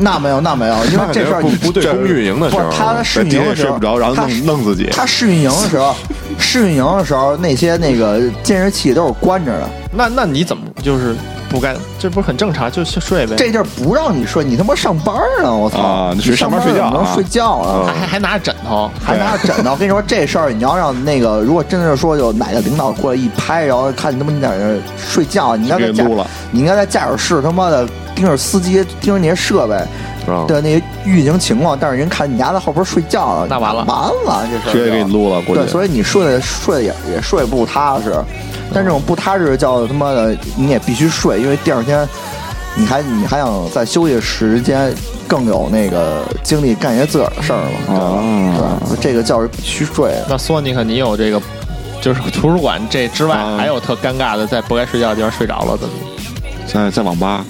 [SPEAKER 4] 那没有，那没有，因为这事儿
[SPEAKER 1] 不不对公寓营的时
[SPEAKER 4] 不
[SPEAKER 1] 候
[SPEAKER 4] 是他试运营的时候
[SPEAKER 3] 睡不着，然后
[SPEAKER 4] 他
[SPEAKER 3] 弄弄自己，
[SPEAKER 4] 他试运营的时候，试运营的时候，那些那个监视器都是关着的，
[SPEAKER 2] 那那你怎么就是不干？这不是很正常？就去睡呗。
[SPEAKER 4] 这地儿不让你睡，你他妈上班呢！我操，
[SPEAKER 3] 啊你
[SPEAKER 4] 你
[SPEAKER 3] 去上班
[SPEAKER 4] 班
[SPEAKER 3] 睡觉
[SPEAKER 4] 怎么
[SPEAKER 3] 啊
[SPEAKER 4] 能睡觉啊？
[SPEAKER 2] 还还拿着枕头，
[SPEAKER 4] 还拿着枕 头，我跟你说这事儿，你要让那个，如果真的是说有哪个领导过来一拍，然后看你他妈你在那儿睡觉，你应该在
[SPEAKER 3] 给
[SPEAKER 4] 驾
[SPEAKER 3] 撸了，
[SPEAKER 4] 你应该在驾驶室他妈的盯着司机，盯着那些设备
[SPEAKER 1] 啊
[SPEAKER 4] 的那些运行情况，但是人看你家在后边睡觉了，
[SPEAKER 2] 那完了
[SPEAKER 4] 完了，这事儿
[SPEAKER 1] 直接给
[SPEAKER 4] 就
[SPEAKER 1] 你撸了过去。
[SPEAKER 4] 对，所以你睡的睡得也也睡不踏实，但这种不踏实叫他妈的你也必须睡，因为第二天你还你还想在休息时间更有那个精力干些自个儿的事儿嘛，对吧？对吧？这个觉是必须睡的。
[SPEAKER 2] 那索尼克，你有这个，就是图书馆这之外，还有特尴尬的，在不该睡觉的地方睡着了怎么？
[SPEAKER 3] 在在网吧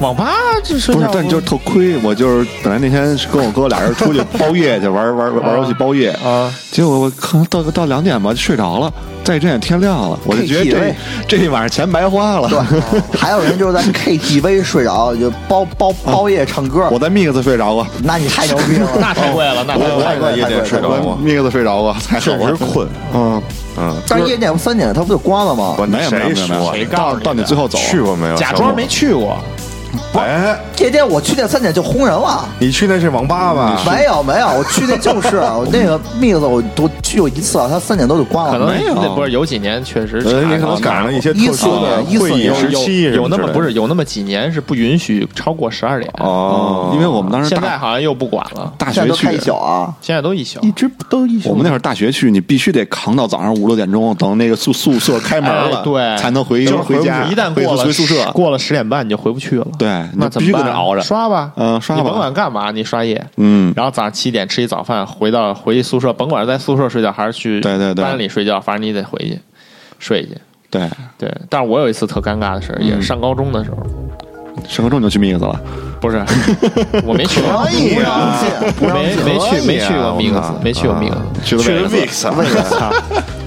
[SPEAKER 2] 网吧这睡
[SPEAKER 3] 不是
[SPEAKER 2] 觉，
[SPEAKER 3] 但你就是特亏。我就是本来那天是跟我哥俩人出去包夜去玩玩玩游戏包夜，
[SPEAKER 2] 啊，
[SPEAKER 3] 结果我可能到到两点吧就睡着了，再一睁眼天亮了，我就觉
[SPEAKER 4] KTV
[SPEAKER 3] 得这这一晚上钱白花了。
[SPEAKER 4] 对，还有人 就是在 KTV 睡着，就包包包夜唱歌，
[SPEAKER 3] 我在 Mix 睡着过，
[SPEAKER 4] 那你太牛逼了，
[SPEAKER 2] 那太贵了，那太贵
[SPEAKER 4] 太
[SPEAKER 2] 了。
[SPEAKER 4] 贵
[SPEAKER 1] 夜
[SPEAKER 4] 太贵
[SPEAKER 1] 店
[SPEAKER 4] 了
[SPEAKER 1] 睡着
[SPEAKER 3] 我
[SPEAKER 1] 过，
[SPEAKER 3] 在 Mix 睡着过，才好
[SPEAKER 1] 确
[SPEAKER 3] 玩
[SPEAKER 1] 实。困。
[SPEAKER 3] 嗯，
[SPEAKER 1] 嗯，
[SPEAKER 4] 但是夜店三点它不就关了吗？
[SPEAKER 1] 我
[SPEAKER 3] 没有没
[SPEAKER 1] 谁
[SPEAKER 3] 有没有没
[SPEAKER 1] 说
[SPEAKER 3] 有，
[SPEAKER 2] 谁告诉
[SPEAKER 3] 到
[SPEAKER 2] 你
[SPEAKER 3] 到你
[SPEAKER 2] 的
[SPEAKER 3] 最后走
[SPEAKER 1] 去过没有？
[SPEAKER 2] 假装没去过，
[SPEAKER 1] 小伙。哎，
[SPEAKER 4] 夜店我去那三点就轰人了。
[SPEAKER 1] 你去那是网吧
[SPEAKER 3] 啊
[SPEAKER 1] 吧？
[SPEAKER 4] 没有没有，我去那就是我那个 mix，我我去过一次啊，他三点都得关了。
[SPEAKER 2] 可能
[SPEAKER 3] 哦没有
[SPEAKER 2] 那不是有几年确实查
[SPEAKER 1] 呃，
[SPEAKER 2] 到
[SPEAKER 1] 你可能赶上一些特殊的
[SPEAKER 4] 14
[SPEAKER 1] 会议
[SPEAKER 4] 年
[SPEAKER 2] 有
[SPEAKER 1] 时期
[SPEAKER 2] 有有那
[SPEAKER 1] 什之
[SPEAKER 2] 么
[SPEAKER 1] 类的
[SPEAKER 2] 不是有那么几年是不允许超过十二点，
[SPEAKER 1] 哦，
[SPEAKER 2] 嗯
[SPEAKER 3] 因为我们当时
[SPEAKER 2] 现
[SPEAKER 3] 大
[SPEAKER 2] 在好像又不管了，
[SPEAKER 3] 大
[SPEAKER 4] 现
[SPEAKER 3] 学
[SPEAKER 4] 在都
[SPEAKER 3] 去
[SPEAKER 4] 开一宿啊，
[SPEAKER 2] 现在都一宿。
[SPEAKER 3] 直不都一我们那会儿大学去，你必须得扛到早上五六点钟，等那个宿宿舍开门了，
[SPEAKER 2] 哎对
[SPEAKER 3] 才能回
[SPEAKER 2] 就是
[SPEAKER 3] 回家。
[SPEAKER 2] 一旦
[SPEAKER 3] 回
[SPEAKER 2] 过了
[SPEAKER 3] 回宿舍，
[SPEAKER 2] 过了十点半你就回不去了。
[SPEAKER 3] 对
[SPEAKER 2] 那
[SPEAKER 3] 你
[SPEAKER 2] 怎么
[SPEAKER 3] 必须搁
[SPEAKER 2] 办
[SPEAKER 3] 那
[SPEAKER 2] 啊
[SPEAKER 3] 熬着
[SPEAKER 2] 刷吧，
[SPEAKER 3] 嗯刷
[SPEAKER 2] 你
[SPEAKER 3] 吧
[SPEAKER 2] 甭管干嘛，你刷夜，
[SPEAKER 3] 嗯
[SPEAKER 2] 然后早上七点吃一早饭，回到回宿舍，甭管是在宿舍睡觉还是去
[SPEAKER 3] 对对对
[SPEAKER 2] 班里睡觉，反正你得回去睡去。
[SPEAKER 3] 对，
[SPEAKER 2] 对，但是我有一次特尴尬的事儿，也是上高中的时候，
[SPEAKER 3] 上高中你就去 mix 了，
[SPEAKER 2] 不是，我没去过，
[SPEAKER 4] 可以啊，不让
[SPEAKER 2] 没
[SPEAKER 4] 进
[SPEAKER 2] 没去没
[SPEAKER 1] 可以啊
[SPEAKER 2] 去过
[SPEAKER 1] 我靠
[SPEAKER 2] mix，没去过 mix，
[SPEAKER 3] 去个
[SPEAKER 1] 去了
[SPEAKER 3] mix。
[SPEAKER 1] mix 啊
[SPEAKER 4] 为啥？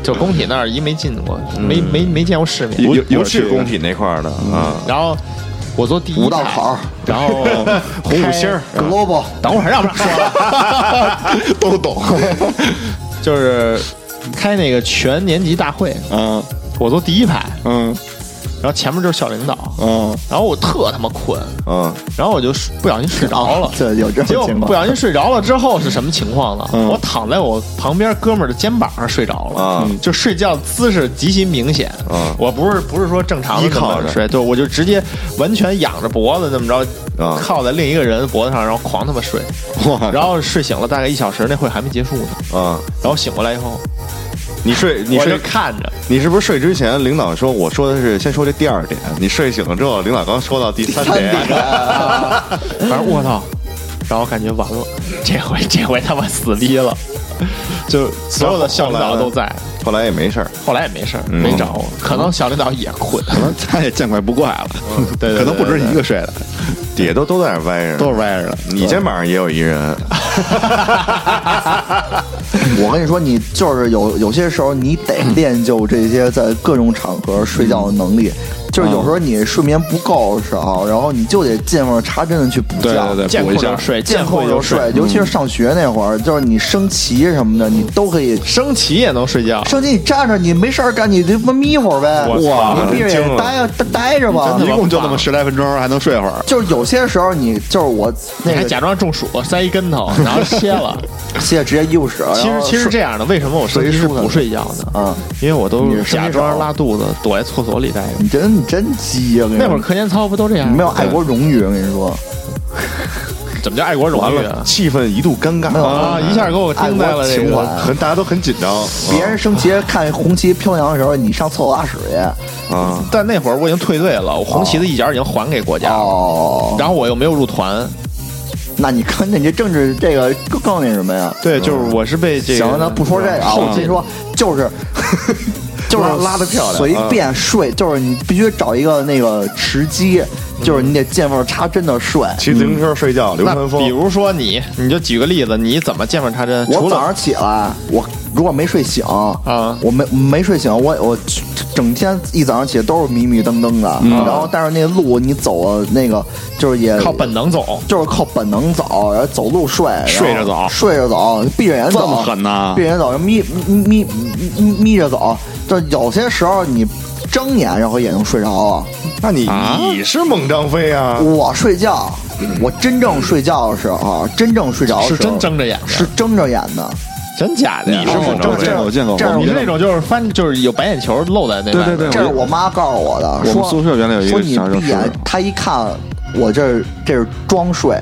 [SPEAKER 2] 就工体那儿一没进过，没没没见过世面。
[SPEAKER 1] 不
[SPEAKER 3] 有有
[SPEAKER 1] 不
[SPEAKER 3] 点
[SPEAKER 1] 是
[SPEAKER 3] 去
[SPEAKER 1] 工体那块儿的啊，
[SPEAKER 2] 然后我坐第一
[SPEAKER 4] 五道
[SPEAKER 2] 排
[SPEAKER 4] 口儿
[SPEAKER 2] 然后
[SPEAKER 1] 红五星儿
[SPEAKER 4] global
[SPEAKER 2] 等会儿让不让说了？
[SPEAKER 3] 都懂。
[SPEAKER 2] 就是开那个全年级大会，
[SPEAKER 3] 嗯
[SPEAKER 2] 我坐第一排，
[SPEAKER 3] 嗯
[SPEAKER 2] 然后前面就是校领导，
[SPEAKER 3] 嗯，
[SPEAKER 2] 然后我特他妈困，
[SPEAKER 1] 嗯，
[SPEAKER 2] 然后我就不小心睡着 了。
[SPEAKER 4] 这有这
[SPEAKER 2] 结
[SPEAKER 4] 种
[SPEAKER 2] 果
[SPEAKER 4] 情
[SPEAKER 2] 不
[SPEAKER 4] 况。
[SPEAKER 2] 小心睡着了之后是什么情况呢？
[SPEAKER 3] 嗯
[SPEAKER 2] 我躺在我旁边哥们儿的肩膀上睡着了嗯
[SPEAKER 1] 啊，
[SPEAKER 2] 就睡觉姿势极其明显。
[SPEAKER 1] 啊
[SPEAKER 2] 我不是不是说正常的
[SPEAKER 1] 依靠
[SPEAKER 2] 那么
[SPEAKER 1] 着
[SPEAKER 2] 睡，对，我就直接完全仰着脖子那么着，
[SPEAKER 1] 啊
[SPEAKER 2] 靠在另一个人脖子上，然后狂他妈睡，
[SPEAKER 3] 哇，
[SPEAKER 2] 然后睡醒了大概一小时，那会还没结束呢。
[SPEAKER 1] 啊，
[SPEAKER 2] 然后醒过来以后，
[SPEAKER 1] 你睡你
[SPEAKER 2] 嗯我
[SPEAKER 1] 睡
[SPEAKER 2] 就看着，
[SPEAKER 1] 你是不是睡之前领导说我说的是先说这第二点，你睡醒了之后，领导刚说到第三点，
[SPEAKER 2] 反正我操，然后感觉完了，这回这回他妈死逼了，就所有的校领导都在，
[SPEAKER 1] 后来也没事儿，
[SPEAKER 2] 后来也没事儿，没找我，可能校领导也 困，
[SPEAKER 3] 可能他也见怪不怪了，
[SPEAKER 2] 对对
[SPEAKER 3] 可能不止
[SPEAKER 2] 对
[SPEAKER 3] 一个睡的，
[SPEAKER 1] 底下都都在那儿歪着
[SPEAKER 3] 都
[SPEAKER 1] 呢。
[SPEAKER 3] 是歪着的。
[SPEAKER 1] 你肩膀上也有一人，
[SPEAKER 4] 我跟你说，你就是有有些时候你得练就这些在各种场合睡觉的能力。就是有时候你睡眠不够的时候，然后你就得见缝插针的去补觉。
[SPEAKER 3] 对对对，
[SPEAKER 2] 见
[SPEAKER 3] 补一
[SPEAKER 2] 空
[SPEAKER 3] 下
[SPEAKER 2] 就。睡，
[SPEAKER 4] 见
[SPEAKER 2] 空
[SPEAKER 4] 空
[SPEAKER 2] 就
[SPEAKER 4] 就睡，，嗯尤其是上学那会儿，就是你升旗什么的，你都可以
[SPEAKER 2] 升旗也能睡觉，
[SPEAKER 4] 升旗，你站着，你没事儿干，你 他妈眯会儿呗。
[SPEAKER 2] 我操
[SPEAKER 4] 你闭着
[SPEAKER 1] 真
[SPEAKER 4] 眼
[SPEAKER 1] 惊了
[SPEAKER 4] 待待着吧。
[SPEAKER 3] 一共就那么十来分钟，还能睡会儿。
[SPEAKER 4] 就是有些时候你就是我
[SPEAKER 2] 你
[SPEAKER 4] 那
[SPEAKER 2] 还
[SPEAKER 4] 个
[SPEAKER 2] 假装中暑塞一跟头，然后歇 了。
[SPEAKER 4] 卸职业医啊务室，
[SPEAKER 2] 其实其实这样的，为什么我升旗是不睡觉呢？
[SPEAKER 4] 啊，
[SPEAKER 2] 因为我都嗯
[SPEAKER 4] 你是升旗
[SPEAKER 2] 假
[SPEAKER 4] 手
[SPEAKER 2] 装拉肚子，躲在厕所里待着。
[SPEAKER 4] 你真你真鸡呀！
[SPEAKER 2] 那会儿
[SPEAKER 4] 可
[SPEAKER 2] 课间操不都这样吗？
[SPEAKER 4] 没有爱国荣誉，我跟你
[SPEAKER 2] 啊
[SPEAKER 4] 说，
[SPEAKER 2] 怎么叫爱国荣
[SPEAKER 1] 完
[SPEAKER 2] 誉
[SPEAKER 1] 了
[SPEAKER 2] 啊，？
[SPEAKER 1] 气氛一度尴尬
[SPEAKER 4] 没有
[SPEAKER 2] 啊，一下给我
[SPEAKER 4] 爱
[SPEAKER 2] 盯在
[SPEAKER 4] 国
[SPEAKER 2] 了这
[SPEAKER 4] 情
[SPEAKER 2] 个
[SPEAKER 4] 怀。
[SPEAKER 1] 很大家都很紧张
[SPEAKER 4] 别人升旗看红旗飘扬的时候，你上厕所拉屎去。
[SPEAKER 1] 啊。
[SPEAKER 2] 但那会儿我已经退队了，我红旗的一角已经还给国家了，
[SPEAKER 4] 哦，
[SPEAKER 2] 然后我又没有入团。
[SPEAKER 4] 那你看，那你这政治这个更更那什么呀？
[SPEAKER 2] 对，就是我是被这个。
[SPEAKER 4] 行，咱不说这个啊，
[SPEAKER 2] 后
[SPEAKER 4] 我跟你
[SPEAKER 2] 进
[SPEAKER 4] 说，就是。 就是
[SPEAKER 1] 拉拉得漂亮
[SPEAKER 4] 啊随便睡，就是你必须找一个那个时机，就是你得见缝插针的睡。
[SPEAKER 2] 嗯
[SPEAKER 1] 骑自行车睡觉，流
[SPEAKER 2] 那
[SPEAKER 1] 川
[SPEAKER 2] 比
[SPEAKER 1] 枫。
[SPEAKER 2] 如说你，你就举个例子，你怎么见缝插针？除
[SPEAKER 4] 我早
[SPEAKER 2] 了
[SPEAKER 4] 上起来，我如果没睡醒
[SPEAKER 2] 啊
[SPEAKER 4] 我没没睡醒，我我整天一早上起来都是迷迷瞪瞪的，
[SPEAKER 2] 嗯
[SPEAKER 4] 然后但是那路你走了那个就是也
[SPEAKER 2] 靠本能走，
[SPEAKER 4] 就是靠本能走，然后走路睡，然后
[SPEAKER 3] 睡着走
[SPEAKER 4] 睡着走，闭着眼走，
[SPEAKER 3] 这么狠呐
[SPEAKER 4] 闭着眼走，眯眯眯眯眯着走，这有些时候你睁眼然后也能睡着啊。
[SPEAKER 1] 那你你是孟张飞啊？
[SPEAKER 3] 嗯
[SPEAKER 4] 我睡觉，我真正睡觉的时候，啊真正睡着的时
[SPEAKER 2] 是
[SPEAKER 4] 候
[SPEAKER 2] 真睁着眼的
[SPEAKER 4] 是睁着眼的。
[SPEAKER 2] 真假的呀？
[SPEAKER 3] 你是
[SPEAKER 2] 哦
[SPEAKER 3] 我
[SPEAKER 4] 这
[SPEAKER 3] 见过我见过，
[SPEAKER 4] 这
[SPEAKER 3] 我
[SPEAKER 4] 样
[SPEAKER 2] 你
[SPEAKER 3] 们
[SPEAKER 2] 是那种就是翻，就是有白眼球露在那
[SPEAKER 3] 对
[SPEAKER 2] 外面
[SPEAKER 3] 对对
[SPEAKER 4] 这是我妈告诉我的，
[SPEAKER 3] 我
[SPEAKER 4] 说
[SPEAKER 3] 们宿舍原来有一
[SPEAKER 4] 说
[SPEAKER 3] 个
[SPEAKER 4] 你
[SPEAKER 3] 啥叫
[SPEAKER 4] 闭眼
[SPEAKER 3] 是，
[SPEAKER 4] 她一看我这儿这是装睡，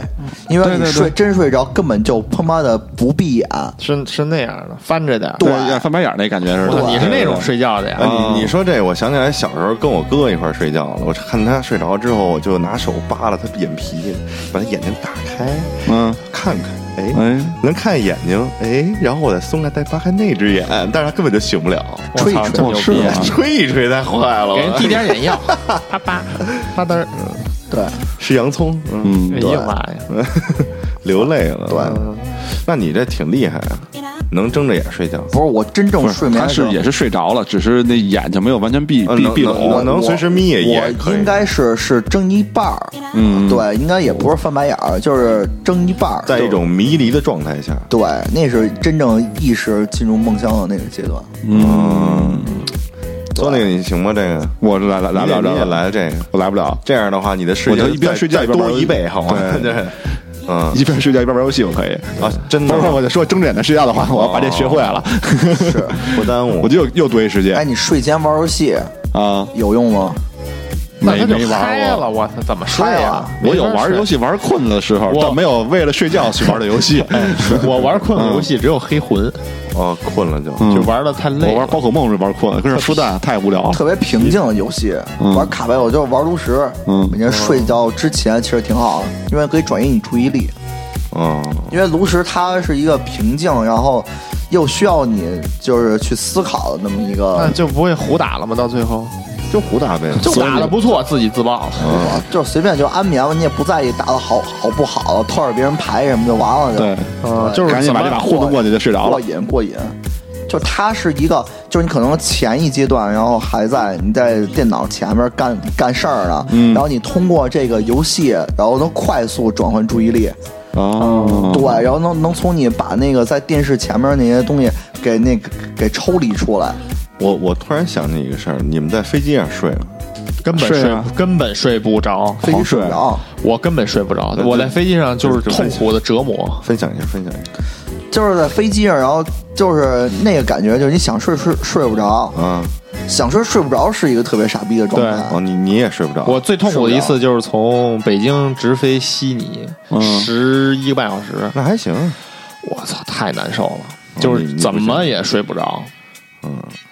[SPEAKER 4] 因为
[SPEAKER 3] 对
[SPEAKER 4] 你
[SPEAKER 3] 对对
[SPEAKER 4] 睡真睡着根本就他妈的不闭眼。
[SPEAKER 2] 是是那样的，翻着点儿。
[SPEAKER 4] 对
[SPEAKER 3] 有点翻白眼儿那感觉啊似
[SPEAKER 2] 我
[SPEAKER 3] 的
[SPEAKER 2] 操，。你是那种睡觉的
[SPEAKER 1] 哎
[SPEAKER 2] 呀？
[SPEAKER 1] 你你说这，我想起来小时候跟我哥一块儿睡觉了。我看他睡着之后，我就拿手扒拉他眼皮，把他眼睛打开，
[SPEAKER 3] 嗯，
[SPEAKER 1] 看看，哎
[SPEAKER 3] 哎
[SPEAKER 1] 能看眼睛，哎，然后我再松开，再扒开那只眼，但是他根本就醒不了，
[SPEAKER 2] 我操
[SPEAKER 4] 吹一吹
[SPEAKER 2] 这么牛
[SPEAKER 3] 是
[SPEAKER 2] 逼
[SPEAKER 3] 吗
[SPEAKER 2] 啊！
[SPEAKER 1] 吹一吹太坏了，
[SPEAKER 2] 给人
[SPEAKER 1] 我
[SPEAKER 2] 滴点眼药，啪啪啪嘚儿，
[SPEAKER 4] 对，
[SPEAKER 1] 是洋葱，嗯，
[SPEAKER 3] 嗯
[SPEAKER 2] 哎，呀妈呀！
[SPEAKER 1] 流泪了。对，那你这挺厉害啊，能睁着眼睡觉，
[SPEAKER 4] 不是我真正
[SPEAKER 3] 不是
[SPEAKER 4] 睡眠
[SPEAKER 3] 他
[SPEAKER 4] 的时
[SPEAKER 3] 是
[SPEAKER 4] 候
[SPEAKER 3] 也是睡着了，只是那眼睛没有完全闭
[SPEAKER 1] 呃
[SPEAKER 3] 闭
[SPEAKER 1] 能
[SPEAKER 3] 闭
[SPEAKER 1] 能
[SPEAKER 3] 拢
[SPEAKER 1] 能。能随时眯也
[SPEAKER 4] 我
[SPEAKER 1] 也可以
[SPEAKER 4] 应。该是是睁一半儿，
[SPEAKER 3] 嗯，
[SPEAKER 4] 对，应该也不是翻白眼儿，就是睁一半儿，
[SPEAKER 1] 在一种迷离的状态下，
[SPEAKER 4] 对，那是真正意识进入梦乡的那个阶段。
[SPEAKER 3] 嗯，
[SPEAKER 1] 做那个你行吗？这个
[SPEAKER 3] 我来来来
[SPEAKER 1] 你
[SPEAKER 3] 不
[SPEAKER 1] 也
[SPEAKER 3] 了，
[SPEAKER 1] 你也
[SPEAKER 3] 来
[SPEAKER 1] 来这个，
[SPEAKER 3] 我来不了，
[SPEAKER 1] 这样的话你的视
[SPEAKER 3] 我
[SPEAKER 1] 野
[SPEAKER 3] 就一边
[SPEAKER 1] 再
[SPEAKER 3] 睡觉
[SPEAKER 1] 再
[SPEAKER 3] 一边玩
[SPEAKER 1] 多
[SPEAKER 3] 游
[SPEAKER 1] 一倍，好吗？
[SPEAKER 3] 对
[SPEAKER 1] 对， 嗯
[SPEAKER 3] 一边睡觉一边玩游戏，我可以。
[SPEAKER 1] 啊， 真的
[SPEAKER 3] 包括我就说睁着眼睛睡觉的话，我要把这学会了，
[SPEAKER 1] 不耽误
[SPEAKER 3] 我。就又又多一时
[SPEAKER 4] 哎，
[SPEAKER 3] 间
[SPEAKER 4] 你睡前玩游戏
[SPEAKER 3] 啊。
[SPEAKER 4] 有用吗？
[SPEAKER 2] 那
[SPEAKER 3] 没
[SPEAKER 2] 他
[SPEAKER 3] 没
[SPEAKER 2] 就嗨
[SPEAKER 3] 玩
[SPEAKER 2] 了，
[SPEAKER 3] 过，
[SPEAKER 2] 我操，怎么睡啊
[SPEAKER 4] 嗨
[SPEAKER 2] 呀
[SPEAKER 4] 了？
[SPEAKER 3] 我有玩游
[SPEAKER 2] 戏，
[SPEAKER 3] 戏玩困了的时候，
[SPEAKER 2] 我
[SPEAKER 3] 但没有为了睡觉去玩的游戏。
[SPEAKER 2] 我玩困了游戏 只有黑魂，
[SPEAKER 1] 哦，困了就
[SPEAKER 3] 嗯
[SPEAKER 2] 就玩的太累
[SPEAKER 3] 我玩
[SPEAKER 2] 了。
[SPEAKER 3] 宝可梦是玩困了，跟着孵蛋太无
[SPEAKER 1] 哦
[SPEAKER 3] 聊了。
[SPEAKER 4] 特别平静的游戏，
[SPEAKER 3] 嗯
[SPEAKER 4] 玩卡牌我就是玩炉石，
[SPEAKER 3] 嗯
[SPEAKER 4] 每天睡觉之前其实挺好的，因为可以转移你注意力。
[SPEAKER 1] 嗯，
[SPEAKER 4] 因为炉石它是一个平静，然后又需要你就是去思考的那么一
[SPEAKER 2] 那
[SPEAKER 4] 个，
[SPEAKER 2] 就不会胡打了吗？到最后
[SPEAKER 1] 就胡打呗。
[SPEAKER 2] 就打的不错，自己自爆了。
[SPEAKER 4] 嗯就随便就安眠了，你也不在意打的好好不好，偷点别人牌什么就完了。就
[SPEAKER 3] 对，
[SPEAKER 2] 嗯，就是
[SPEAKER 3] 赶紧把这
[SPEAKER 2] 怎
[SPEAKER 3] 把
[SPEAKER 2] 么
[SPEAKER 3] 糊弄过去就睡着
[SPEAKER 4] 过
[SPEAKER 3] 了。
[SPEAKER 4] 瘾过瘾。就它是一个，就是你可能前一阶段，然后还在你在电脑前面干干事儿呢，然后你通过这个游戏，然后能快速转换注意力，
[SPEAKER 3] 哦，
[SPEAKER 4] 对，然后能能从你把那个在电视前面那些东西给那个给抽离出来。
[SPEAKER 1] 我我突然想起一个事儿，你们在飞机上睡吗？
[SPEAKER 2] 根本
[SPEAKER 3] 睡
[SPEAKER 2] 睡
[SPEAKER 3] 啊
[SPEAKER 2] 根本睡不着，
[SPEAKER 4] 飞机睡不
[SPEAKER 3] 睡
[SPEAKER 4] 着，
[SPEAKER 2] 我根本睡不着。
[SPEAKER 1] 对
[SPEAKER 2] 我在飞机上就是痛苦的折磨。
[SPEAKER 1] 分享一下，分享一下。
[SPEAKER 4] 就是在飞机上，然后就是那个感觉，就是你想睡睡睡不着，
[SPEAKER 1] 啊，
[SPEAKER 4] 想睡睡不着是一个特别傻逼的状态。
[SPEAKER 1] 哦，你你也睡不着。
[SPEAKER 2] 我最痛苦的一次就是从北京直飞悉尼，
[SPEAKER 3] 嗯
[SPEAKER 2] 十一个半小时，
[SPEAKER 1] 那还行，
[SPEAKER 2] 我操，太难受了，就是
[SPEAKER 1] 你
[SPEAKER 2] 怎么也睡不着。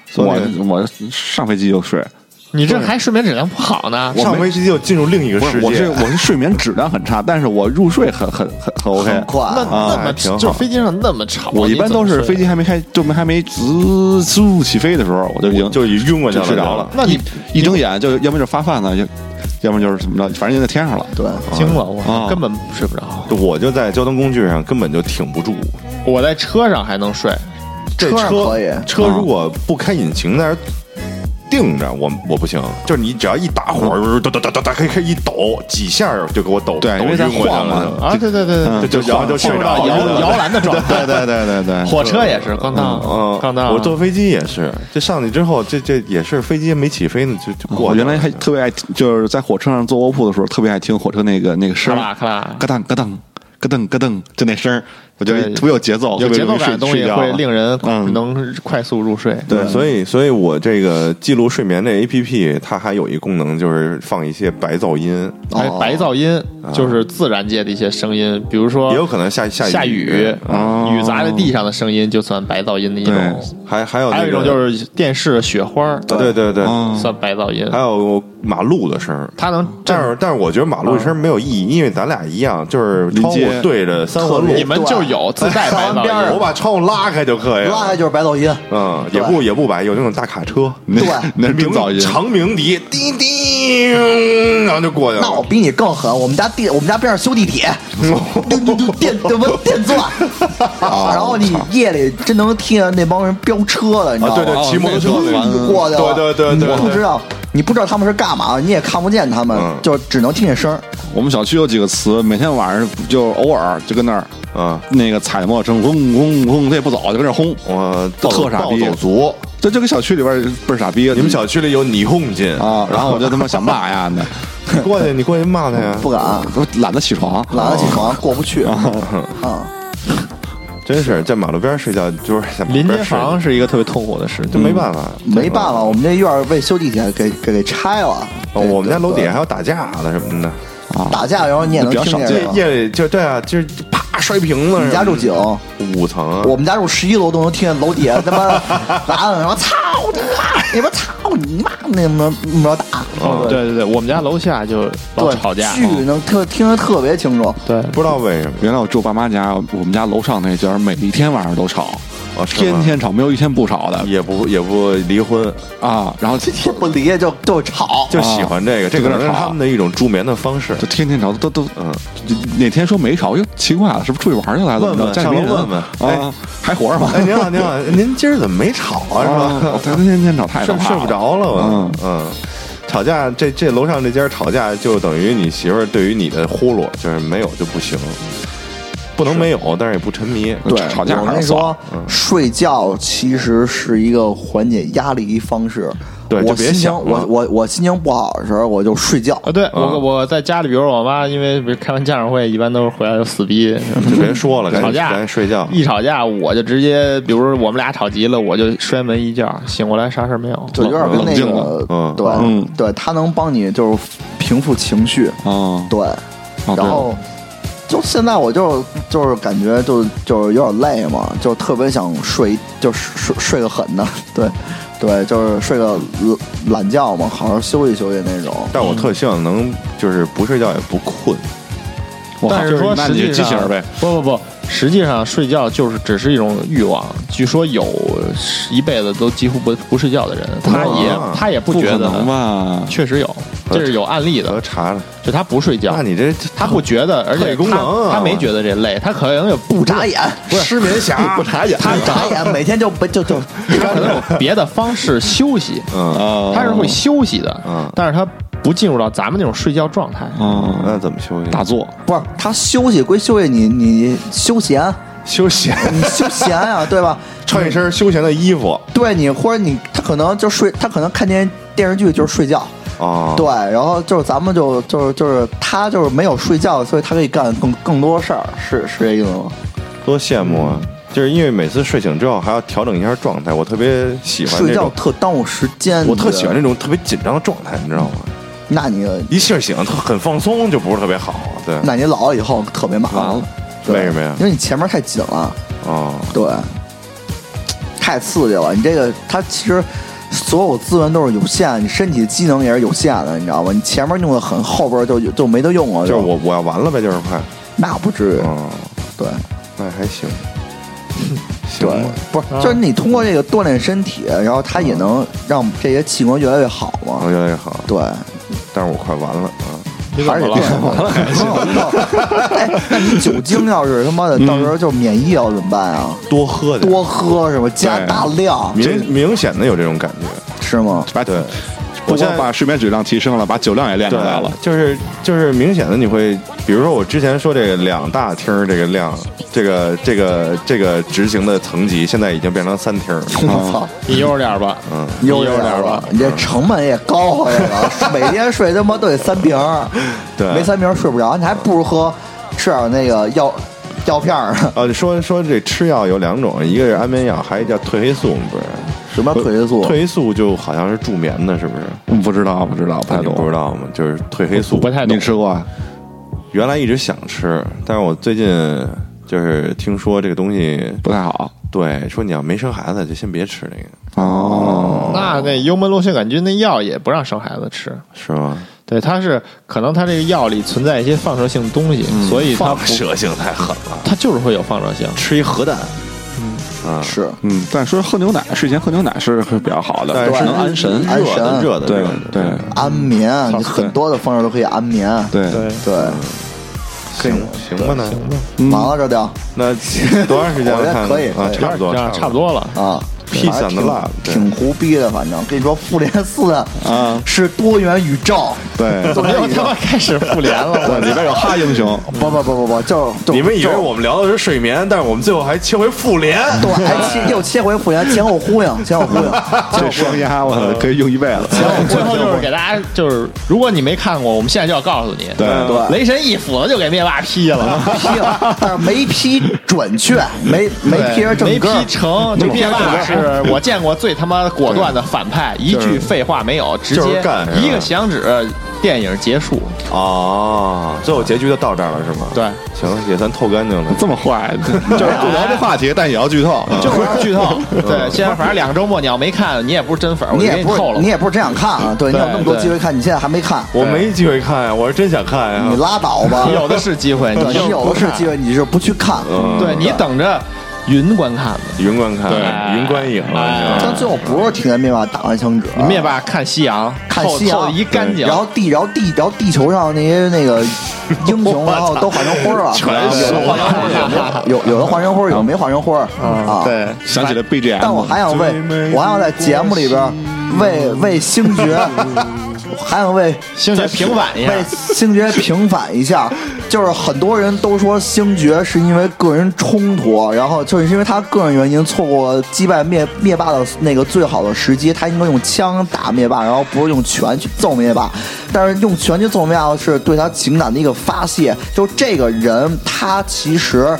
[SPEAKER 1] 所以
[SPEAKER 3] 我我上飞机就睡，
[SPEAKER 2] 你这还睡眠质量不好呢？
[SPEAKER 1] 上飞机就进入另一个
[SPEAKER 3] 不
[SPEAKER 1] 世
[SPEAKER 3] 是
[SPEAKER 1] 界。
[SPEAKER 3] 我是我是睡眠质量很差，但是我入睡很很很很 OK，
[SPEAKER 4] 很快，啊
[SPEAKER 2] 那那
[SPEAKER 1] 还
[SPEAKER 2] 么
[SPEAKER 1] 挺好
[SPEAKER 2] 就是飞机上那么啊吵，
[SPEAKER 3] 我一般都是飞机
[SPEAKER 2] 你
[SPEAKER 3] 还没开，就没还没滋苏起飞的时候，我就已经
[SPEAKER 1] 就晕过去
[SPEAKER 3] 就
[SPEAKER 1] 了，
[SPEAKER 3] 睡着了。
[SPEAKER 2] 那你
[SPEAKER 3] 一一睁眼就要么就是发饭了，要要么就是怎么着，反正就在天上了。
[SPEAKER 4] 对，
[SPEAKER 2] 怎么睡惊了，
[SPEAKER 3] 啊
[SPEAKER 2] 我根本睡不着。
[SPEAKER 1] 就我就在交通工具上根本就挺不住。
[SPEAKER 2] 我在车上还能睡，
[SPEAKER 1] 这
[SPEAKER 4] 车上
[SPEAKER 1] 车
[SPEAKER 4] 可以
[SPEAKER 1] 车
[SPEAKER 3] 啊
[SPEAKER 1] 如果不开引擎在那儿定着，我我不行。就是你只要一打火，哒哒哒哒哒，开开一抖几下儿就给我抖，
[SPEAKER 3] 啊对
[SPEAKER 1] 抖
[SPEAKER 3] 因为在
[SPEAKER 1] 晕过去
[SPEAKER 3] 晃嘛
[SPEAKER 1] 了。
[SPEAKER 2] 啊，对对对
[SPEAKER 1] 就
[SPEAKER 2] 对，
[SPEAKER 1] 就然后就睡
[SPEAKER 2] 进入
[SPEAKER 1] 着
[SPEAKER 2] 到摇
[SPEAKER 1] 了。
[SPEAKER 3] 啊
[SPEAKER 2] 摇篮的状态。
[SPEAKER 3] 对对对对 对，
[SPEAKER 2] 火车也是，刚到，
[SPEAKER 1] 嗯，
[SPEAKER 2] 刚到，
[SPEAKER 1] 我坐飞机也是，这上去之后，这这也是飞机没起飞呢，就就过
[SPEAKER 3] 我
[SPEAKER 1] 去了。
[SPEAKER 3] 啊原来还特别爱听，就是在火车上坐卧铺的时候，特别爱听火车那个那个
[SPEAKER 2] 咔
[SPEAKER 3] 声儿，
[SPEAKER 2] 啦咔啦，
[SPEAKER 3] 咯噔咯噔咯噔咯噔，就那声儿，我觉得
[SPEAKER 2] 对
[SPEAKER 3] 特别有节奏，
[SPEAKER 2] 有哦节奏感的
[SPEAKER 3] 的
[SPEAKER 2] 东西会令人
[SPEAKER 3] 嗯
[SPEAKER 2] 能快速入睡。
[SPEAKER 1] 啊对，所以所以我这个记录睡眠这 A P P，它还有一功能就是放一些白噪音，
[SPEAKER 2] 还有白噪音就是自然界的一些声音，比如说
[SPEAKER 1] 啊也有可能下下
[SPEAKER 2] 啊下雨啊
[SPEAKER 1] 雨，啊嗯
[SPEAKER 3] 哦
[SPEAKER 2] 雨砸在地上的声音就算白噪音的一
[SPEAKER 3] 对
[SPEAKER 2] 种。
[SPEAKER 1] 还还有那
[SPEAKER 2] 哦还有一种
[SPEAKER 1] 个
[SPEAKER 2] 就是电视的雪花，
[SPEAKER 1] 对对对，
[SPEAKER 3] 嗯
[SPEAKER 2] 算白噪音。
[SPEAKER 1] 还有马路的声儿。
[SPEAKER 2] 他能
[SPEAKER 1] 但是，但是我觉得马路的声儿
[SPEAKER 4] 嗯
[SPEAKER 1] 没有意义，因为咱俩一样，就是
[SPEAKER 3] 临
[SPEAKER 1] 窗户
[SPEAKER 3] 街
[SPEAKER 1] 对着三环路
[SPEAKER 2] 你，们
[SPEAKER 4] 啊
[SPEAKER 2] 就有自带白噪
[SPEAKER 4] 边
[SPEAKER 2] 音
[SPEAKER 4] 儿
[SPEAKER 1] 我把窗户拉开就可以
[SPEAKER 4] 拉
[SPEAKER 1] 了。
[SPEAKER 4] 开就是白噪音，
[SPEAKER 1] 嗯，也不也不白，有那种大卡车，
[SPEAKER 3] 那
[SPEAKER 4] 对
[SPEAKER 3] 那是真 噪音。
[SPEAKER 1] 长鸣笛，叮叮，然后就过去了。
[SPEAKER 4] 那我比你更狠，我们家地，我们家边上修 地铁，电电怎么电钻，啊然后你夜里真能听见那帮人飙车了，你知道
[SPEAKER 1] 啊，
[SPEAKER 4] 吗？哎
[SPEAKER 1] 对对，骑摩托车那个
[SPEAKER 4] 过去了，
[SPEAKER 1] 对对对对
[SPEAKER 4] 你不知
[SPEAKER 1] 对，
[SPEAKER 4] 道，你不知道他们是干嘛，你也看不见他们，
[SPEAKER 1] 嗯
[SPEAKER 4] 就只能听见声儿。
[SPEAKER 3] 我们小区有几个词，每天晚上就偶尔就跟那儿
[SPEAKER 1] 嗯，
[SPEAKER 3] 那个踩摩托车，轰轰轰，他也不走，就跟那儿轰。
[SPEAKER 1] 我暴
[SPEAKER 3] 特傻逼
[SPEAKER 1] 暴走族，
[SPEAKER 3] 这就跟小区里边倍儿傻逼。
[SPEAKER 1] 你们小区里有霓虹进，
[SPEAKER 3] 啊，然后我就他妈想骂呀，那
[SPEAKER 1] 你过去你过去骂他呀，
[SPEAKER 4] 不敢，
[SPEAKER 3] 我懒得起床，
[SPEAKER 4] 懒得起床，过不去啊！
[SPEAKER 1] 真是在马路边睡觉就是在马路
[SPEAKER 2] 临街
[SPEAKER 1] 边睡
[SPEAKER 2] 房是一个特别痛苦的事
[SPEAKER 1] 就
[SPEAKER 2] 情。
[SPEAKER 1] 没办法，
[SPEAKER 4] 嗯没办法，我们这院儿为修地铁给给给拆了。
[SPEAKER 1] 哦我们家楼底下还有打架的什么的，
[SPEAKER 4] 打架，然后你也能
[SPEAKER 3] 比较
[SPEAKER 4] 听
[SPEAKER 3] 少
[SPEAKER 4] 见
[SPEAKER 3] 见
[SPEAKER 1] 夜
[SPEAKER 4] 这个。
[SPEAKER 1] 夜里就对啊，就是啪摔瓶子什么的。
[SPEAKER 4] 你家住几楼？
[SPEAKER 1] 五层啊，
[SPEAKER 4] 我们家住十一楼都能听见楼底下他妈喊什么“操你妈”，你们“操你妈”那么那么着打，
[SPEAKER 2] 嗯对对对，我们家楼下就老
[SPEAKER 4] 对，
[SPEAKER 2] 吵架。嗯
[SPEAKER 4] 巨能特听得特别清楚。
[SPEAKER 2] 对，啊
[SPEAKER 1] 不知道为什么
[SPEAKER 3] 原来我住我爸妈家，我们家楼上那家每一天晚上都吵，
[SPEAKER 1] 哦是
[SPEAKER 3] 天
[SPEAKER 1] 吗
[SPEAKER 3] 天吵，没有一天不吵的
[SPEAKER 1] 也不也不离婚，
[SPEAKER 3] 啊。然后
[SPEAKER 4] 这天不离就就吵，
[SPEAKER 1] 就喜欢这个，这
[SPEAKER 3] 就
[SPEAKER 1] 可
[SPEAKER 3] 跟那
[SPEAKER 1] 能是
[SPEAKER 3] 吵
[SPEAKER 1] 他们的一种助眠的方式
[SPEAKER 3] 就。天天吵，都都
[SPEAKER 1] 嗯，
[SPEAKER 3] 就哪天说没吵，哟，奇怪了，是不是出去玩去了？怎么
[SPEAKER 1] 问
[SPEAKER 3] 着
[SPEAKER 1] 问
[SPEAKER 3] 家里没
[SPEAKER 1] 上楼
[SPEAKER 3] 人
[SPEAKER 1] 问问
[SPEAKER 3] 啊，还活着吗？
[SPEAKER 1] 哎，您好， 您好，您今儿怎么没吵啊？是吧
[SPEAKER 3] 啊，？他天天 吵太可
[SPEAKER 1] 睡
[SPEAKER 3] 怕了
[SPEAKER 1] 睡不。着了我
[SPEAKER 3] 嗯，
[SPEAKER 1] 嗯。吵架，这这楼上这家吵架，就等于你媳妇儿对于你的呼噜，就是没有就不行，不能没有，但是也不沉迷。
[SPEAKER 4] 对，
[SPEAKER 3] 吵架
[SPEAKER 4] 我
[SPEAKER 3] 还
[SPEAKER 4] 跟你
[SPEAKER 3] 是算
[SPEAKER 4] 说
[SPEAKER 3] 了，
[SPEAKER 4] 睡觉其实是一个缓解压力一方式。
[SPEAKER 1] 对
[SPEAKER 4] 我
[SPEAKER 1] 就别
[SPEAKER 4] 心情
[SPEAKER 1] 想了
[SPEAKER 4] 我我我心情不好的时候，我就睡觉。
[SPEAKER 2] 啊，对我我在家里，比如我妈，因为比如开完家长会，一般都是回来就死逼，
[SPEAKER 1] 就别说了，赶紧
[SPEAKER 2] 吵架
[SPEAKER 1] 赶紧睡觉。
[SPEAKER 2] 一吵架我就直接，比如说我们俩吵急了，我就摔门一觉，醒过来啥事儿没有。
[SPEAKER 4] 就有点跟那
[SPEAKER 3] 冷静
[SPEAKER 4] 个
[SPEAKER 3] 了，
[SPEAKER 1] 嗯
[SPEAKER 4] 对、
[SPEAKER 3] 嗯
[SPEAKER 4] 对，它能帮你就是平复情绪，
[SPEAKER 3] 啊，
[SPEAKER 4] 对，
[SPEAKER 3] 哦
[SPEAKER 4] 然
[SPEAKER 3] 对
[SPEAKER 4] 后就现在我就就是感觉就就是有点累嘛，就特别想睡，就睡睡个狠的， 对对，就是睡个懒懒觉嘛，好好休息休息那种。
[SPEAKER 1] 但我特希望能就是不睡觉也不困，
[SPEAKER 3] 我
[SPEAKER 2] 但是说
[SPEAKER 3] 那
[SPEAKER 2] 实
[SPEAKER 3] 你
[SPEAKER 2] 际
[SPEAKER 3] 就畸形
[SPEAKER 2] 上
[SPEAKER 3] 儿呗，
[SPEAKER 2] 不不不，实际上睡觉就是只是一种欲望。据说有一辈子都几乎不不睡觉的人，他
[SPEAKER 1] 能
[SPEAKER 2] 也
[SPEAKER 1] 啊
[SPEAKER 2] 他也不
[SPEAKER 3] 不
[SPEAKER 2] 觉
[SPEAKER 3] 可
[SPEAKER 2] 得
[SPEAKER 3] 能吧？
[SPEAKER 2] 确实有，这是有案例
[SPEAKER 1] 我
[SPEAKER 2] 的
[SPEAKER 1] 都，查了。
[SPEAKER 2] 就他不睡觉
[SPEAKER 1] 呃那，你这
[SPEAKER 2] 他不觉得，而
[SPEAKER 1] 特
[SPEAKER 2] 且
[SPEAKER 1] 异功
[SPEAKER 2] 他
[SPEAKER 1] 能啊
[SPEAKER 2] 他没觉得这累，他可能也不
[SPEAKER 4] 不眨眼，
[SPEAKER 1] 失眠侠 不查眼，
[SPEAKER 4] 他眨眼，每天就不就就
[SPEAKER 2] 他可能有别的方式休息，
[SPEAKER 1] 嗯，
[SPEAKER 3] 啊，
[SPEAKER 2] 他是会休息的，
[SPEAKER 1] 嗯
[SPEAKER 2] 但是他不进入到咱们那种睡觉状态。
[SPEAKER 3] 啊
[SPEAKER 1] 那怎么休息？
[SPEAKER 3] 打坐，
[SPEAKER 4] 不是他休息归休息，你你休 闲，
[SPEAKER 1] 休闲，
[SPEAKER 4] 你休闲呀、对 吧？
[SPEAKER 1] 穿一身休闲的衣服
[SPEAKER 4] 对你或者你他可能就睡，他可能看电电视剧就是睡觉。
[SPEAKER 1] 啊，
[SPEAKER 4] 对，然后就是咱们就就是就是他就是没有睡觉，所以他可以干更更多事儿，是是这意思吗？
[SPEAKER 1] 多羡慕啊！就是因为每次睡醒之后还要调整一下状态，我特别喜欢
[SPEAKER 4] 睡
[SPEAKER 1] 这
[SPEAKER 4] 觉
[SPEAKER 1] 种，
[SPEAKER 4] 特耽误时间，
[SPEAKER 1] 我特喜欢这
[SPEAKER 4] 这。
[SPEAKER 1] 种特别紧张的状态，你知道吗？
[SPEAKER 4] 那你
[SPEAKER 1] 一下醒特很放松，就不是特别好。啊对，
[SPEAKER 4] 那你老了以后特别麻烦，
[SPEAKER 3] 完了
[SPEAKER 4] 对
[SPEAKER 1] 为什么呀
[SPEAKER 4] 因为你前面太紧了，
[SPEAKER 1] 哦，
[SPEAKER 4] 对，太刺激了。你这个它其实所有资源都是有限，你身体机能也是有限的，你知道吗？你前面用的很，后边就就没得用了。
[SPEAKER 1] 就是我我要完了呗，就是快，
[SPEAKER 4] 那不至于，
[SPEAKER 1] 嗯，
[SPEAKER 4] 对。
[SPEAKER 1] 那还 行，行
[SPEAKER 4] 对
[SPEAKER 1] 吧，
[SPEAKER 4] 不是，
[SPEAKER 2] 啊
[SPEAKER 4] 就是你通过这个锻炼身体，然后它也能让这些器官越来越好
[SPEAKER 2] 哎
[SPEAKER 1] 我
[SPEAKER 4] 嘛。
[SPEAKER 1] 啊越来越好，
[SPEAKER 4] 对，
[SPEAKER 1] 但是我快完了啊！
[SPEAKER 2] 你怎
[SPEAKER 4] 还
[SPEAKER 2] 么
[SPEAKER 4] 是得
[SPEAKER 2] 了
[SPEAKER 4] 锻炼好。 哎，那你酒精要是他妈的到时候就免疫了怎么办啊？
[SPEAKER 1] 多喝点，
[SPEAKER 4] 多喝是吧？加大量
[SPEAKER 1] 明明显的有这种感觉，
[SPEAKER 4] 是吗？
[SPEAKER 1] 把对，
[SPEAKER 3] 不
[SPEAKER 1] 我现在
[SPEAKER 3] 光把睡眠质量提升了，把酒量也练出
[SPEAKER 1] 对
[SPEAKER 3] 来了。，
[SPEAKER 1] 就是就是明显的你会，比如说我之前说这个两大厅儿这个量，这个这个这个执行的层级，现在已经变成三厅儿了。
[SPEAKER 4] 我操，
[SPEAKER 2] 嗯你悠着点吧，嗯，悠着
[SPEAKER 4] 点
[SPEAKER 2] 点
[SPEAKER 4] 儿
[SPEAKER 2] 吧。，
[SPEAKER 4] 你这成本也高啊，这 个每天睡他妈都得三瓶儿，
[SPEAKER 1] 嗯对
[SPEAKER 4] 没三瓶儿睡不着，你还不如喝吃点儿那个药药片儿，
[SPEAKER 1] 啊，你说说这吃药有两种，一个是安眠药，还有一个叫褪黑素，不是？
[SPEAKER 4] 什么褪啊黑素
[SPEAKER 1] 褪、黑素就好像是助眠的，是不是？
[SPEAKER 3] 嗯不知道，不知道，不太
[SPEAKER 1] 你不知
[SPEAKER 3] 懂。
[SPEAKER 1] 道吗？就是褪黑素，
[SPEAKER 2] 不太懂
[SPEAKER 3] 你吃过啊？
[SPEAKER 1] 原来一直想吃，但是我最近就是听说这个东西，
[SPEAKER 3] 不太好。
[SPEAKER 1] 对，说你要没生孩子就先别吃那个，
[SPEAKER 3] 哦，
[SPEAKER 2] 那那幽门螺旋杆菌那药也不让生孩子吃，
[SPEAKER 1] 是吗？
[SPEAKER 2] 对，它是可能它这个药里存在一些放射性东西，所以
[SPEAKER 1] 嗯
[SPEAKER 2] 它
[SPEAKER 1] 放
[SPEAKER 2] 不
[SPEAKER 1] 射性太狠了，
[SPEAKER 2] 它就是会有放射性。
[SPEAKER 1] 吃一核弹，
[SPEAKER 4] 是
[SPEAKER 3] 嗯，但说喝牛奶，睡前喝牛奶是是比较好的，
[SPEAKER 1] 但是
[SPEAKER 3] 能安神，
[SPEAKER 4] 安
[SPEAKER 1] 热的
[SPEAKER 4] 神
[SPEAKER 1] 热的，
[SPEAKER 3] 对
[SPEAKER 1] 热的
[SPEAKER 3] 对
[SPEAKER 4] 安眠，啊你很多的方式都可以安眠。
[SPEAKER 3] 嗯
[SPEAKER 4] 啊
[SPEAKER 3] 对
[SPEAKER 2] 对，
[SPEAKER 4] 对，
[SPEAKER 1] 行吧呢？
[SPEAKER 4] 完了这就
[SPEAKER 1] 那 多长时间
[SPEAKER 4] 我
[SPEAKER 1] 了？
[SPEAKER 4] 觉得
[SPEAKER 1] 看看
[SPEAKER 4] 可以
[SPEAKER 1] 啊，
[SPEAKER 4] 可以
[SPEAKER 1] 差不多
[SPEAKER 2] 这，样差不多了。
[SPEAKER 4] 啊。
[SPEAKER 1] Peace
[SPEAKER 4] 反正
[SPEAKER 1] and
[SPEAKER 4] 挺
[SPEAKER 1] love，对
[SPEAKER 4] 挺胡逼的，反正跟你说，复联四
[SPEAKER 3] 啊，
[SPEAKER 4] 是多元宇宙，
[SPEAKER 1] 对。
[SPEAKER 4] 多元
[SPEAKER 2] 又
[SPEAKER 4] 宇
[SPEAKER 2] 他
[SPEAKER 4] 宙
[SPEAKER 2] 妈，开 始复联了，
[SPEAKER 3] 对，里边有哈英雄，
[SPEAKER 4] 不不不不不，就就
[SPEAKER 1] 你们以为
[SPEAKER 4] 就嗯
[SPEAKER 1] 我们聊的是睡眠，但是我们最后还切回复联。
[SPEAKER 4] 对，还切又切回复联，前后呼应，前后呼应，
[SPEAKER 3] 这双压我操可以用一辈子。
[SPEAKER 1] 哎
[SPEAKER 2] 我最后就是给大家，就是如果你没看过，我们现在就要告诉你，
[SPEAKER 3] 对
[SPEAKER 4] 对
[SPEAKER 2] 雷神一斧子就给灭霸劈 了，
[SPEAKER 4] 批了，但是没批准确，没没批着正
[SPEAKER 2] 没
[SPEAKER 4] 歌儿
[SPEAKER 2] 劈，成，就灭霸是我见过最他妈果断的反派，一句废话没有，直
[SPEAKER 1] 就是
[SPEAKER 2] 接
[SPEAKER 1] 干是吧
[SPEAKER 2] 一个响指，电影结束。
[SPEAKER 1] 哦，最后结局就到这儿了是吗？
[SPEAKER 2] 对，
[SPEAKER 1] 行，也算透干净了。啊
[SPEAKER 3] 这么坏， 就是不聊这话题，但也要剧透。
[SPEAKER 2] 就是 剧啊透，对，现在反正两个周末你要没看，你也不是真粉，我
[SPEAKER 4] 嗯你
[SPEAKER 2] 就
[SPEAKER 4] 也
[SPEAKER 2] 给
[SPEAKER 4] 不
[SPEAKER 2] 透
[SPEAKER 4] 是
[SPEAKER 2] 了
[SPEAKER 4] 你。也不是真想看啊，对你有
[SPEAKER 2] 对
[SPEAKER 4] 那么多
[SPEAKER 2] 对
[SPEAKER 4] 机会看，你现在还没看，
[SPEAKER 1] 我没机会看呀，我是真想看啊呀
[SPEAKER 4] 你。拉倒 吧，
[SPEAKER 2] 有的是机会，
[SPEAKER 4] 对
[SPEAKER 2] 你
[SPEAKER 4] 你
[SPEAKER 2] 就
[SPEAKER 4] 有嗯
[SPEAKER 2] 不
[SPEAKER 4] 的是
[SPEAKER 2] 看嗯
[SPEAKER 4] 机，会，你就不去看，
[SPEAKER 2] 对你等着云观看
[SPEAKER 4] 啊
[SPEAKER 2] 吧。
[SPEAKER 1] 云观看，
[SPEAKER 2] 对
[SPEAKER 1] 云观影了，
[SPEAKER 2] 哎
[SPEAKER 1] 你知道
[SPEAKER 4] 但
[SPEAKER 1] 吗
[SPEAKER 4] 最后不是听见灭霸打完响指，
[SPEAKER 2] 灭霸看夕阳，
[SPEAKER 4] 看
[SPEAKER 2] 透
[SPEAKER 4] 夕
[SPEAKER 2] 透得
[SPEAKER 4] 阳
[SPEAKER 2] 一干净，
[SPEAKER 4] 然后地，然后地，然后地球上那些那个英雄，然后都化成花儿了，有的化成花儿，有有的化成花儿，有的没化成花儿啊。
[SPEAKER 2] 对，
[SPEAKER 3] 想起了 BGM，
[SPEAKER 4] 但我还想为，我还想在节目里边儿为为星爵，还想为
[SPEAKER 2] 星爵平反一下
[SPEAKER 4] 为星爵平反一下。就是很多人都说星爵是因为个人冲突，然后就是因为他个人原因错过击败灭灭霸的那个最好的时机，他应该用枪打灭霸，然后不是用拳去揍灭霸。但是用拳去揍灭霸是对他情感的一个发泄。就这个人，他其实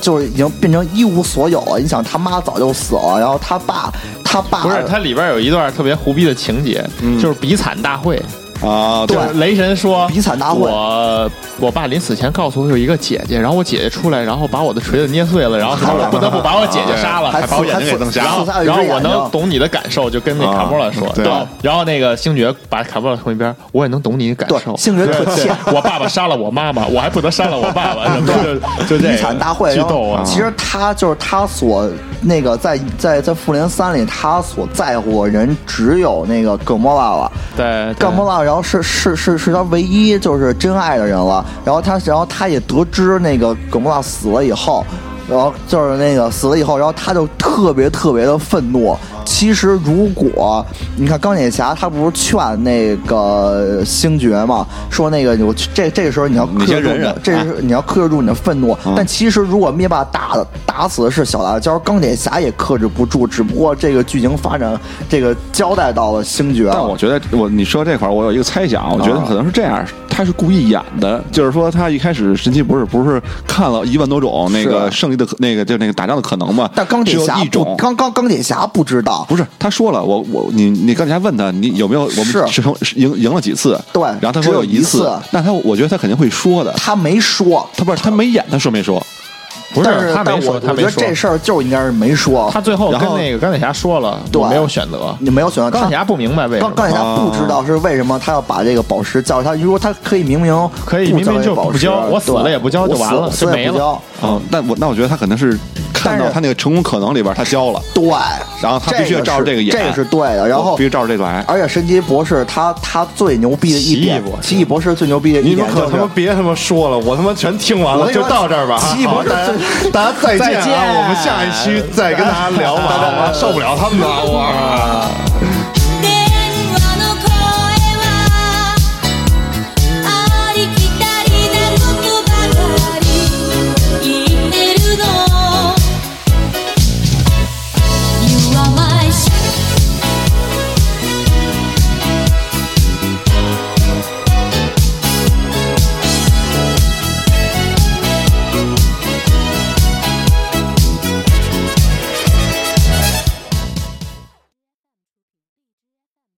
[SPEAKER 4] 就是已经变成一无所有了。你想，他妈早就死了，然后他爸，他爸
[SPEAKER 2] 不是，它里边有一段特别胡逼的情节，就是比惨大会。
[SPEAKER 3] 啊，
[SPEAKER 4] 嗯对
[SPEAKER 2] 就是雷神说
[SPEAKER 4] 比惨大会
[SPEAKER 2] 我我爸临死前告诉我有一个姐姐，然后我姐姐出来，然后把我的锤子捏碎了，然 后什么我不得不把我姐姐杀了，
[SPEAKER 4] 还
[SPEAKER 2] 还把我眼睛给
[SPEAKER 4] 还
[SPEAKER 2] 弄瞎
[SPEAKER 4] 还还
[SPEAKER 2] 了。
[SPEAKER 4] 还
[SPEAKER 2] 然后
[SPEAKER 4] 还
[SPEAKER 2] 我能懂你的感受，就跟那
[SPEAKER 4] 啊
[SPEAKER 2] 卡莫拉说，
[SPEAKER 3] 对
[SPEAKER 2] 然后然后那个星爵把卡莫拉从一边，我也能懂你的感
[SPEAKER 4] 对
[SPEAKER 2] 受。
[SPEAKER 4] 星爵特欠。
[SPEAKER 2] 我爸爸杀了我妈妈，我还不能杀了我爸 爸， 就就这
[SPEAKER 4] 遗
[SPEAKER 2] 个
[SPEAKER 4] 产大会，
[SPEAKER 2] 巨
[SPEAKER 4] 然
[SPEAKER 2] 逗
[SPEAKER 4] 后
[SPEAKER 2] 啊！
[SPEAKER 4] 其实他就是他所那个在在在复联三里，他所在乎的人只有那个葛莫拉了。
[SPEAKER 2] 对
[SPEAKER 4] 葛莫拉，然后是是是是他唯一就是真爱的人了。然后他，然后他也得知那个葛莫拉死了以后，然后就是那个死了以后，然后他就特别特别的愤怒。其实如果你看钢铁侠，他不是劝那个星爵嘛，说那个我这这个时候你要克
[SPEAKER 3] 你
[SPEAKER 4] 制
[SPEAKER 3] 先
[SPEAKER 4] 住
[SPEAKER 3] 忍
[SPEAKER 4] 你
[SPEAKER 3] 忍
[SPEAKER 4] 的，这
[SPEAKER 3] 啊嗯
[SPEAKER 4] 是你要克制住你的愤怒。但其实如果灭霸打的打死的是小辣椒，钢铁侠也克制不住，只不过这个剧情发展这个交代到了星爵了。
[SPEAKER 3] 但我觉得我你说这块儿，我有一个猜想，我觉
[SPEAKER 4] 啊
[SPEAKER 3] 得可能是这样，他是故意演的，就是说他一开始神奇不是不是看了一万多种那个胜利的可那个就那个打仗的可能嘛，
[SPEAKER 4] 但钢铁
[SPEAKER 3] 只有
[SPEAKER 4] 侠
[SPEAKER 3] 一
[SPEAKER 4] 不，
[SPEAKER 3] 种。
[SPEAKER 4] 钢钢钢铁侠不知道，
[SPEAKER 3] 不是，他说了，我我你你钢铁侠问他，你有没有我们
[SPEAKER 4] 是
[SPEAKER 3] 是成赢赢了几次？
[SPEAKER 4] 对
[SPEAKER 3] 然后他
[SPEAKER 4] 只
[SPEAKER 3] 说
[SPEAKER 4] 有
[SPEAKER 3] 一
[SPEAKER 4] 一次
[SPEAKER 3] 那他我觉得他肯定会说的，
[SPEAKER 4] 他没说。
[SPEAKER 3] 他不是他没演，他说没说？
[SPEAKER 2] 不
[SPEAKER 4] 但是，
[SPEAKER 2] 他没
[SPEAKER 4] 但
[SPEAKER 2] 说，
[SPEAKER 4] 我
[SPEAKER 2] 他
[SPEAKER 4] 我
[SPEAKER 2] 没
[SPEAKER 4] 觉得
[SPEAKER 2] 说
[SPEAKER 4] 这事儿就应该是没说。
[SPEAKER 2] 他最后跟
[SPEAKER 3] 然后
[SPEAKER 2] 那个钢铁侠说了，
[SPEAKER 4] 对
[SPEAKER 2] 我没有选择。
[SPEAKER 4] 你没有选择
[SPEAKER 2] 钢
[SPEAKER 4] 他
[SPEAKER 2] 铁侠不明白为什
[SPEAKER 4] 钢
[SPEAKER 2] 么，
[SPEAKER 4] 钢铁侠不知道是为什么他要把这个宝石交给他，如果他可以明明
[SPEAKER 2] 可以
[SPEAKER 4] 不
[SPEAKER 2] 明明
[SPEAKER 4] 交这
[SPEAKER 2] 就
[SPEAKER 4] 宝
[SPEAKER 2] 不
[SPEAKER 4] 石
[SPEAKER 2] 交我死
[SPEAKER 4] 对
[SPEAKER 2] 了也不交
[SPEAKER 4] 我
[SPEAKER 2] 就完
[SPEAKER 4] 死
[SPEAKER 2] 了
[SPEAKER 4] 我死
[SPEAKER 2] 就
[SPEAKER 4] 也
[SPEAKER 2] 没了
[SPEAKER 4] 不交
[SPEAKER 3] 嗯，那我那我觉得他可能是
[SPEAKER 4] 哦
[SPEAKER 3] 看
[SPEAKER 4] 但
[SPEAKER 3] 到
[SPEAKER 4] 是
[SPEAKER 3] 他那个成功可能里边，他交了，
[SPEAKER 4] 对，
[SPEAKER 3] 然后他必须要
[SPEAKER 4] 这
[SPEAKER 3] 照着这个
[SPEAKER 4] 是
[SPEAKER 3] 演，
[SPEAKER 4] 这个是对的。然后
[SPEAKER 3] 必须照着这个来。
[SPEAKER 4] 而且神奇博士他他最牛逼的一
[SPEAKER 2] 奇
[SPEAKER 4] 点
[SPEAKER 2] 异博，士
[SPEAKER 4] 奇异博士最牛逼的一
[SPEAKER 1] 你们
[SPEAKER 4] 点
[SPEAKER 1] 可
[SPEAKER 4] 就
[SPEAKER 1] 他妈
[SPEAKER 4] 是。
[SPEAKER 1] 别他妈说了，我他妈全听完
[SPEAKER 4] 我
[SPEAKER 1] 了，
[SPEAKER 4] 跟你
[SPEAKER 1] 就
[SPEAKER 4] 说
[SPEAKER 1] 到这儿吧。
[SPEAKER 4] 奇异博士
[SPEAKER 1] 好大家
[SPEAKER 4] 最
[SPEAKER 1] 大家再见
[SPEAKER 2] 再见
[SPEAKER 1] 啊！我们下一期再跟大家聊吧，我受不了他们了，我。